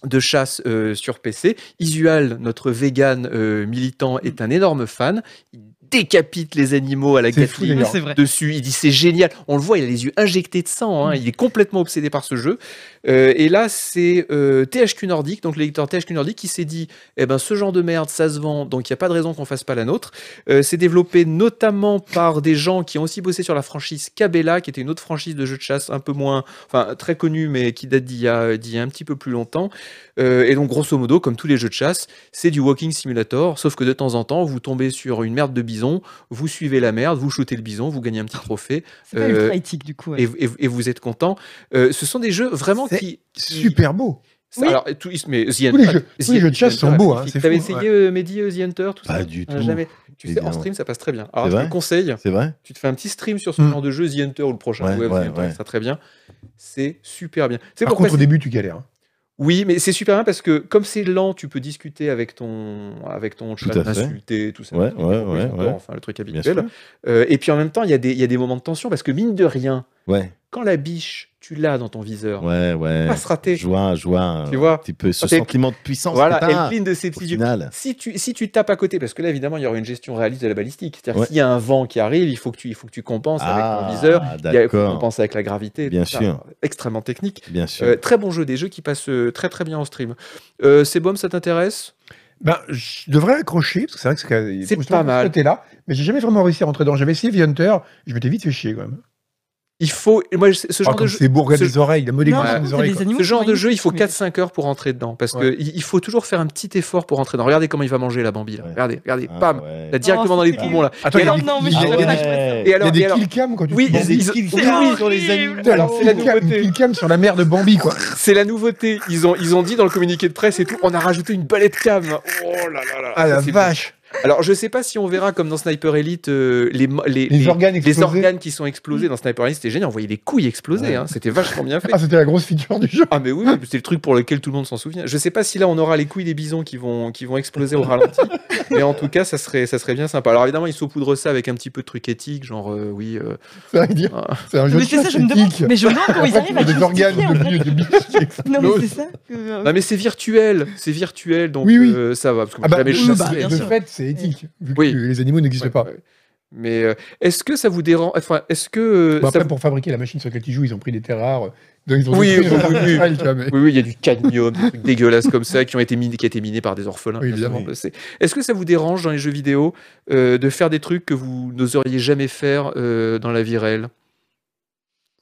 de chasse euh, sur PC. Isual, notre vegan euh, militant, est un énorme fan. Il décapite les animaux à la C'est fou, gatling d'ailleurs. C'est vrai. dessus. Il dit c'est génial. On le voit, il a les yeux injectés de sang. hein. Il est complètement obsédé par ce jeu. Euh, et là, c'est euh, THQ Nordic, donc l'éditeur THQ Nordic, qui s'est dit eh ben ce genre de merde, ça se vend, donc il n'y a pas de raison qu'on fasse pas la nôtre. Euh, c'est développé notamment par des gens qui ont aussi bossé sur la franchise Cabela, qui était une autre franchise de jeux de chasse un peu moins, enfin très connue, mais qui date d'il y a, d'il y a un petit peu plus longtemps. Euh, et donc grosso modo, comme tous les jeux de chasse, c'est du walking simulator, sauf que de temps en temps, vous tombez sur une merde de bison, vous suivez la merde, vous shootez le bison, vous gagnez un petit trophée C'est pas euh, ultra éthique du coup. ouais. et, et- et vous êtes content. Euh, ce sont des jeux vraiment C'est qui Super beau. ça- Oui. Alors, tout, mais The Tous les jeux- tous les jeux de chasse sont beaux, hein, c'est T'avais fou, essayé ouais. euh, Mehdi, euh, The Hunter, tout ça Pas du Ah, tout. Jamais. Tu Eh sais, en bien. stream, ça passe très bien. Alors, C'est je te vrai le conseille, C'est vrai tu te fais un petit stream sur ce Hmm. genre de jeu, The Hunter ou le prochain, Ouais, ouais, ouais, The Hunter, ouais. ça sera très bien. C'est super bien. C'est Par pourquoi contre, au début, tu galères. hein. oui, mais c'est super bien parce que comme c'est lent, tu peux discuter avec ton avec ton Tout chat, à fait. l'insulter, tout ça. Ouais, tout, ouais, tout, ouais, tout, ouais. Enfin, le truc Bien habituel. sûr. Euh, et puis en même temps, il y a des il y a des moments de tension parce que mine de rien, Ouais, quand la biche, tu l'as dans ton viseur, ouais, faut ouais. pas se rater. Joie, joie. Tu vois Un petit peu ce Ah, t'es- sentiment de puissance. Voilà, que t'as, elle cligne de ses au petits yeux. final. Si tu, si tu tapes à côté, parce que là, évidemment, il y aura une gestion réaliste de la balistique. C'est-à-dire Ouais. s'il y a un vent qui arrive, il faut que tu, il faut que tu compenses avec ton Ah, viseur. Il y a- faut D'accord, compenser avec la gravité. Bien tout ça. sûr. Extrêmement technique. bien sûr. Euh, très bon jeu, des jeux qui passent euh, très très bien en stream. Euh, Sebum, ça t'intéresse Ben, je devrais accrocher, parce que c'est vrai que c'est- C'est justement, pas mal. ce côté-là, mais j'ai jamais vraiment réussi à rentrer dedans. J'avais essayé The Hunter, je m'étais vite fait chier quand même. Il faut. et Moi, je- ce Ah, genre de comme jeu. c'est beau, regarde ce- les oreilles, la Non, modélisation ouais. des t'as oreilles. des quoi. animaux Ce qui genre sont de jeu, il faut magnifiques, mais- 4-5 heures pour rentrer dedans. Parce que Ouais. il il faut toujours faire un petit effort pour rentrer dedans. Regardez comment il va manger, la Bambi. là. Ouais. Regardez, regardez, Ah, pam. ouais. Là, directement Oh, dans les c'est poumons, là. Attends, il y a Non, des- non, mais il y a je des- savais pas. ouais. Et il y a alors, des et alors- killcams quand tu Oui, te prends. ils- ils- Ils- C'est oui, oui, sur les horrible. animaux. Putain, Alors, c'est la Ils- killcam killcam sur la mère de Bambi, quoi. C'est la nouveauté. Ils ont, ils ont dit dans le communiqué de presse et tout, on a rajouté une balette cam. Oh là là là. Ah la C'est- vache Alors je sais pas si on verra comme dans Sniper Elite euh, les, mo- les, Les organes explosés. organes qui sont explosés dans Sniper Elite. C'était génial. On voyait les couilles exploser. Ouais. hein. C'était vachement bien fait. Ah, c'était la grosse feature du jeu. Ah mais oui, oui, c'est le truc pour lequel tout le monde s'en souvient. Je sais pas si là on aura les couilles des bisons qui vont qui vont exploser au ralenti, mais en tout cas ça serait ça serait bien sympa. Alors évidemment ils saupoudrent ça avec un petit peu de trucs éthiques, genre euh, oui. euh, C'est vrai que dire, Ah. c'est un jeu Mais de c'est ça, chasse je me demande. éthique. Mais je me demande comment ils Après, tu arrivent à mets des organes justifier, en de fait. vieux de biche qui explosent. Non, mais c'est ça. que, euh, Non mais c'est virtuel, c'est virtuel donc Oui, oui. euh, ça va parce que Ah bah, jamais je oui, de, chasserai. bah, bien de sûr. fait, c'est éthique, vu que Oui. les animaux n'existent Ouais, pas. ouais. Mais euh, est-ce que ça vous dérange Enfin, est-ce que euh, Bon, ça Bah, après, vous- pour fabriquer la machine sur laquelle ils jouent, ils ont pris des terres rares. Donc, ils ont Oui, des trucs oui, sur oui, la oui. toile, tu vois, mais- Oui, oui, il y a du cadmium, des trucs dégueulasses comme ça qui ont été minés, qui a été miné par des orphelins. Oui, bien sûr, évidemment. on le sait. Est-ce que ça vous dérange dans les jeux vidéo euh, de faire des trucs que vous n'oseriez jamais faire euh, dans la vie réelle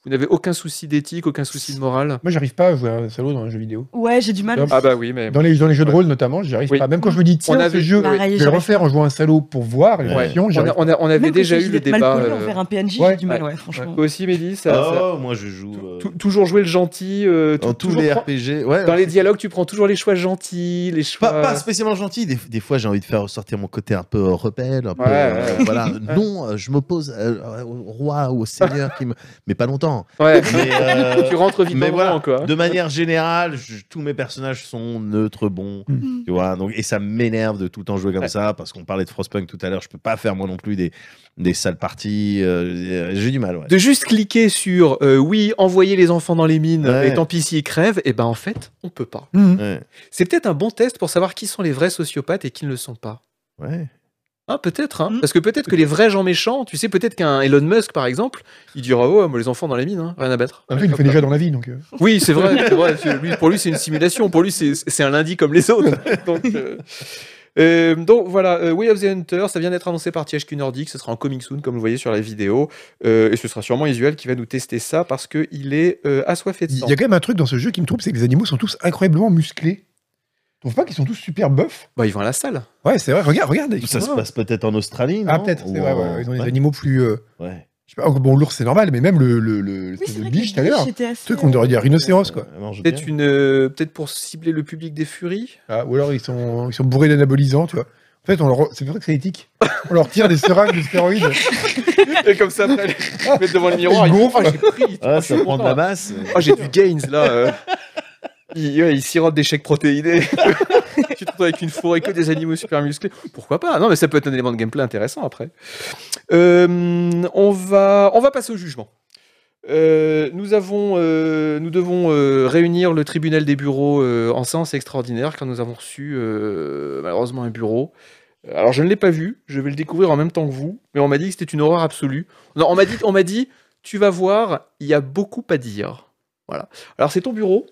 Vous n'avez aucun souci d'éthique, aucun souci de morale Moi, j'arrive pas à jouer à un salaud dans un jeu vidéo. Ouais, j'ai du mal. Hop. Ah bah oui, mais Dans les, dans les jeux de Ouais. rôle, notamment, j'arrive Oui. pas. Même quand je me dis, On tiens, avait- ce jeu, Pareil, je vais le j'arrive refaire en jouant un salaud pour voir les Ouais. versions, on, a- j'arrive on a- on avait Même déjà quand eu j'ai le d'être mal débat. collée euh, envers un PNJ, ouais. j'ai du mal, Ouais. ouais, franchement. Toi aussi, Mehdi, ça, ça- Oh, moi je joue euh, tou- toujours jouer le gentil. euh, tou- dans tous toujours les prendre- RPG. Ouais, Dans les dialogues, tu prends toujours les choix gentils, les choix. Pas, pas spécialement gentil. Des, des fois, j'ai envie de faire ressortir mon côté un peu euh, rebelle. Un peu, Ouais, euh, ouais. voilà. Non, euh, je m'oppose euh, au roi ou au seigneur qui me. Mais pas longtemps. Ouais. Mais, euh, tu rentres vite mais dans le voilà. rang, quoi. de manière générale, je- tous mes personnages sont neutres, bons. Mm. Tu vois, donc, et ça m'énerve de tout le temps jouer comme Ouais. ça parce qu'on parlait de Frostpunk tout à l'heure. Je peux pas faire moi non plus des, des sales parties. euh, j'ai du mal. Ouais. de juste cliquer sur euh, oui, envoyer les enfants dans les mines Ouais. et tant pis s'ils crèvent, et ben en fait, on peut pas. Mhm. Ouais. C'est peut-être un bon test pour savoir qui sont les vrais sociopathes et qui ne le sont pas. Ouais. Ah, peut-être, hein. Mm. parce que peut-être que les vrais gens méchants, tu sais, peut-être qu'un Elon Musk, par exemple, il dira Oh, moi, les enfants dans les mines, hein, rien à battre. Après, il le fait déjà dans la vie, donc. euh, Oui, c'est vrai. c'est vrai. C'est- lui, pour lui, c'est une simulation. Pour lui, c'est c'est un lundi comme les autres. Donc, euh, euh, donc, voilà, euh, Way of the Hunter, ça vient d'être annoncé par THQ Nordic. Ce sera en coming soon, comme vous voyez sur la vidéo. Euh, et ce sera sûrement Isuel qui va nous tester ça parce qu'il est euh, assoiffé de Il sang. y a quand même un truc dans ce jeu qui me trouble, c'est que les animaux sont tous incroyablement musclés. Tu trouves pas qu'ils sont tous super buffs Bah, ils vont à la salle. Ouais, c'est vrai, regarde, regarde. ils Ça sont- se passe peut-être en Australie, non Ah, peut-être, c'est vrai, Ou en- ouais, ils ont des ouais, animaux plus. euh, ouais. je sais pas, bon, l'ours, c'est normal, mais même le, le, le Oui, espèce c'est de vrai. biche tout à l'heure. J'étais assez. Le truc qu'on aurait dit un rhinocéros, quoi. Ça mange Peut-être bien. une, euh, peut-être pour cibler le public des furies. Ah, ou alors ils sont, ils sont bourrés d'anabolisants, tu vois. En fait, on leur... c'est pour ça que c'est éthique. On leur tire des seringues de stéroïdes. Et comme ça, après, ils mettent devant le miroir. Ils ils font, gonflent. Ah, j'ai pris. Ah, je suis ça prend de la content. masse. Ah, j'ai du gains là. euh. Il, ouais, il sirote des chèques protéinés. tu te retrouves avec une forêt que des animaux super musclés. Pourquoi pas Non, mais ça peut être un élément de gameplay intéressant après. Euh, on, va, on va passer au jugement. Euh, nous, avons, euh, nous devons euh, réunir le tribunal des bureaux euh, en séance extraordinaire car nous avons reçu euh, malheureusement un bureau. Euh, Alors je ne l'ai pas vu, je vais le découvrir en même temps que vous, mais on m'a dit que c'était une horreur absolue. Non, on m'a dit, on m'a dit, tu vas voir, il y a beaucoup à dire. Voilà. Alors c'est ton bureau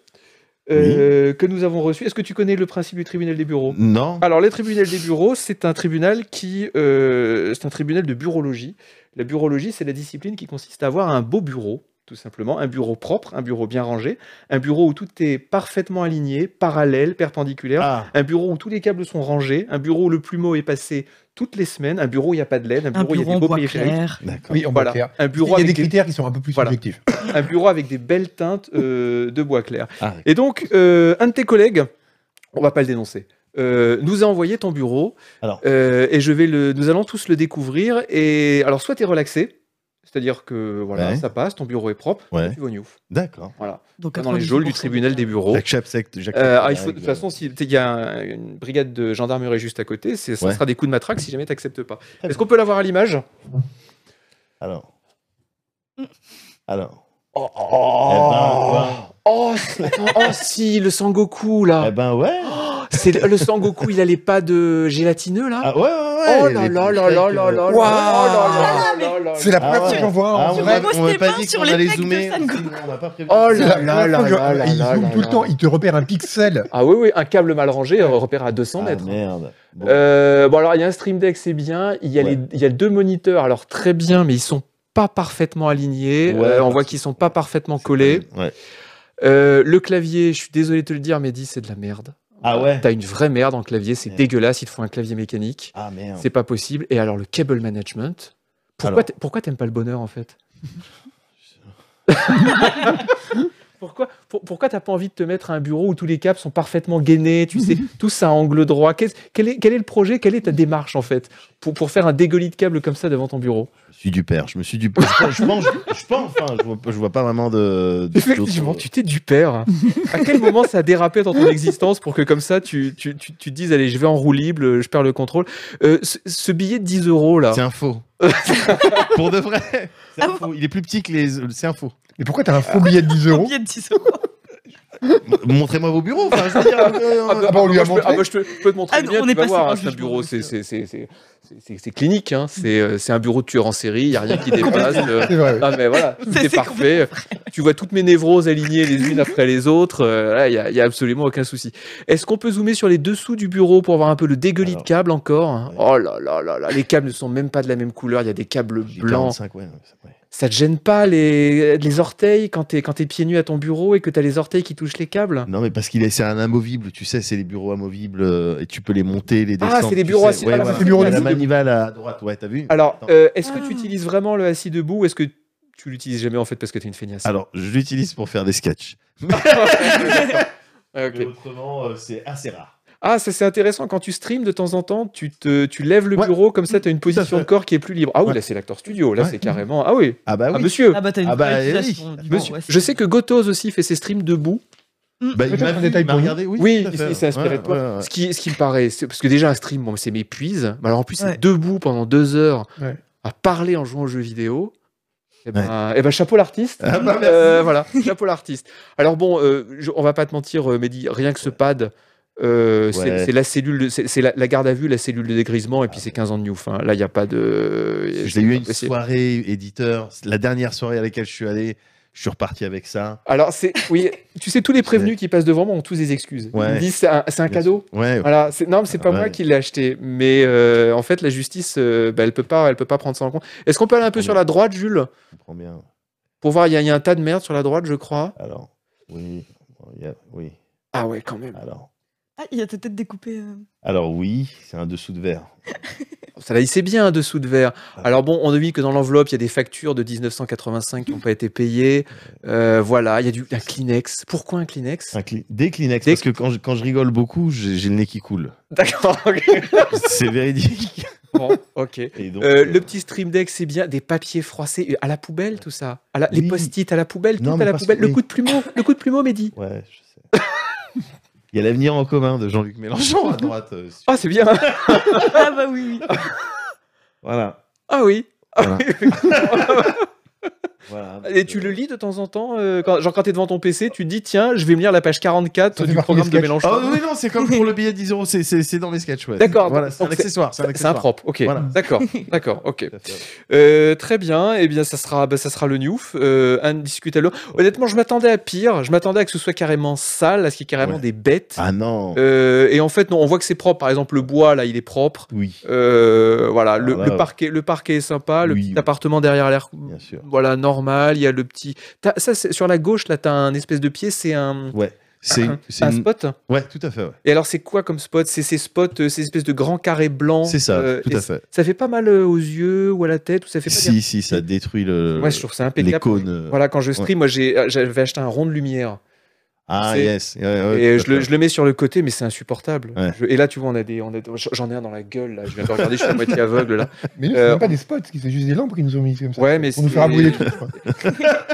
euh, que nous avons reçu. Est-ce que tu connais le principe du tribunal des bureaux Non. Ah, alors, les tribunaux des bureaux, c'est un tribunal qui, euh, c'est un tribunal de bureaulogie. La bureaulogie, c'est la discipline qui consiste à avoir un beau bureau, tout simplement, un bureau propre, un bureau bien rangé, un bureau où tout est parfaitement aligné, parallèle, perpendiculaire, Ah, un bureau où tous les câbles sont rangés, un bureau où le plumeau est passé toutes les semaines, un bureau où il n'y a pas de LED, un Un bureau où il y a bureau en des beaux bois périphériques, clair. d'accord. Oui, en bois voilà, clair. un Il bureau y a avec des des- critères qui sont un peu plus Voilà. subjectifs. un bureau avec des belles teintes euh, de bois clair. Ah, Et donc, euh, un de tes collègues, on va pas le dénoncer, euh, nous a envoyé ton bureau. Alors. Euh, et je vais le, nous allons tous le découvrir. Et alors, soit tu es relaxé, c'est-à-dire que voilà, Ouais. ça passe, ton bureau est propre, Ouais. soit tu vas au Newf. D'accord. Donc, Dans les geôles du tribunal des bureaux. J'accepte. c'est- j'accepte Oh. Euh, ah, la il faut- de règle. toute façon, s'il il y a un- une brigade de gendarmerie juste à côté, c'est- ça Ouais. sera des coups de matraque si jamais tu n'acceptes pas. Très Est-ce bien. qu'on peut l'avoir à l'image euh, Alors. Mm. Alors. oh, Eh ben, oh, oh, si, le Sangoku ouais. Eh là. ben ouais. C'est le, le Sangoku, il a les pas de gélatineux là. Ah ouais, ouais, ouais. Oh là les là petits là là chèques, là là euh, là Waouh. là là là là C'est la Ah première fois ouais. qu'on voit Ah, en on vrai. m'a- on Postez m'a pas pas dit sur qu'on les allait pecs de zoomer. Sangoku. sinon on n'a pas prévu. Oh C'est la là là là première fois que je- là là Et ils là zooment là tout le là. temps, ils te repèrent un pixel. Ah oui, oui, un câble mal rangé euh, repère à 200 Ah, mètres. merde. Bon. Euh, bon alors il y a un stream deck, c'est bien. Il y a Ouais. les, il y a deux moniteurs, alors très bien, mais ils sont pas parfaitement alignés. Ouais, Euh, on parce voit que- qu'ils sont pas parfaitement C'est collés. pas- ouais. Euh, le clavier, je suis désolé de te le dire, mais dis c'est de la merde. Ah ouais. T'as une vraie merde en clavier, c'est Merde. dégueulasse. Il te faut un clavier mécanique. Ah merde. C'est pas possible. Et alors le cable management. Pourquoi Alors. t'a- pourquoi t'aimes pas le bonheur en fait Pourquoi pour- pourquoi t'as pas envie de te mettre à un bureau où tous les câbles sont parfaitement gainés, tu sais, tous à angle droit Qu'est- quel, est, quel est le projet Quelle est ta démarche en fait pour, pour faire un dégueulis de câble comme ça devant ton bureau Je suis du père. Je me suis du. Je pense. Je pense. Je, pense, enfin, je, vois, pas- je vois pas vraiment de. de- Effectivement, d'autres- tu t'es du père. hein. À quel moment ça a dérapé dans ton existence pour que comme ça tu, tu, tu, tu te dises allez je vais en roue libre, je perds le contrôle Euh, ce, ce billet de 10 euros là. C'est un faux. Pour de vrai. C'est Ah un bon faux. Il est plus petit que les. C'est un faux. Mais pourquoi t'as un faux billet de 10 euros Combien de 10 euros M- Montrez-moi vos bureaux. Enfin, je veux dire. euh, Ah bah, Ah bah, on lui moi, a je peux- montré. ah bah, je, peux, je peux te montrer Ah le non, mien, on tu est vas passé voir, par hein, le c'est un jugement, bureau, c'est bien sûr. c'est- c'est- c'est- c'est- c'est clinique, hein, c'est euh, c'est un bureau de tueur en série, il n'y a rien qui dépasse. euh, C'est vrai. oui. Ah mais voilà, tout C'est- est c'est parfait. Tu vois toutes mes névroses alignées les unes après les autres. euh, là, Il n'y a, il y a absolument aucun souci. Est-ce qu'on peut zoomer sur les dessous du bureau pour voir un peu le dégueulis Alors. de câble encore hein Ouais. Oh là là là là, les câbles ne sont même pas de la même couleur. Il y a des câbles j'ai blancs. 45, ouais, ouais. Ça te gêne pas les, les orteils quand t'es quand t'es pieds nus à ton bureau et que t'as les orteils qui touchent les câbles Non, mais parce qu'il est, c'est un amovible, tu sais, c'est les bureaux amovibles euh, et tu peux les monter, les Ah, descendre. c'est des tu bureaux sais. assis- Ouais, ah, voilà. c'est des bureaux Il y a la assis debout. manivelle à droite, ouais, t'as vu Alors, Attends. euh, est-ce que tu Ah. utilises vraiment le assis debout ou est-ce que tu l'utilises jamais en fait parce que t'es une feignasse Alors, je l'utilise pour faire des sketchs. Ah, ok. Mais Autrement, euh, c'est assez rare. Ah, ça c'est intéressant. Quand tu streams de temps en temps, tu, te, tu lèves le Ouais. bureau, comme ça tu as une position fait. de corps qui est plus libre. Ah oui, Ouais. là c'est l'acteur studio, là Ouais. c'est carrément. Ah oui, Ah bah ah, oui. monsieur, Ah bah t'as une Ah bah, vraie eh oui. utilisation du Monsieur, banc, ouais, je sais que Gotoz aussi fait ses streams debout. Bah, il Peut-être m'a un vu, détail il m'a pour nous. regardé, oui. Oui, tout à il fait. s'est- il s'est inspiré Ouais, de toi. ouais, ouais. Ce, qui, ce qui me paraît, c'est- parce que déjà un stream, bon, c'est m'épuise, mais alors en plus Ouais. c'est debout pendant deux heures Ouais. à parler en jouant aux jeux vidéo. Eh ben, eh ben, chapeau l'artiste. Ah bah, merci. Euh, voilà, chapeau l'artiste. Alors bon, euh, je- on va pas te mentir, euh, Mehdi, rien que ce pad, Euh, c'est- Ouais. C'est la cellule, de- c'est c'est la, la garde à vue, la cellule de dégrisement, et puis c'est 15 ans de Newf. hein. Là, il n'y a pas de. J'ai eu une apprécié. soirée éditeur, c'est la dernière soirée à laquelle je suis allé, je suis reparti avec ça. Alors, c'est oui, tu sais, tous les prévenus qui passent devant moi ont tous des excuses. Ils Ouais. me disent c'est un, c'est un Bien cadeau. Ouais, Voilà, c'est- non, mais c'est pas Ouais. moi qui l'ai acheté, mais euh, en fait la justice, euh, bah, elle peut pas, elle peut pas prendre ça en compte. Est-ce qu'on peut aller un peu Ouais. sur la droite, Jules, je comprends bien. pour voir Il y, a- il y a un tas de merde sur la droite, je crois. Alors, oui, il y a- oui, Ah ouais, quand même. alors. Ah, il a peut-être découpé. euh. Alors oui, c'est un dessous de verre. Ça là, c'est bien un dessous de verre. Ah. Alors bon, on devine que dans l'enveloppe, il y a des factures de 1985 qui n'ont pas été payées. Euh, voilà, il y a du un Kleenex. Pourquoi un Kleenex Un cli- des Kleenex, Des- parce que quand je, quand je rigole beaucoup, j'ai j'ai le nez qui coule. D'accord. ok. c'est véridique. Bon, ok. Et donc, Euh, euh, le petit stream deck, c'est bien des papiers froissés euh, à la poubelle, tout ça. À la- Les Oui. post-it à la poubelle, Non, tout mais à la parce poubelle. que- Le oui. coup de plumeau, le coup de plumeau, Mehdi. Ouais, je sais. Il y a l'avenir en commun de Jean-Luc Mélenchon à droite. euh, sur- Ah, c'est bien. Ah bah oui, oui. Voilà. Ah oui. Ah oui. voilà. Et tu le lis de temps en temps, euh, quand, genre quand t'es devant ton PC, tu te dis tiens, je vais me lire la page 44 Ça fait du partie programme des de sketchs. Mélenchon. Oh oui, non, c'est comme pour le billet de 10 euros, c'est- c'est c'est dans les sketchs. ouais. D'accord, Voilà, c'est un donc c'est- accessoire. C'est un C'est accessoire. impropre, ok. Voilà. D'accord, d'accord, ok. Tout à fait. Euh, très bien, eh bien ça sera, bah, ça sera le newf, euh, indiscutable. Honnêtement, je m'attendais à pire, je m'attendais à que ce soit carrément sale, à ce qu'il y ait carrément Ouais. des bêtes. Ah non. Euh, et en fait, non, on voit que c'est propre. Par exemple, le bois, là, il est propre. Oui, Euh, voilà, le, Alors là, le Ah ouais. parquet, le parquet est sympa. Le Oui, petit oui. appartement derrière l'air, bien sûr. voilà, normal. Il y a le petit. t'as- ça, c'est- sur la gauche, là, t'as un espèce de pied. C'est un, C'est c'est un une- spot. Ouais, tout à fait. ouais. Et alors, c'est quoi comme spot C'est ces spots, euh, ces espèces de grands carrés blancs. C'est ça, euh, tout et à fait. Ça fait pas mal euh, aux yeux ou à la tête ou ça fait pas. Si, si, ça détruit le, dire- Ouais, je trouve ça impeccable. les cônes. euh. Voilà, quand je stream, moi, j'ai- euh, j'avais acheté un rond de lumière. Ah, C'est- yes. ouais, ouais, et tout je le, à fait. je le mets sur le côté, mais c'est insupportable. Ouais. Je- et là, tu vois, on a des, on a, j'en ai un dans la gueule. Là, je viens de regarder, je suis à moitié aveugle là. Mais nous, Euh, c'est même pas des spots, c'est juste des lampes qu'ils nous ont mis comme ça. Ouais, mais Pour nous c'est- faire abouiller les trucs. quoi.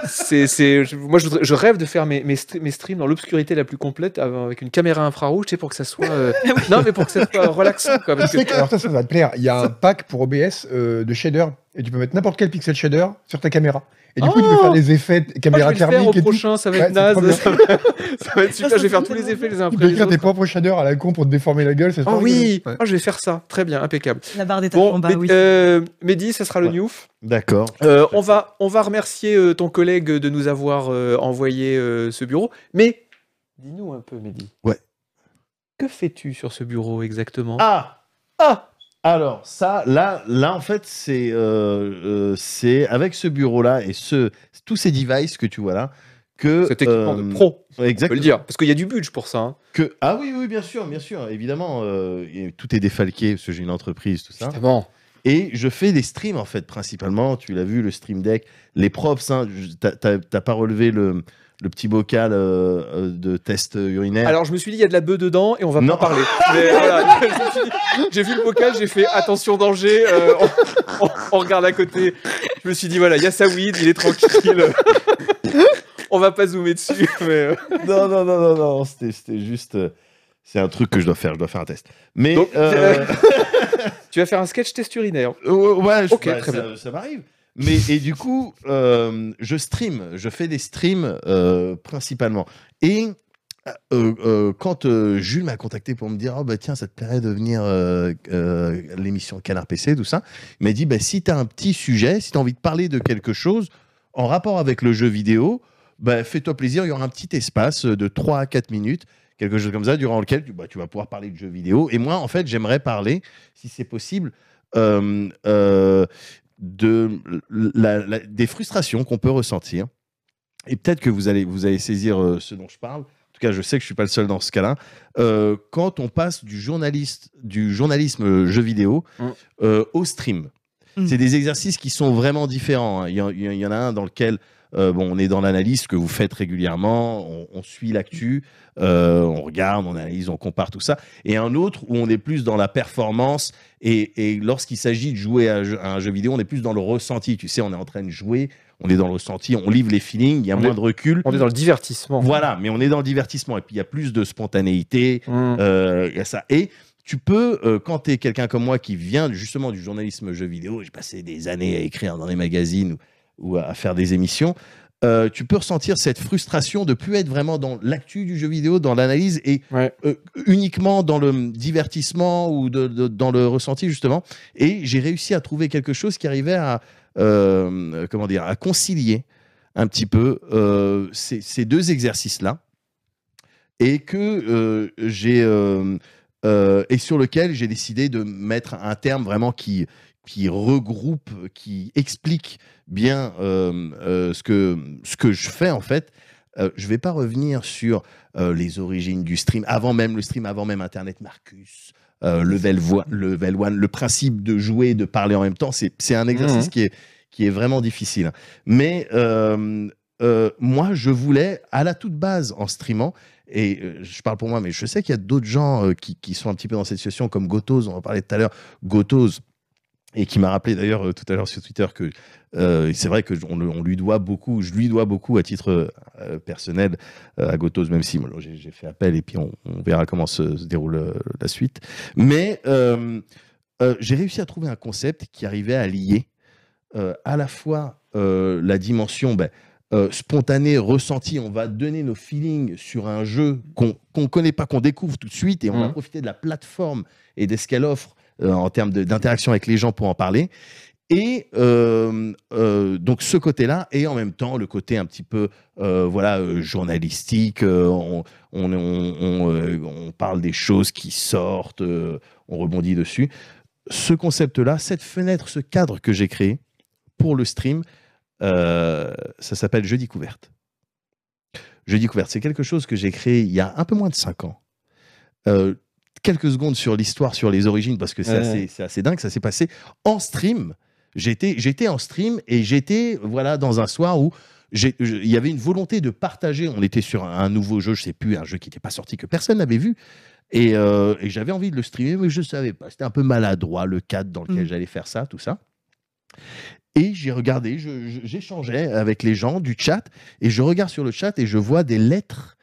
c'est, c'est- je- moi, je, voudrais- je rêve de faire mes, mes, stre- mes streams dans l'obscurité la plus complète av- avec une caméra infrarouge, tu sais, pour que ça soit. euh, non, mais pour que ça soit relaxant, quoi. parce Tu sais que- que- alors ça, ça va te plaire. Il y a un pack pour OBS euh, de shaders et tu peux mettre n'importe quel pixel shader sur ta caméra. Et du coup, tu peux Oh faire des effets de- Ah, je caméra vais le faire thermique au et tout. prochain, ça va Ouais, être c'est trop naze. bien. Ça va, ça va être super, Ça, je vais ça faire fait tous les tellement effets les Tu uns peux après les écrire autres. tes propres shaders à la con pour te déformer la gueule. c'est Oh trop oui, rigolo. Ouais. Ah, je vais faire ça, très bien, impeccable. La barre des tâches Bon, en bas, Mé- Oh, bah oui. euh, Mehdi, ça sera le Ouais. newf. D'accord. Euh, on, va, on va remercier euh, ton collègue de nous avoir euh, envoyé euh, ce bureau. Mais dis-nous un peu, Mehdi. Ouais. Que fais-tu sur ce bureau exactement Ah Ah Alors, ça, là, là en fait, c'est euh, euh, c'est avec ce bureau-là et ce, tous ces devices que tu vois là que. Cet équipement euh, de pro, on peut Exactement. le dire. Parce qu'il y a du budget pour ça. hein. Que, ah oui, oui, bien sûr, bien sûr, évidemment. euh, et tout est défalqué parce que j'ai une entreprise, tout ça. Évidemment. Et je fais des streams, en fait, principalement. Tu l'as vu, le stream deck, les props. Hein, je- t'as- T'as t'as pas relevé le, le petit bocal euh, euh, de test urinaire. Alors je me suis dit, il y a de la bœuf dedans et on va Non. pas parler. Mais voilà, je me suis dit- j'ai vu le bocal, j'ai fait attention danger, euh, on, on- on regarde à côté. Je me suis dit, voilà, il y a sa weed, il est tranquille. on va pas zoomer dessus. Mais euh, non, non, non, non, non, c'était c'était juste. euh, C'est un truc que je dois faire, je dois faire un test. Mais. Donc, euh, tu vas faire un sketch test urinaire. Euh, ouais, je- Ok, bah, très ça, ça m'arrive. Mais et du coup, euh, je stream, je fais des streams euh, principalement. Et euh, euh, quand euh, Jules m'a contacté pour me dire, oh, bah tiens, ça te plairait de venir euh, euh, à l'émission Canard PC, tout ça, il m'a dit, bah si t'as un petit sujet, si t'as envie de parler de quelque chose en rapport avec le jeu vidéo, bah fais-toi plaisir, il y aura un petit espace de 3 à 4 minutes, quelque chose comme ça, durant lequel tu, bah, tu vas pouvoir parler de jeux vidéo. Et moi, en fait, j'aimerais parler, si c'est possible, euh, euh, de la- la- des frustrations qu'on peut ressentir. Et peut-être que vous allez, vous allez saisir euh, ce dont je parle. En tout cas, je sais que je suis pas le seul dans ce cas-là. Euh, quand on passe du journaliste, du journalisme euh, jeu vidéo Mm. euh, au stream, Mm. c'est des exercices qui sont vraiment différents. hein. Il y en- il y, en a un dans lequel euh, bon, on est dans l'analyse que vous faites régulièrement, on, on suit l'actu, euh, on regarde, on analyse, on compare tout ça. Et un autre où on est plus dans la performance, et, et lorsqu'il s'agit de jouer à, un jeu- à un jeu vidéo, on est plus dans le ressenti. Tu sais, on est en train de jouer, on est dans le ressenti, on livre les feelings, il y a On moins est- de recul. On est dans le divertissement. Voilà, mais on est dans le divertissement. Et puis, il y a plus de spontanéité. Mm. euh, il y a ça. Et tu peux, euh, quand tu es quelqu'un comme moi qui vient justement du journalisme jeu vidéo, j'ai passé des années à écrire dans les magazines ou, ou à faire des émissions, euh, tu peux ressentir cette frustration de plus être vraiment dans l'actu du jeu vidéo, dans l'analyse et Ouais. euh, uniquement dans le divertissement ou de- de- dans le ressenti justement. Et j'ai réussi à trouver quelque chose qui arrivait à euh, comment dire à concilier un petit peu euh, ces, ces deux exercices là et que euh, j'ai euh, euh, et sur lequel j'ai décidé de mettre un terme vraiment qui qui regroupe, qui explique bien euh, euh, ce, que, ce que je fais en fait. Euh, je vais pas revenir sur euh, les origines du stream, avant même le stream, avant même Internet Marcus, euh, level, voi- level One, le principe de jouer, de parler en même temps, c'est c'est un exercice qui, est, qui est vraiment difficile. Mais euh, euh, moi, je voulais, à la toute base, en streamant, et euh, je parle pour moi, mais je sais qu'il y a d'autres gens euh, qui, qui sont un petit peu dans cette situation, comme Gotos, on en parlait tout à l'heure, Gotos, et qui m'a rappelé d'ailleurs euh, tout à l'heure sur Twitter que euh, c'est vrai que j- on, le- on lui doit beaucoup, je lui dois beaucoup à titre euh, personnel euh, à Gotos, même si moi, j'ai j'ai fait appel et puis on, on verra comment se, se déroule euh, la suite. Mais euh, euh, j'ai réussi à trouver un concept qui arrivait à lier euh, à la fois euh, la dimension ben, euh, spontanée, ressentie, on va donner nos feelings sur un jeu qu'on qu'on connaît pas, qu'on découvre tout de suite et on va Mhm. profiter de la plateforme et de ce qu'elle offre euh, en termes de- d'interaction avec les gens pour en parler. Et euh, euh, donc ce côté-là, et en même temps le côté un petit peu euh, voilà euh, journalistique, euh, on, on, on- on, euh, on parle des choses qui sortent, euh, on rebondit dessus. Ce concept-là, cette fenêtre, ce cadre que j'ai créé pour le stream, euh, ça s'appelle Jeudi couverte. Jeudi couverte, c'est quelque chose que j'ai créé il y a un peu moins de 5 ans. Euh, quelques secondes sur l'histoire, sur les origines, parce que c'est Ouais. assez, c'est assez dingue, ça s'est passé en stream. J'étais j'étais en stream et j'étais voilà dans un soir où j'ai- je- il y avait une volonté de partager. On était sur un, un nouveau jeu, je sais plus, un jeu qui n'était pas sorti, que personne n'avait vu. Et, euh, et j'avais envie de le streamer, mais je ne savais pas. C'était un peu maladroit, le cadre dans lequel Mhm. j'allais faire ça, tout ça. Et j'ai regardé, je- je- j'échangeais avec les gens du chat, et je regarde sur le chat et je vois des lettres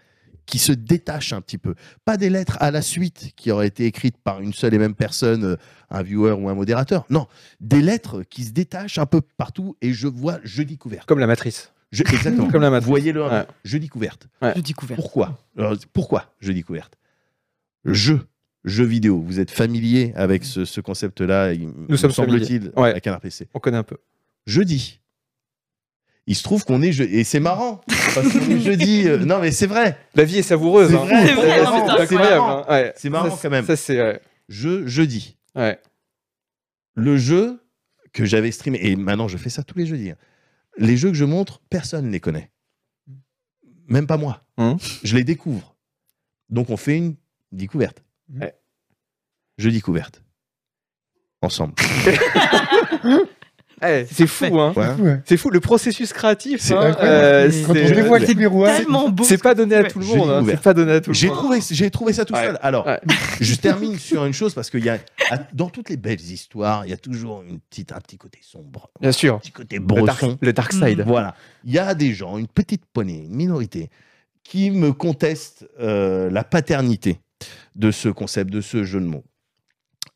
qui se détachent un petit peu. Pas des lettres à la suite qui auraient été écrites par une seule et même personne, euh, un viewer ou un modérateur. Non, des lettres qui se détachent un peu partout, et je vois jeudi couverte. Comme la matrice. Je- exactement. Comme la Vous matrice. voyez le Ouais. jeudi couverte. Je découverte. Pourquoi Alors, Pourquoi jeudi couverte Jeu, jeu vidéo. Vous êtes familier avec ce, ce concept-là, il- me sommes semble-t-il, familiers. Ouais. à Canard PC. On connaît un peu. Jeudi. Il se trouve qu'on est je- et c'est marrant parce qu'on est jeudi. euh, non mais c'est vrai, La vie est savoureuse. C'est hein. vrai, Ouais, c'est vrai, c'est hein, putain, incroyable. c'est marrant. hein. Ouais. C'est marrant Ça, quand même. Ça, c'est. ouais. je jeudi. Ouais. Le jeu que j'avais streamé et maintenant je fais ça tous les jeudis. hein. Les jeux que je montre, personne ne les connaît, même pas moi. Hum. Je les découvre. Donc on fait une découverte. Ouais. Jeudi couverte. Ensemble. Ouais, c'est fou, hein. Ouais. Ouais. C'est fou. Le processus créatif. C'est hein, incroyable. euh, Mais- Quand c'est- on dévoile tous les rouages, Tellement beau. C'est pas donné à Ouais. tout le Je monde. l'ai hein. ouvert. C'est pas donné à tout J'ai le monde. trouvé, j'ai trouvé ça tout Ouais. seul. Alors, Ouais. je termine sur une chose parce qu'il y a, à- dans toutes les belles histoires, il y a toujours une petite, un petit côté sombre, Bien sûr. un petit côté Le dark, bresson. le dark side. Voilà. Il y a des gens, une petite poignée, une minorité, qui me contestent euh, la paternité de ce concept, de ce jeu de mots.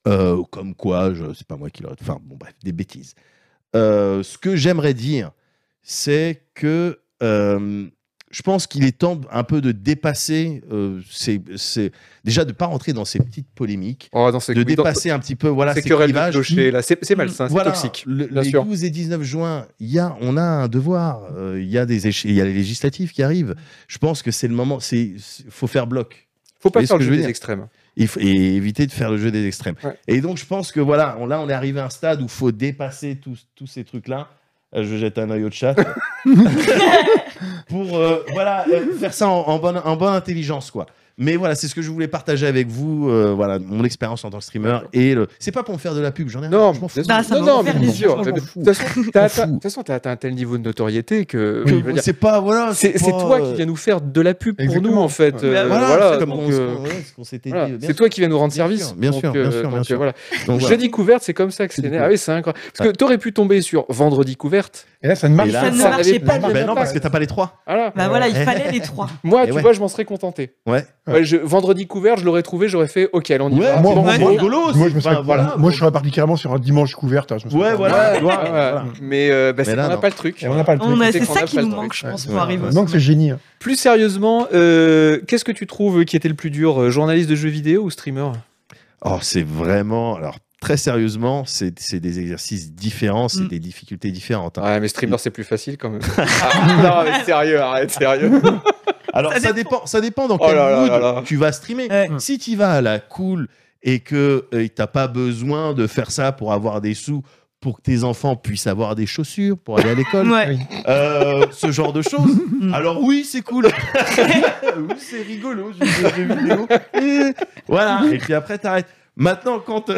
Euh, comme quoi, je, c'est pas moi qui l'aurais. Enfin, bon, bref, des bêtises. Euh, ce que j'aimerais dire, c'est que euh, je pense qu'il est temps un peu de dépasser euh, ces, ces- déjà de pas rentrer dans ces petites polémiques, Oh, non, c'est de oui, dans- dépasser un petit peu voilà c'est ces querelle de clivages. clocher, là. C'est c'est malsain, c'est Voilà, toxique. le- bien les sûr. 12 et 19 juin, il y a, on a un devoir. euh, Il y a des éche- il y a les législatives qui arrivent. Je pense que c'est le moment. C'est c'est- faut faire bloc. Faut pas voyez faire ce que le je jeu veux des dire extrêmes. Il faut, et éviter de faire le jeu des extrêmes. Ouais. Et donc je pense que voilà, on, là on est arrivé à un stade où faut dépasser tous tous ces trucs là. Je jette un œil au chat pour euh, voilà euh, faire ça en, en bonne en bonne intelligence quoi. Mais voilà, c'est ce que je voulais partager avec vous. euh, voilà mon expérience en tant que streamer et le- c'est pas pour me faire de la pub. J'en ai rien, Non, je m'en fous. bien sûr. Bah, ça non, va non, faire bien les sûr. yeux. De Je m'en toute façon, t'as Je m'en atteint- de fous. toute façon, t'as atteint un tel niveau de notoriété que. Que- je veux dire, C'est pas voilà. C'est c'est pas, toi euh, qui viens nous faire de la pub pour Exactement. nous, en fait. Ouais. Euh, voilà, voilà, c'est comme donc, on- euh, ouais, ce qu'on s'était voilà. dit. bien C'est sûr. toi qui viens nous rendre Bien service. sûr, bien donc, sûr, bien euh, sûr, bien donc, euh, sûr. voilà. Donc, voilà. Jeudi couverte, c'est comme ça que c'est Jeudi né. Ah couverte. oui, c'est incroyable. Parce que t'aurais pu tomber sur vendredi couverte. Et là, ça ne marche Et là, pas. Ça ne ça marchait n'avait Ah, pas. pas du de- tout. Ben non, parce que t'as pas les trois. Voilà. Bah voilà, il fallait les trois. Moi, Eh tu ouais. vois, je m'en serais contenté. Ouais. Ouais, je- vendredi couvert, je l'aurais trouvé, j'aurais fait OK, allez, on y Ouais, va. moi, moi, moi, moi, rigolo. Moi, c'est- je me serais, enfin, voilà. moi, je serais parti carrément sur un dimanche couvert. hein, je me serais- Ouais, voilà. Ouais, tu vois, ouais, ouais. voilà. Mais euh, bah, Mais c'est là, qu'on n'a non. pas le truc. Et on n'a pas le truc. On a- C'est C'est qu'on ça a qui pas nous le manque, truc. je pense, Ouais, pour arriver. ouais. au Donc sommet. c'est génie. hein. Plus sérieusement, euh, qu'est-ce que tu trouves qui était le plus dur, euh, journaliste de jeux vidéo ou streamer Oh, c'est vraiment. Alors, très sérieusement, c'est c'est des exercices différents, c'est Mm. des difficultés différentes. hein. Ouais, mais streamer, c'est plus facile quand même. Ah, non, mais sérieux, arrête, sérieux. Alors, ça, Ça dépend. ça dépend dans Oh quel là là mood là là. tu vas streamer. Ouais. Si tu vas à la cool et que euh, t'as pas besoin de faire ça pour avoir des sous, pour que tes enfants puissent avoir des chaussures, pour aller à l'école, Ouais. euh, ce genre de choses. Mm. Alors oui, c'est cool. oui, c'est rigolo, je joue aux jeux vidéo. Et voilà. Et puis après, t'arrêtes. Maintenant, quand euh,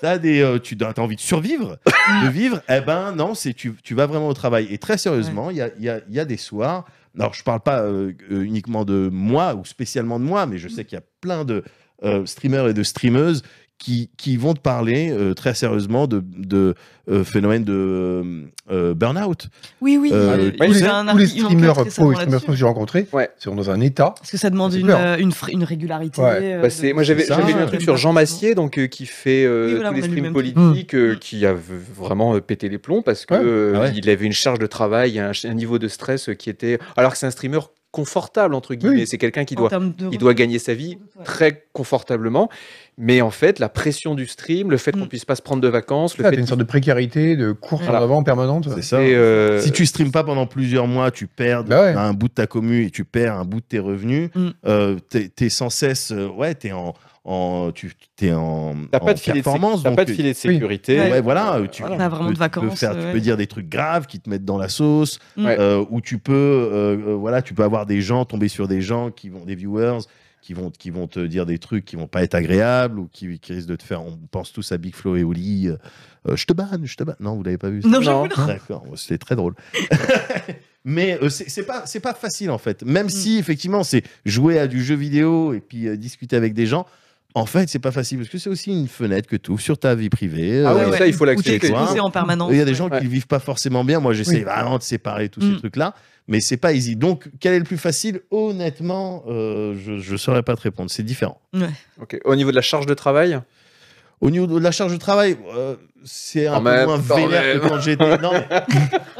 t'as des, euh, tu as envie de survivre, de vivre, eh ben non, c'est tu, tu vas vraiment au travail. Et très sérieusement, il y a- il y, a, il y a des soirs. Alors, je parle pas euh, euh, uniquement de moi ou spécialement de moi, mais je sais qu'il y a plein de euh, streamers et de streameuses qui, qui vont te parler euh, très sérieusement de, de euh, phénomène de euh, euh, burn-out. Oui, oui. Euh, il y Tous a les, eu un tous les article- ils ont streamers posté ça pro et dans streamers là-dessus. que j'ai rencontrés Ouais. sont dans un état. Parce que ça demande C'est une, clair. euh, une, fr- une régularité. Ouais. euh, Bah, c'est- de- moi j'avais ça, j'avais lu un hein. truc sur Jean Massier donc euh, qui fait euh, Oui, voilà, tous on les a lu le streams même truc. Mm. politiques euh, qui a v- vraiment euh, pété les plombs parce que Ouais. euh, Ah ouais. il avait une charge de travail un, un niveau de stress euh, qui était alors que c'est un streamer confortable entre guillemets c'est quelqu'un qui en doit termes de- il doit gagner sa vie Ouais. très confortablement mais en fait la pression du stream le fait qu'on Mm. puisse pas se prendre de vacances le Là, fait t'as une sorte de précarité, de course Voilà. en avant permanente. C'est ça. qu'il- et, euh, Si tu streames pas pendant plusieurs mois, tu perds Bah ouais. un bout de ta commu et tu perds un bout de tes revenus. Mm. Euh, t'es, t'es sans cesse, euh, ouais, t'es en, en, tu t'es en, t'as en pas de filet de, sé- performance. t'as donc, pas de filet de oui. sécurité ouais, voilà, Euh, tu, voilà. tu Pas vraiment peux- de vacances, Tu peux, faire- tu ouais. peux dire des trucs graves qui te mettent dans la sauce, Mm. Ouais. euh, ou tu peux, euh, euh, voilà, tu peux avoir des gens tomber sur des gens qui vont des viewers. Qui vont, qui vont te dire des trucs qui vont pas être agréables ou qui, qui risquent de te faire. On pense tous à Big Flo et Oli. euh, euh, je te banne, je te banne. Non, vous l'avez pas vu. ça Non, Non. j'avoue, non. D'accord, bon, c'était très drôle. Mais euh, c'est c'est pas c'est pas facile en fait. Même si effectivement c'est jouer à du jeu vidéo et puis euh, discuter avec des gens, en fait c'est pas facile parce que c'est aussi une fenêtre que tu ouvres sur ta vie privée. Ah euh, oui, ça, il faut Où t'es l'accepter, quoi. exposé en permanence. il y a des gens Ouais. qui le vivent pas forcément bien. Moi j'essaie Oui. vraiment de séparer tous ces Mm. trucs là, mais c'est pas easy. Donc quel est le plus facile Honnêtement, euh, je je saurais pas te répondre. C'est différent. Ok. au niveau de la charge de travail Au niveau de la charge de travail, euh, c'est un Quand peu même, moins quand vénère que même. quand j'étais. Non, mais-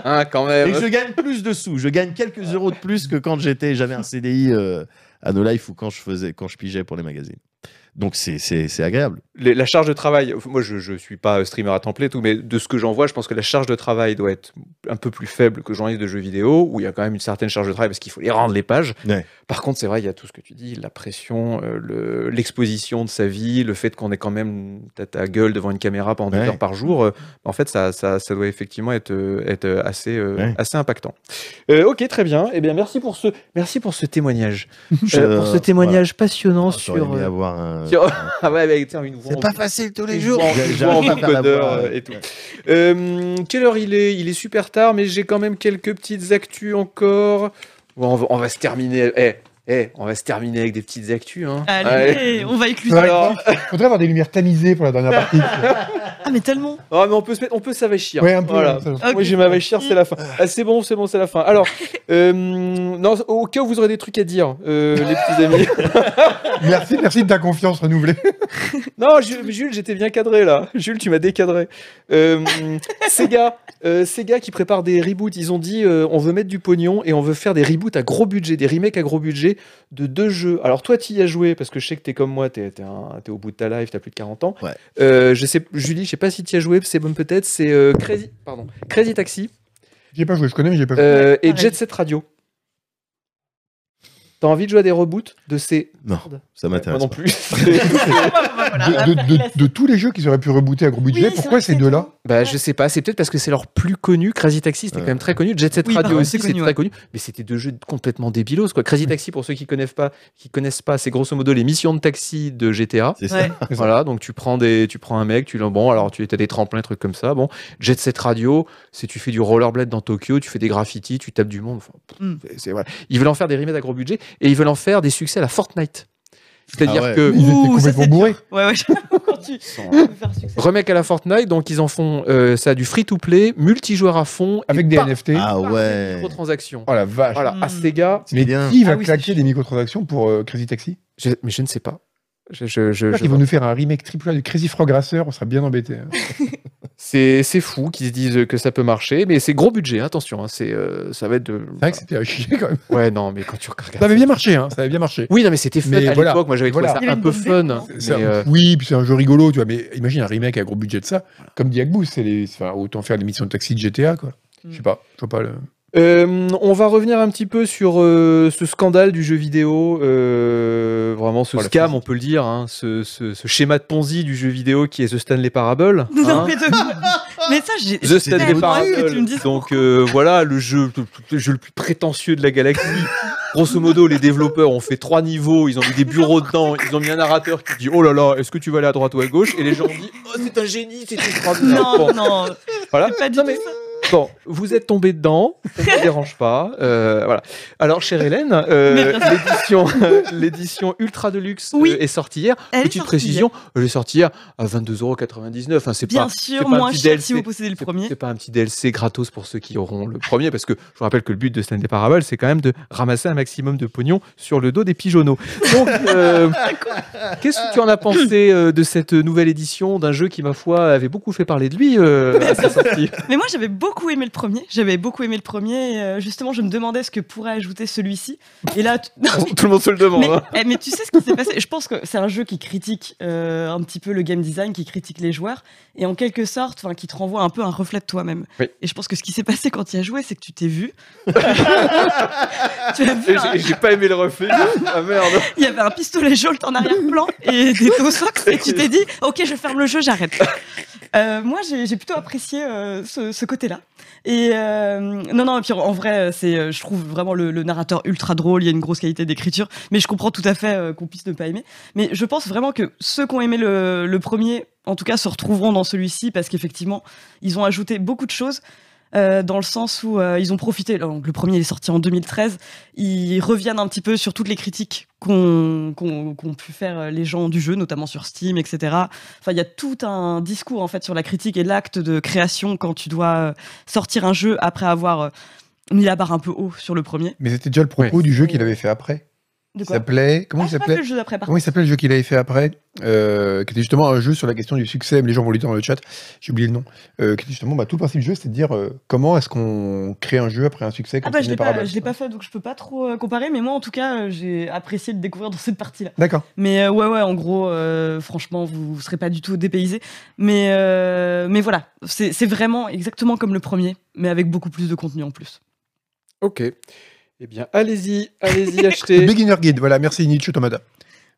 hein, quand Et même je gagne plus de sous. Je gagne quelques euros de plus que quand j'étais, j'avais un CDI euh, à No Life ou quand je faisais, quand je pigeais pour les magazines. Donc c'est c'est- c'est agréable. Les- la charge de travail, euh, moi je ne suis pas streamer à temps plein et tout, mais de ce que j'en vois, je pense que la charge de travail doit être un peu plus faible que journaliste de jeux vidéo, où il y a quand même une certaine charge de travail parce qu'il faut les rendre les pages. Ouais. Par contre, c'est vrai, il y a tout ce que tu dis, la pression, euh, le- l'exposition de sa vie, le fait qu'on est quand même ta, ta gueule devant une caméra pendant Ouais. 8 heures par jour. euh, en fait, ça, ça, ça doit effectivement être, euh, être euh, assez, euh, Ouais. assez impactant. Euh, ok, très bien. Eh bien, merci pour ce, merci pour ce témoignage, Je- Euh, pour ce témoignage passionnant voilà. Ah, J'aurais sur. aimé euh, avoir un- sur- un- Ah ouais, mais, tiens, ils nous vendent- facile tous ils nous vendent- ils nous vendent J'arrive pas à faire la codeur, voix, euh, ouais. et tout. Euh, quelle heure il est Il est super tard, mais j'ai quand même quelques petites actus encore. Bon, on, va, on va se terminer. Eh, eh, on va se terminer avec des petites actus. Hein. Ouais. Allez, on va écluser. Alors, Faudrait avoir des lumières tamisées pour la dernière partie. Ah, mais tellement. oh, mais on peut se mettre- on peut s'avachir. ouais, un peu. Voilà. ça- Ok. Mm. Moi j'ai ma vachir, c'est la fin. Ah, c'est bon, c'est bon, c'est la fin. Alors, euh, non, au cas où vous aurez des trucs à dire, euh, les petits amis. Merci, merci de ta confiance renouvelée. Non, Ju- Jules, j'étais bien cadré là. Jules, tu m'as décadré. Euh, Sega, euh, Sega qui prépare des reboots. Ils ont dit euh, on veut mettre du pognon et on veut faire des reboots à gros budget, des remakes à gros budget de deux jeux. Alors toi, tu y as joué parce que je sais que t'es comme moi, t'es t'es un- t'es au bout de ta life, t'as plus de 40 ans. Ouais. Euh, je sais, Julie, je sais pas si t'y as joué, c'est bon peut-être. C'est euh, Crazy, pardon, Crazy Taxi J'ai pas joué, je connais, mais j'ai pas joué. euh, et pareil. Jet Set Radio. T'as envie de jouer à des reboots de ces Non, ça Moi m'intéresse. non pas. plus. Voilà. de, de- de- de tous les jeux qu'ils auraient pu rebooter à gros Oui, budget, c'est pourquoi vrai, ces c'est deux-là Bah, je sais pas, c'est peut-être parce que c'est leur plus connu. Crazy Taxi, c'était Ouais. quand même très connu. Jet Set Oui, Radio pardon, aussi, c'est c'était connu, très connu. Mais c'était deux jeux complètement débilos, quoi. Crazy Taxi, pour ceux qui connaissent pas, qui connaissent pas, c'est grosso modo les missions de taxi de GTA. C'est ça. Ouais. C'est ça. Voilà, donc tu prends des, tu prends un mec, tu l'en- bon, alors tu as des tremplins, trucs comme ça. Bon, Jet Set Radio, c'est tu fais du rollerblade dans Tokyo, tu fais des graffitis, tu tapes du monde. Enfin, pff, Mm. c'est- c'est- voilà. Ils veulent en faire des remakes à gros budget et ils veulent en faire des succès à la Fortnite. C'est-à-dire Ah ouais. que Ils étaient Ouh, ça, complètement c'est bourrés. Ouais, ouais. Quand tu veux faire succès. remake à la Fortnite, donc ils en font euh, ça du free-to-play, multijoueur à fond, et Avec des par- NFT. Ah par des ouais. microtransactions. Oh la vache. Voilà, Hmm. à Sega, C'est Mais bien. qui va Ah oui, c'est claquer chiant. des microtransactions pour euh, Crazy Taxi je- mais je ne sais pas. Je, je- je- J'espère je- qu'ils Ah, vont nous faire un remake triple A de Crazy Frog Racer, on sera bien embêtés. hein. C'est c'est fou qu'ils se disent que ça peut marcher, mais c'est gros budget, attention. hein, c'est euh, ça va être de. C'est vrai que c'était à chier quand même. Ouais, non, mais quand tu regardes. Ça avait bien marché, hein, ça avait bien marché. Oui, non, mais c'était fun Mais à voilà, l'époque. Moi, j'avais voilà. Il trouvé y ça avait un une peu bonne fun. dépense. Mais, C'est un- euh, Oui, puis c'est un jeu rigolo, tu vois, mais imagine un remake à gros budget de ça, comme Diagbou, c'est les... enfin, autant faire des missions de taxi de GTA, quoi. Mm. Je sais pas, je vois pas le... Euh, on va revenir un petit peu sur euh, ce scandale du jeu vidéo, euh, vraiment ce Oh, la scam, physique. on peut le dire, hein, ce, ce- ce schéma de Ponzi du jeu vidéo qui est The Stanley Parable. hein. Non, mais, de- mais ça, j'ai. The j'ai Stanley tellement hâte que tu me Parable. dises Donc euh, voilà, le jeu, le jeu le plus prétentieux de la galaxie. Grosso modo, les développeurs ont fait trois niveaux, ils ont mis des bureaux dedans, ils ont mis un narrateur qui dit Oh là là, est-ce que tu vas aller à droite ou à gauche Et les gens ont dit Oh, c'est un génie, c'est extraordinaire. euh, Bon, Non, non, voilà. pas du Non, tout mais ça. bon, vous êtes tombé dedans, ça ne vous dérange pas. euh, voilà. Alors, chère Hélène, euh, Mais bien l'édition, euh, l'édition Ultra Deluxe euh, Oui. est sortie hier. Elle est Petite sortie précision, elle est sortie hier à 22,99€. Hein, c'est Bien pas, c'est sûr, pas un moins petit cher DLC. si vous possédez le C'est- premier. C'est pas un petit DLC gratos pour ceux qui auront le premier, parce que je vous rappelle que le but de Stanley Parable, c'est quand même de ramasser un maximum de pognon sur le dos des pigeonneaux. Donc, euh, qu'est-ce que tu en as pensé euh, de cette nouvelle édition d'un jeu qui, ma foi, avait beaucoup fait parler de lui euh, à sa sortie Mais moi, j'avais beaucoup aimé le premier. J'avais beaucoup aimé le premier. et, euh, justement, je me demandais ce que pourrait ajouter celui-ci. Et là, tu- non, Tout le monde se le demande. mais, hein. eh, mais tu sais ce qui s'est passé Je pense que c'est un jeu qui critique euh, un petit peu le game design, qui critique les joueurs, et en quelque sorte, enfin, qui te renvoie un peu un reflet de toi-même. Oui. Et je pense que ce qui s'est passé quand tu as joué, c'est que tu t'es vu. tu as vu. Et un- j'ai- J'ai pas aimé le reflet. Ah merde. Il y avait un pistolet jolt en arrière-plan et des dos socks et tu t'es dit ok je ferme le jeu j'arrête. Euh, moi j'ai j'ai plutôt apprécié euh, ce, ce côté-là et euh, non non et puis en- en vrai c'est euh, je trouve vraiment le, le narrateur ultra drôle il y a une grosse qualité d'écriture mais je comprends tout à fait euh, qu'on puisse ne pas aimer mais je pense vraiment que ceux qui ont aimé le, le premier en tout cas se retrouveront dans celui-ci parce qu'effectivement ils ont ajouté beaucoup de choses euh, dans le sens où euh, ils ont profité donc le premier il est sorti en 2013 ils reviennent un petit peu sur toutes les critiques qu'ont qu'on- qu'ont pu faire euh, les gens du jeu, notamment sur Steam, etc. Enfin, il y a tout un discours en fait sur la critique et l'acte de création quand tu dois euh, sortir un jeu après avoir euh, mis la barre un peu haut sur le premier. Mais c'était déjà le propos du jeu qu'il avait fait après. De Ça quoi s'appelait... Comment Ah, il j'ai pas fait s'appelait le jeu d'après, par Comment il s'appelait le jeu qu'il avait fait après euh, Qui était justement un jeu sur la question du succès, mais les gens vont le dire dans le chat, j'ai oublié le nom. Euh, qui était justement, bah, tout le principe du jeu, c'est de dire euh, comment est-ce qu'on crée un jeu après un succès Ah comme bah je Stanley l'ai pas, Parable. je l'ai pas fait donc je peux pas trop euh, comparer mais moi en tout cas euh, j'ai apprécié le découvrir dans cette partie là. D'accord. Mais euh, ouais ouais en gros euh, franchement vous, vous serez pas du tout dépaysé mais euh, mais voilà c'est c'est vraiment exactement comme le premier mais avec beaucoup plus de contenu en plus. Ok. Eh bien, allez-y, allez-y, Le achetez. Beginner Guide, voilà, merci Nietzsche Tomada.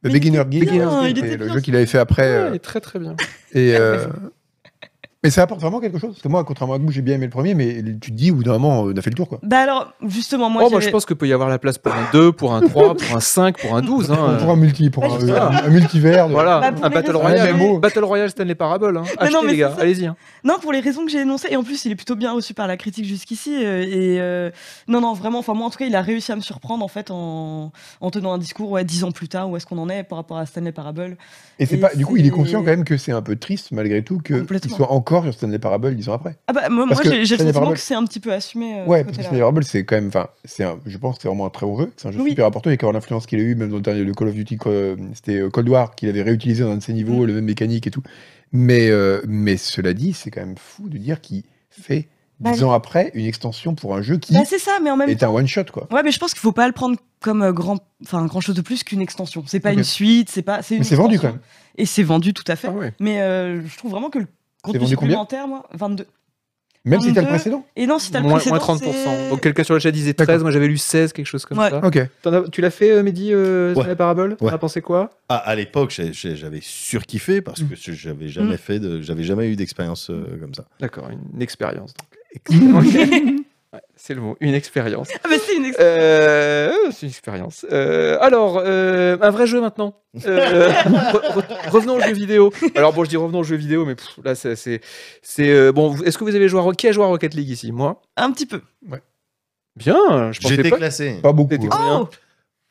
Le Mais il Beginner était Guide, bien, il c'était était le bien, jeu qu'il avait fait après. euh, Ouais, très très bien. Et euh, Mais ça apporte vraiment quelque chose. Parce que moi, contrairement à vous, j'ai bien aimé le premier, mais tu te dis, au bout d'un moment, euh, on a fait le tour. Quoi. Bah alors, justement, moi, oh, moi, j'avais- je pense qu'il peut y avoir la place pour un 2, pour un 3, pour un 5, pour un 12. hein. Pour un multi, pour Bah, un, je sais un- un multivers. de- Voilà, Bah, pour un les Battle raisons- Royale. Ouais, mais- Battle Royale Stanley Parable. Hein. Mais Achetez, non, mais les c'est gars, ça. allez-y. hein. non, pour les raisons que j'ai énoncées, et en plus, il est plutôt bien reçu par la critique jusqu'ici. euh, et euh, non, non, vraiment, enfin, moi, en tout cas, il a réussi à me surprendre en fait en, en tenant un discours, ouais, dix ans plus tard, où est-ce qu'on en est par rapport à Stanley Parable. Et c'est Et pas, du coup, il est c'est- conscient quand même que c'est un peu triste, malgré tout, qu'il Complètement. soit encore sur Stanley Parable dix ans après. Ah bah, moi, Parce moi, j'ai que j'ai le Stanley sentiment Parable- que c'est un petit peu assumé. euh, ouais, de ce parce que côté-là. Stanley Parable, c'est quand même. Enfin, c'est un- je pense que c'est vraiment un très bon jeu. C'est un jeu Oui. super important et qu'avoir l'influence qu'il a eu, même dans le dernier le Call of Duty, euh, c'était euh, Cold War, qu'il avait réutilisé dans un de ses niveaux, Mm. le même mécanique et tout. Mais, euh, mais cela dit, c'est quand même fou de dire qu'il fait Bah, dix ans après une extension pour un jeu qui Bah, c'est ça, mais en même est un one-shot, quoi. Ouais, mais je pense qu'il faut pas le prendre comme euh, grand, enfin grand chose de plus qu'une extension. C'est pas Ok. une suite, c'est pas. une Mais c'est vendu quand extension. même. Et c'est vendu tout à fait. ouais. Mais euh, je trouve vraiment que le contenu vendu combien supplémentaire, moi, 22. Même si c'était le 22. précédent. Et non, si t'as le Moins, précédent, moins 30%. c'est- Donc, quelqu'un sur le chat disait 13, moi j'avais lu 16, quelque chose comme Ouais. ça. Ok. T'en as- tu l'as fait, euh, Mehdi, euh, Stanley Parable T'en Ouais. as pensé quoi Ah, à l'époque, j'ai- j'ai- j'avais surkiffé Mm. parce que j'avais jamais fait, de- j'avais jamais eu d'expérience euh, comme ça. D'accord, une expérience. Excellent. C'est le mot, une expérience. Ah bah, c'est une ex- Euh, c'est une expérience. Euh, alors, euh, un vrai jeu maintenant. Euh, re- re- revenons aux jeux vidéo. Alors bon, je dis revenons aux jeux vidéo, mais pff, là, c'est, c'est, c'est, euh, bon. vous- Est-ce que vous avez joué à Ro- qui a joué à Rocket League ici Moi. Un petit peu. Bien. Je pensais J'étais pas. classé. Pas beaucoup. T'étais hein. combien Oh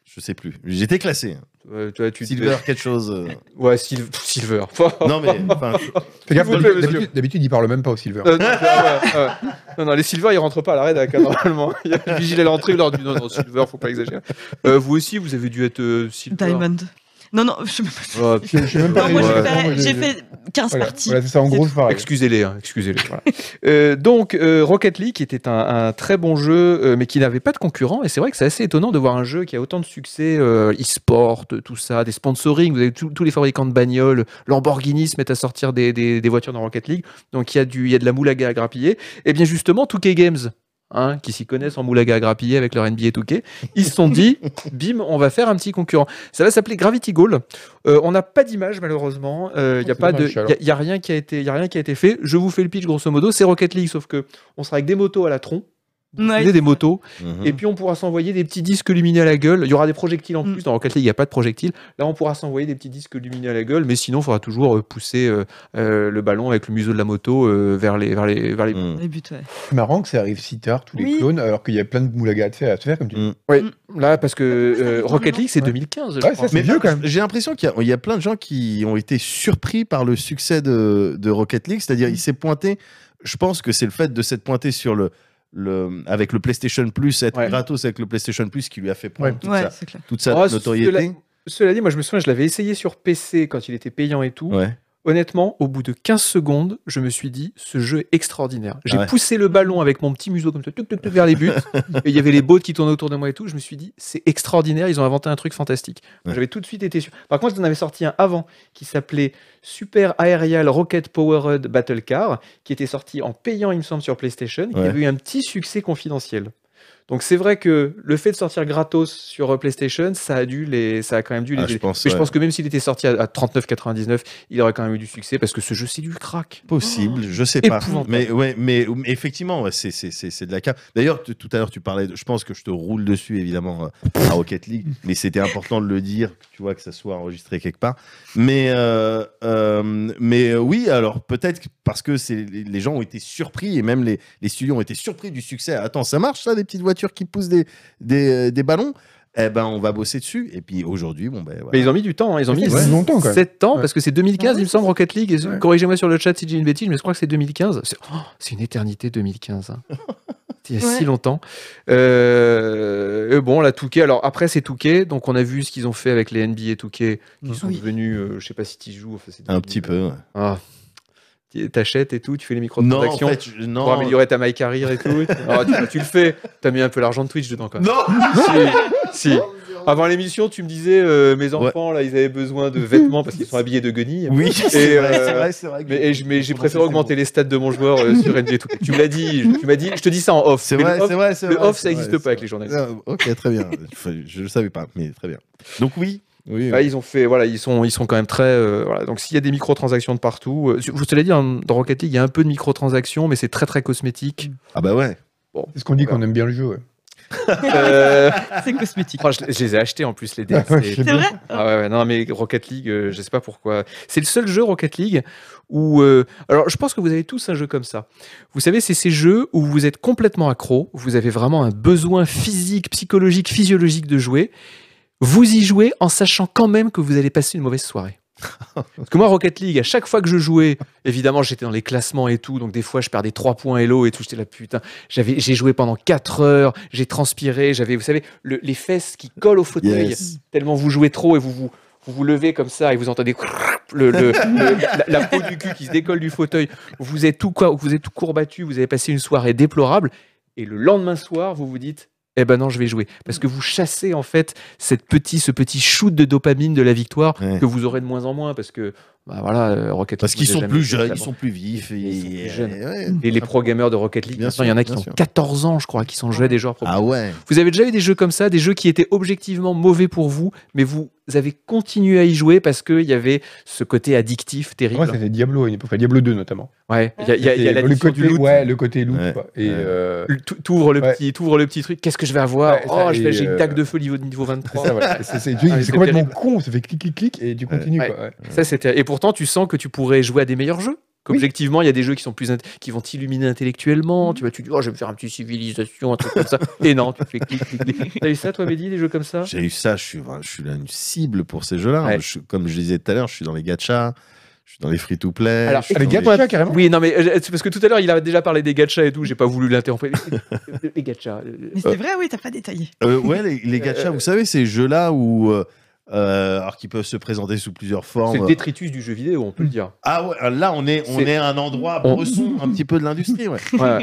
Je sais plus. J'étais classé. Euh, toi, tu te- Silver, quelque chose. euh, Ouais, Sil- Silver. non, mais enfin, Fais gaffe, vous plaît, d'habitude- monsieur. d'habitude, d'habitude, il parle même pas au Silver. Euh, non, ouais, ouais. non, non, les Silver, ils rentrent pas à la rédac, hein, normalement. Il y a le vigile à l'entrée, il leur dit non, non, Silver, faut pas exagérer. Euh, vous aussi, vous avez dû être euh, Silver. Diamond. Non, non, je sais même pas. Oh, Je je sais même pas. Non, moi, ouais. j'ai Ouais. fait- Moi, j'ai- j'ai fait 15 Voilà, parties. voilà, c'est ça, en C'est gros, c'est pareil. Excusez-les, hein, excusez-les. voilà. Euh, donc, euh, Rocket League qui était un, un très bon jeu, euh, mais qui n'avait pas de concurrent. Et c'est vrai que c'est assez étonnant de voir un jeu qui a autant de succès, euh, e-sport, tout ça, des sponsorings. Vous avez tous- tous les fabricants de bagnoles, Lamborghini se mettent à sortir des, des- des voitures dans Rocket League. Donc, il y, a du- il y a de la moulaga à grappiller. Et bien, justement, 2K Games. hein, qui s'y connaissent en moulaga à grappiller avec leur NBA 2K, ils se sont dit, bim, on va faire un petit concurrent. Ça va s'appeler Gravity Goal. Euh, on n'a pas d'image malheureusement. Il n'y a c'est pas de, dommage, y a- alors. y a rien qui a été, y a rien qui a été fait. Je vous fais le pitch grosso modo. C'est Rocket League, sauf que on sera avec des motos à la tronc. Vous vous Ouais. souvenez des motos. Mmh. mhm. Et puis on pourra s'envoyer des petits disques lumineux à la gueule. Il y aura des projectiles en Mm. plus. Dans Rocket League, il n'y a pas de projectiles. Là, on pourra s'envoyer des petits disques lumineux à la gueule. Mais sinon, il faudra toujours euh, pousser euh, euh, le ballon avec le museau de la moto euh, vers les, vers les, vers les. Mhm. Les buts, ouais. C'est marrant que ça arrive si tard, tous les Oui. clones, alors qu'il y a plein de moulagas à te faire, à te faire, comme tu dis. Ouais, Mm. Là, parce que euh, Ça fait Rocket énormément. League, c'est Ouais. 2015. je Ouais, crois. ça, c'est Mais- vieux quand même. J'ai l'impression qu'il y, a- il y a plein de gens qui ont été surpris par le succès de, de Rocket League, c'est-à-dire il s'est pointé. Je pense que c'est le fait de s'être pointé sur le, le avec le PlayStation Plus, être Ouais. gratos avec le PlayStation Plus qui lui a fait prendre Ouais. toute Ouais, sa, c'est clair. toute sa Oh, notoriété. Cela dit, moi, je me souviens, je l'avais essayé sur PC quand il était payant et tout. Ouais. Honnêtement, au bout de 15 secondes, je me suis dit, ce jeu est extraordinaire. J'ai Ouais. poussé le ballon avec mon petit museau comme ça, tuc, tuc, tuc, vers les buts. et il y avait les bots qui tournaient autour de moi et tout. Je me suis dit, c'est extraordinaire, ils ont inventé un truc fantastique. Ouais. J'avais tout de suite été sûr. Par contre, ils en avaient sorti un avant qui s'appelait Super Aerial Rocket Powered Battle Car, qui était sorti en payant, il me semble, sur PlayStation, et qui Ouais. avait eu un petit succès confidentiel. Donc c'est vrai que le fait de sortir gratos sur euh, PlayStation, ça a dû les, ça a quand même dû les Ah, je aider. pense, Mais je ouais. pense que même s'il était sorti à à 39,99, il aurait quand même eu du succès parce que ce jeu c'est du crack. Possible, je sais pas. Épouvantable. Mais, ouais, mais, mais effectivement, ouais, c'est- c'est c'est- c'est de la cave. D'ailleurs, t- tout à l'heure, tu parlais, de- je pense que je te roule dessus, évidemment, euh, à Rocket League, mais c'était important de le dire, tu vois, que ça soit enregistré quelque part. Mais, euh, euh, mais euh, oui, alors peut-être que- parce que c'est- les les gens ont été surpris, et même les, les studios ont été surpris du succès. Attends, ça marche, ça, des petites voitures qui poussent des, des, euh, des ballons Eh ben, on va bosser dessus. Et puis aujourd'hui, bon, ben voilà. Mais ils ont mis du temps, hein, ils ont mis Ça fait longtemps, quand même. 7 ans Ouais. parce que c'est 2015, Ouais. il me semble, Rocket League. et- Ouais. Corrigez-moi sur le chat si j'ai une bêtise, mais je crois que c'est 2015. C'est oh, c'est une éternité 2015. hein. C'était Il y a Ouais. si longtemps. Euh, et bon, la Touquet. Alors après, c'est Touquet. Donc on a vu ce qu'ils ont fait avec les NBA Touquet. Ils sont Oui. devenus, euh, je sais pas si tu joues. enfin, c'est Un devenu- petit peu. ouais. Ah. T'achètes et tout, tu fais les Non, en microtransactions. fait, je- non. pour améliorer ta my career et tout. Ah, tu, tu le fais. T'as mis un peu l'argent de Twitch dedans quand même. Non Si. Avant l'émission, tu me disais euh, mes enfants là, ils avaient besoin de vêtements parce qu'ils sont habillés de guenilles. Oui, Et, c'est vrai, euh, c'est vrai, c'est vrai. que- Mais, et je- mais j'ai Pendant préféré ces augmenter secondes. les stats de mon joueur euh, sur NBA tout. Tu me l'as dit, je- tu m'as dit, je te dis ça en off. C'est Mais vrai, le off, c'est vrai, c'est le vrai, off, c'est ça vrai, n'existe c'est pas avec vrai. les journalistes. Ah, ok, très bien. Enfin, je le savais pas, mais très bien. Donc oui, oui. Ouais, Bah, ils ont fait, voilà, ils sont, ils sont quand même très, euh, voilà. Donc s'il y a des microtransactions de partout, euh, vous te l'avez dit hein, dans Rocket League, il y a un peu de microtransactions, mais c'est très très cosmétique. Ah bah ouais. C'est ce qu'on dit qu'on aime bien le jeu. ouais. Euh, C'est cosmétique. oh, je, je les ai achetés en plus les Ouais, DLC. je sais C'est bien. vrai Ah ouais, ouais, non, mais Rocket League, euh, je sais pas pourquoi. C'est le seul jeu Rocket League où. euh, alors, je pense que vous avez tous un jeu comme ça. Vous savez, c'est ces jeux où vous êtes complètement accro, vous avez vraiment un besoin physique, psychologique, physiologique de jouer. Vous y jouez en sachant quand même que vous allez passer une mauvaise soirée. Parce que moi, Rocket League, à chaque fois que je jouais, évidemment, j'étais dans les classements et tout, donc des fois, je perdais 3 points Hello et tout, j'étais là, putain, j'avais- j'ai joué pendant 4 heures, j'ai transpiré, j'avais, vous savez, le- les fesses qui collent au fauteuil Yes. tellement vous jouez trop et vous vous, vous, vous levez comme ça et vous entendez le, le- le- la, la peau du cul qui se décolle du fauteuil, vous êtes tout, cou- vous êtes tout courbattu, vous avez passé une soirée déplorable, et le lendemain soir, vous vous dites, eh ben non, je vais jouer. Parce que vous chassez en fait cette petit, ce petit shoot de dopamine de la victoire Ouais. que vous aurez de moins en moins parce que, bah voilà, euh, Rocket Parce League, qu'ils vous sont avez plus jamais fait jeunes, ça. ils sont plus vifs. Et, Ils sont plus jeunes. et ouais. Et les pro gamers de Rocket League, Bien maintenant, il y en a qui sûr, ont bien sûr. 14 ans, je crois, qui sont jeunes, des joueurs pro Ah ouais. vous avez déjà eu des jeux comme ça, des jeux qui étaient objectivement mauvais pour vous, mais vous avez continué à y jouer parce qu'il y avait ce côté addictif Moi, terrible. c'était Diablo à une époque, enfin, Diablo 2 notamment. Ouais, il y a, il y a- il y a la le notion côté du loot. Ouais, le côté loot. Ouais. quoi. Et, Ouais. euh, Tu- T'ouvres le, Ouais. petit, t'ouvres le petit truc, qu'est-ce que je vais avoir Ouais, ça, Oh, je vais- et, j'ai une euh, dague de feu niveau, niveau c'est 23. ça, voilà. Et c'est- c'est- mais c'est Ah, c'est complètement terrible. con, ça fait clic clic clic et tu continues. Ouais. quoi, ouais. Ça, c'était- et pourtant, tu sens que tu pourrais jouer à des meilleurs jeux. Qu'objectivement, il y a des jeux qui sont plus int- qui vont t'illuminer intellectuellement. Tu vois, tu dis, oh, je vais me faire un petit civilisation, un truc comme ça. Et non, tu fais clic, clic, clic. T'as eu ça, toi, Mehdi, des jeux comme ça J'ai eu ça, je suis, je suis là une cible pour ces jeux-là. Ouais. Je- comme je disais tout à l'heure, je suis dans les gachas, je suis dans les free-to-play. Alors, je suis Ah, les dans gars, carrément. Oui, non, mais euh, c'est parce que tout à l'heure, il a déjà parlé des gachas et tout. J'ai pas voulu l'interrompre. les gachas. euh, Mais c'est vrai, oui, t'as pas détaillé. Euh, ouais, les, les gachas, Euh, vous savez, ces jeux-là où. euh, euh, alors, qui peuvent se présenter sous plusieurs C'est formes. le détritus du jeu vidéo, on peut le dire. Ah ouais, là, on est, on C'est- est à un endroit On- bresson, un petit peu de l'industrie, ouais.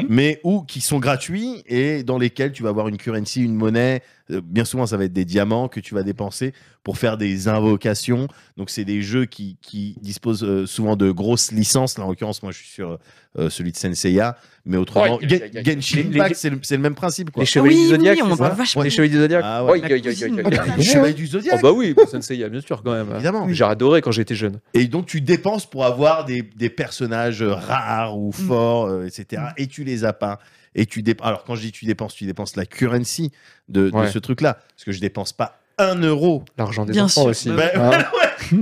mais où qui sont gratuits et dans lesquels tu vas avoir une currency, une monnaie. Euh, bien souvent, ça va être des diamants que tu vas dépenser pour faire des invocations. Donc, c'est des jeux qui, qui disposent euh, souvent de grosses licences. Là, en l'occurrence, moi, je suis sur euh, celui de Senseiya, mais autrement, Ouais, Gen- y a- y a- Genshin les- les- Impact, c'est le, c'est le même principe, quoi. Les chevaliers oui, du Zodiac. oui, on en c'est ça parle vachement. Les chevaliers du Zodiac. Ah ouais. Oui, oui, oui, oui, oui, oui. La cousine. Les Chevaliers du Oh Zodiac, bah oui, pour Senseiya, bien sûr, quand même. évidemment. J'ai adoré quand j'étais jeune. Et donc, tu dépenses pour avoir des, des personnages euh, rares ou forts, euh, etc. Et tu les as pas. Et tu dép- Alors, quand je dis tu dépenses, tu dépenses la currency de, de Ouais. ce truc-là. Parce que je dépense pas un euro. L'argent des Bien enfants sûr. aussi. Bah Ben, Hein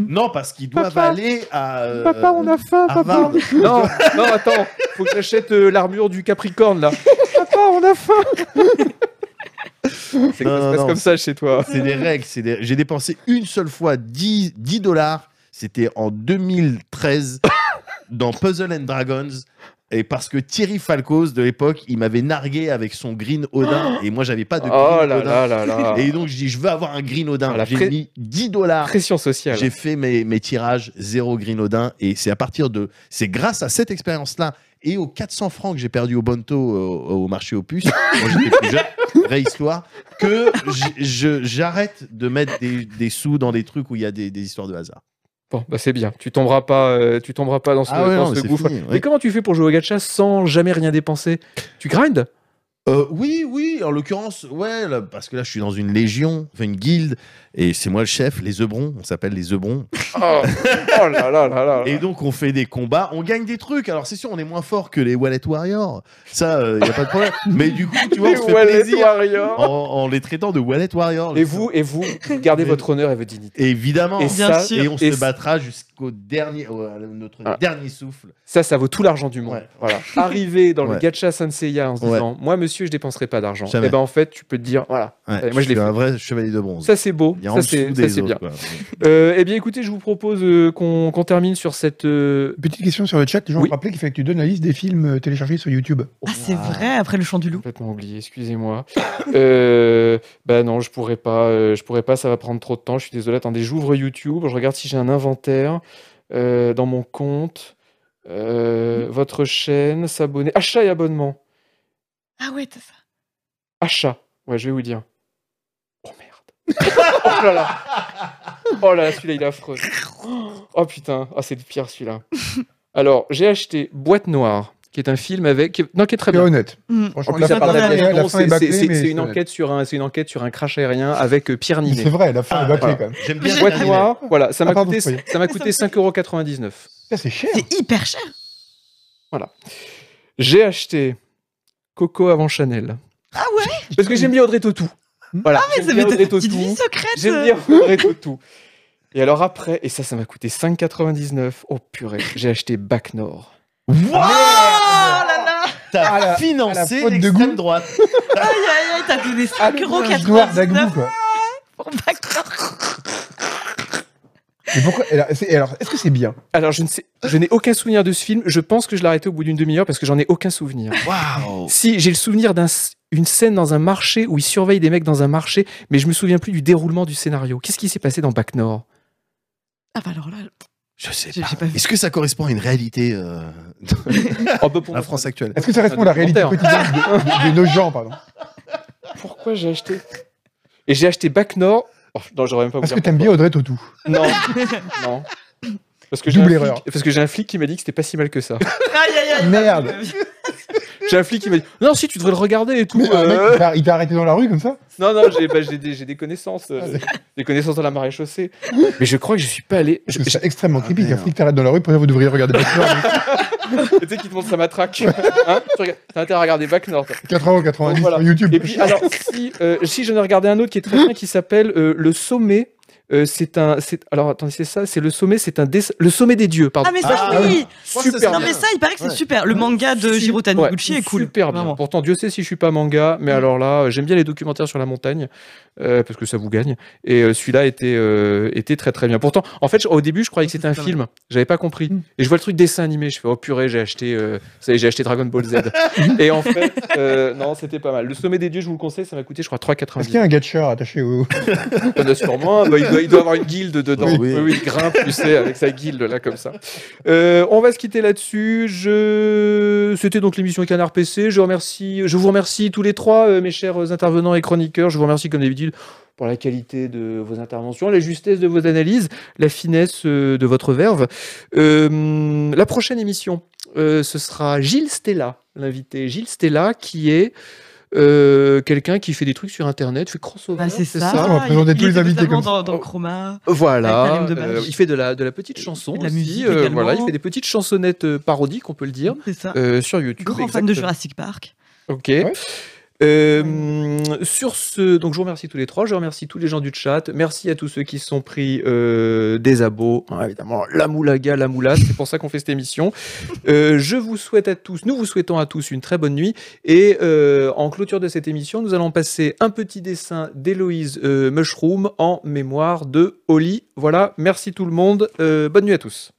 non, parce qu'ils doivent Papa. aller à. euh, a faim, Harvard. non, non, attends, faut que j'achète euh, l'armure du Capricorne là. Papa, on a faim. C'est que Non, ça se non, passe non. comme ça chez toi. C'est des règles. c'est des- J'ai dépensé une seule fois 10 10 dollars. C'était en 2013 dans Puzzle and Dragons. Et parce que Thierry Falcoz de l'époque, il m'avait nargué avec son Green Odin. Et moi, j'avais pas de Green Oh là là Odin. là là. Et donc, je dis, je veux avoir un Green Odin. Ah, la J'ai pré- mis 10 dollars. Pression sociale. J'ai fait mes, mes tirages, zéro Green Odin. Et c'est à partir de. C'est grâce à cette expérience-là et aux 400 francs que j'ai perdu au Bonto euh, au, marché aux puces, quand j'étais plus jeune, vraie histoire, que j- je- j'arrête de mettre des, des sous dans des trucs où il y a des, des histoires de hasard. Bon, bah c'est bien. Tu tomberas pas, euh, tu tomberas pas dans ce, Ah ouais, dans non, ce mais c'est gouffre. fini, ouais. Mais comment tu fais pour jouer au gacha sans jamais rien dépenser Tu grindes Euh, oui, oui, en l'occurrence, ouais, là, parce que là, je suis dans une légion, enfin une guilde, et c'est moi le chef, les Ebrons, on s'appelle les Ebrons. oh. oh là là là là. Et donc on fait des combats, on gagne des trucs. Alors c'est sûr, on est moins fort que les Wallet Warriors. Ça, il a pas de problème. Mais du coup, tu vois, on Les se fait Wallet plaisir en, Warriors. en les traitant de Wallet Warriors. Et vous, et vous, gardez votre honneur et votre dignité. Évidemment. Et Et, Bien ça, sûr. on et- se battra jusqu'au dernier, au- à notre Ah. dernier souffle. Ça, ça vaut tout l'argent du monde. Ouais. Voilà. Arriver dans le Ouais. gacha Senseiya en se Ouais. disant, moi monsieur, je dépenserai pas d'argent. Jamais. Et ben en fait, tu peux te dire, voilà, Ouais, Allez, moi, je l'ai fait. suis un vrai chevalier de bronze. ça c'est beau, Il y a en ça c'est dessous ça, des c'est bien. autres, quoi. Euh, eh bien écoutez, je vous propose euh, qu'on qu'on termine sur cette. euh, Petite question sur le chat. Les gens Oui. ont rappelé qu'il fallait que tu donnes la liste des films euh, téléchargés sur YouTube. Ah, c'est vrai, après le chant du loup. complètement oublié, excusez-moi. Euh, bah non, je pourrais pas, euh, je pourrais pas, ça va prendre trop de temps. Je suis désolé. Attendez, j'ouvre YouTube, je regarde si j'ai un inventaire euh, dans mon compte, Euh, votre chaîne, s'abonner, achat et abonnement, Ah ouais, t'as ça. achat. Ouais, je vais vous dire. Oh merde. oh là là. Oh là, là, celui-là il est affreux. Oh putain, ah c'est le pire celui-là. Alors j'ai acheté Boîte Noire, qui est un film avec, qui est- non qui est très C'est bien. honnête. Hmm. En Franchement, plus, ça fin- parle la d'Adrien la Quinton, fin est c'est- bâclée, c'est- mais c'est une honnête. enquête sur un, c'est une enquête sur un crash aérien avec euh, Pierre Mais C'est Ninet. vrai, la fin Ah, est bâclée voilà. quand même. J'aime bien. Boîte Daniel. noire, voilà, ça m'a Ah, pardon, coûté, soyez. ça m'a coûté 5,99€. Putain, c'est cher. C'est hyper cher. J'ai acheté Coco avant Chanel Ah ouais, parce que j'aime bien Audrey Tautou. Voilà, mais j'aime Eh, ça bien fait Audrey ta petite vie Tautou. secrète. J'aime bien Audrey Tautou. Et alors après, et ça, ça m'a coûté 5,99€. Oh purée, j'ai acheté Bac Nord. Waouh Ah, Oh là là À T'as la- à la financé faute de l'extrême goût. droite. Aïe aïe aïe, t'as donné Ah, 5 le euros linge noir d'Agbou, quoi. pour Backdoor. Mais pourquoi Alors, c'est- alors, est-ce que c'est bien Alors je ne sais, je n'ai aucun souvenir de ce film. Je pense que je l'ai arrêté au bout d'une demi-heure parce que j'en ai aucun souvenir. Waouh Si, j'ai le souvenir d'une scène dans un marché où ils surveillent des mecs dans un marché, mais je me souviens plus du déroulement du scénario. Qu'est-ce qui s'est passé dans Bac Nord Ah bah alors là, Je sais J'ai- pas. j'ai pas vu. Est-ce que ça correspond à une réalité euh, Oh, bah, pour moi, la France actuelle Est-ce que ça correspond à la réalité documentaire. quotidienne de, de nos gens, pardon Pourquoi j'ai acheté Et j'ai acheté Bac Nord. Oh, non, j'aurais même pas Parce voulu. que t'aimes bien Audrey Tautou. Non, non. Parce que j'ai un Double flic- erreur. parce que j'ai un flic qui m'a dit que c'était pas si mal que ça. aïe aïe aïe. Merde. J'ai un flic qui m'a dit non si tu devrais le regarder et tout. Mais, euh, mec, euh, il t'a- il t'a arrêté dans la rue comme ça Non non j'ai bah, j'ai des, j'ai des connaissances euh, Ah, c'est- des connaissances dans la marée chaussée. Mais je crois que je suis pas allé. Parce je- que je- c'est extrêmement Ah, creepy qu'un merde. flic t'arrête dans la rue pour dire vous devriez regarder Bachelor. Tu sais qui te montre sa matraque. Hein Tu regardes- T'as intérêt à regarder Bac Nord. toi. 80 90 Voilà. sur YouTube. Et puis, alors, si, euh, si j'en ai regardé un autre qui est très bien, qui s'appelle euh, Le Sommet Euh, c'est un, c'est, alors attendez, c'est ça, c'est le sommet, c'est un dess- le sommet des dieux, pardon. Ah, mais ça, Ah, oui super Non, bien. mais ça, il paraît que c'est Ouais. super. Le manga de Su- Jiro Taniguchi ouais, est cool. Super bien. Vraiment. Mm. Pourtant, Dieu sait si je suis pas manga, mais alors là, euh, j'aime bien les documentaires sur la montagne euh, parce que ça vous gagne. Et euh, celui-là était euh, était très très bien. Pourtant, en fait, je- au début, je croyais que c'était un Super. film. J'avais pas compris. Mm. Et je vois le truc dessin animé. Je fais oh purée, j'ai acheté, euh, ça y est, j'ai acheté Dragon Ball Z. Et en fait, euh, non, c'était pas mal. Le sommet des dieux, je vous le conseille, ça m'a coûté, je crois, Est-ce qu'il 3,90. y a un gatcheur attaché au. Bah, sûrement, bah, il, doit, il doit avoir une guilde dedans. Oui. Oui, oui, il grimpe, tu sais, avec sa guilde là comme ça. Euh, on va se quitter là-dessus. Je... C'était donc l'émission Canard PC. Je, remercie... je vous remercie tous les trois, euh, mes chers intervenants et chroniqueurs. Je vous remercie comme d'habitude pour la qualité de vos interventions, la justesse de vos analyses, la finesse euh, de votre verve. Euh, la prochaine émission, euh, ce sera Gilles Stella, l'invité. Gilles Stella qui est... euh, quelqu'un qui fait des trucs sur internet, fait crossover, Bah, c'est ça. On va Il- présenter il tous les était invités notamment comme ça. dans, dans Chroma. voilà, Avec Alain Debache. euh, il fait de la, de la petite chanson, de la aussi, musique euh, également. voilà, il fait des petites chansonnettes euh, parodiques, on peut le dire, C'est ça. euh, sur YouTube. Grand fan de exactement. Jurassic Park. Ok. Euh, sur ce, donc je vous remercie tous les trois, je remercie tous les gens du chat, merci à tous ceux qui se sont pris euh, des abos, hein, évidemment la moulaga, la moulasse, c'est pour ça qu'on fait cette émission. Euh, je vous souhaite à tous, nous vous souhaitons à tous une très bonne nuit et euh, en clôture de cette émission, nous allons passer un petit dessin d'Héloïse euh, Mushroom en mémoire de Oli. Voilà, merci tout le monde, euh, bonne nuit à tous.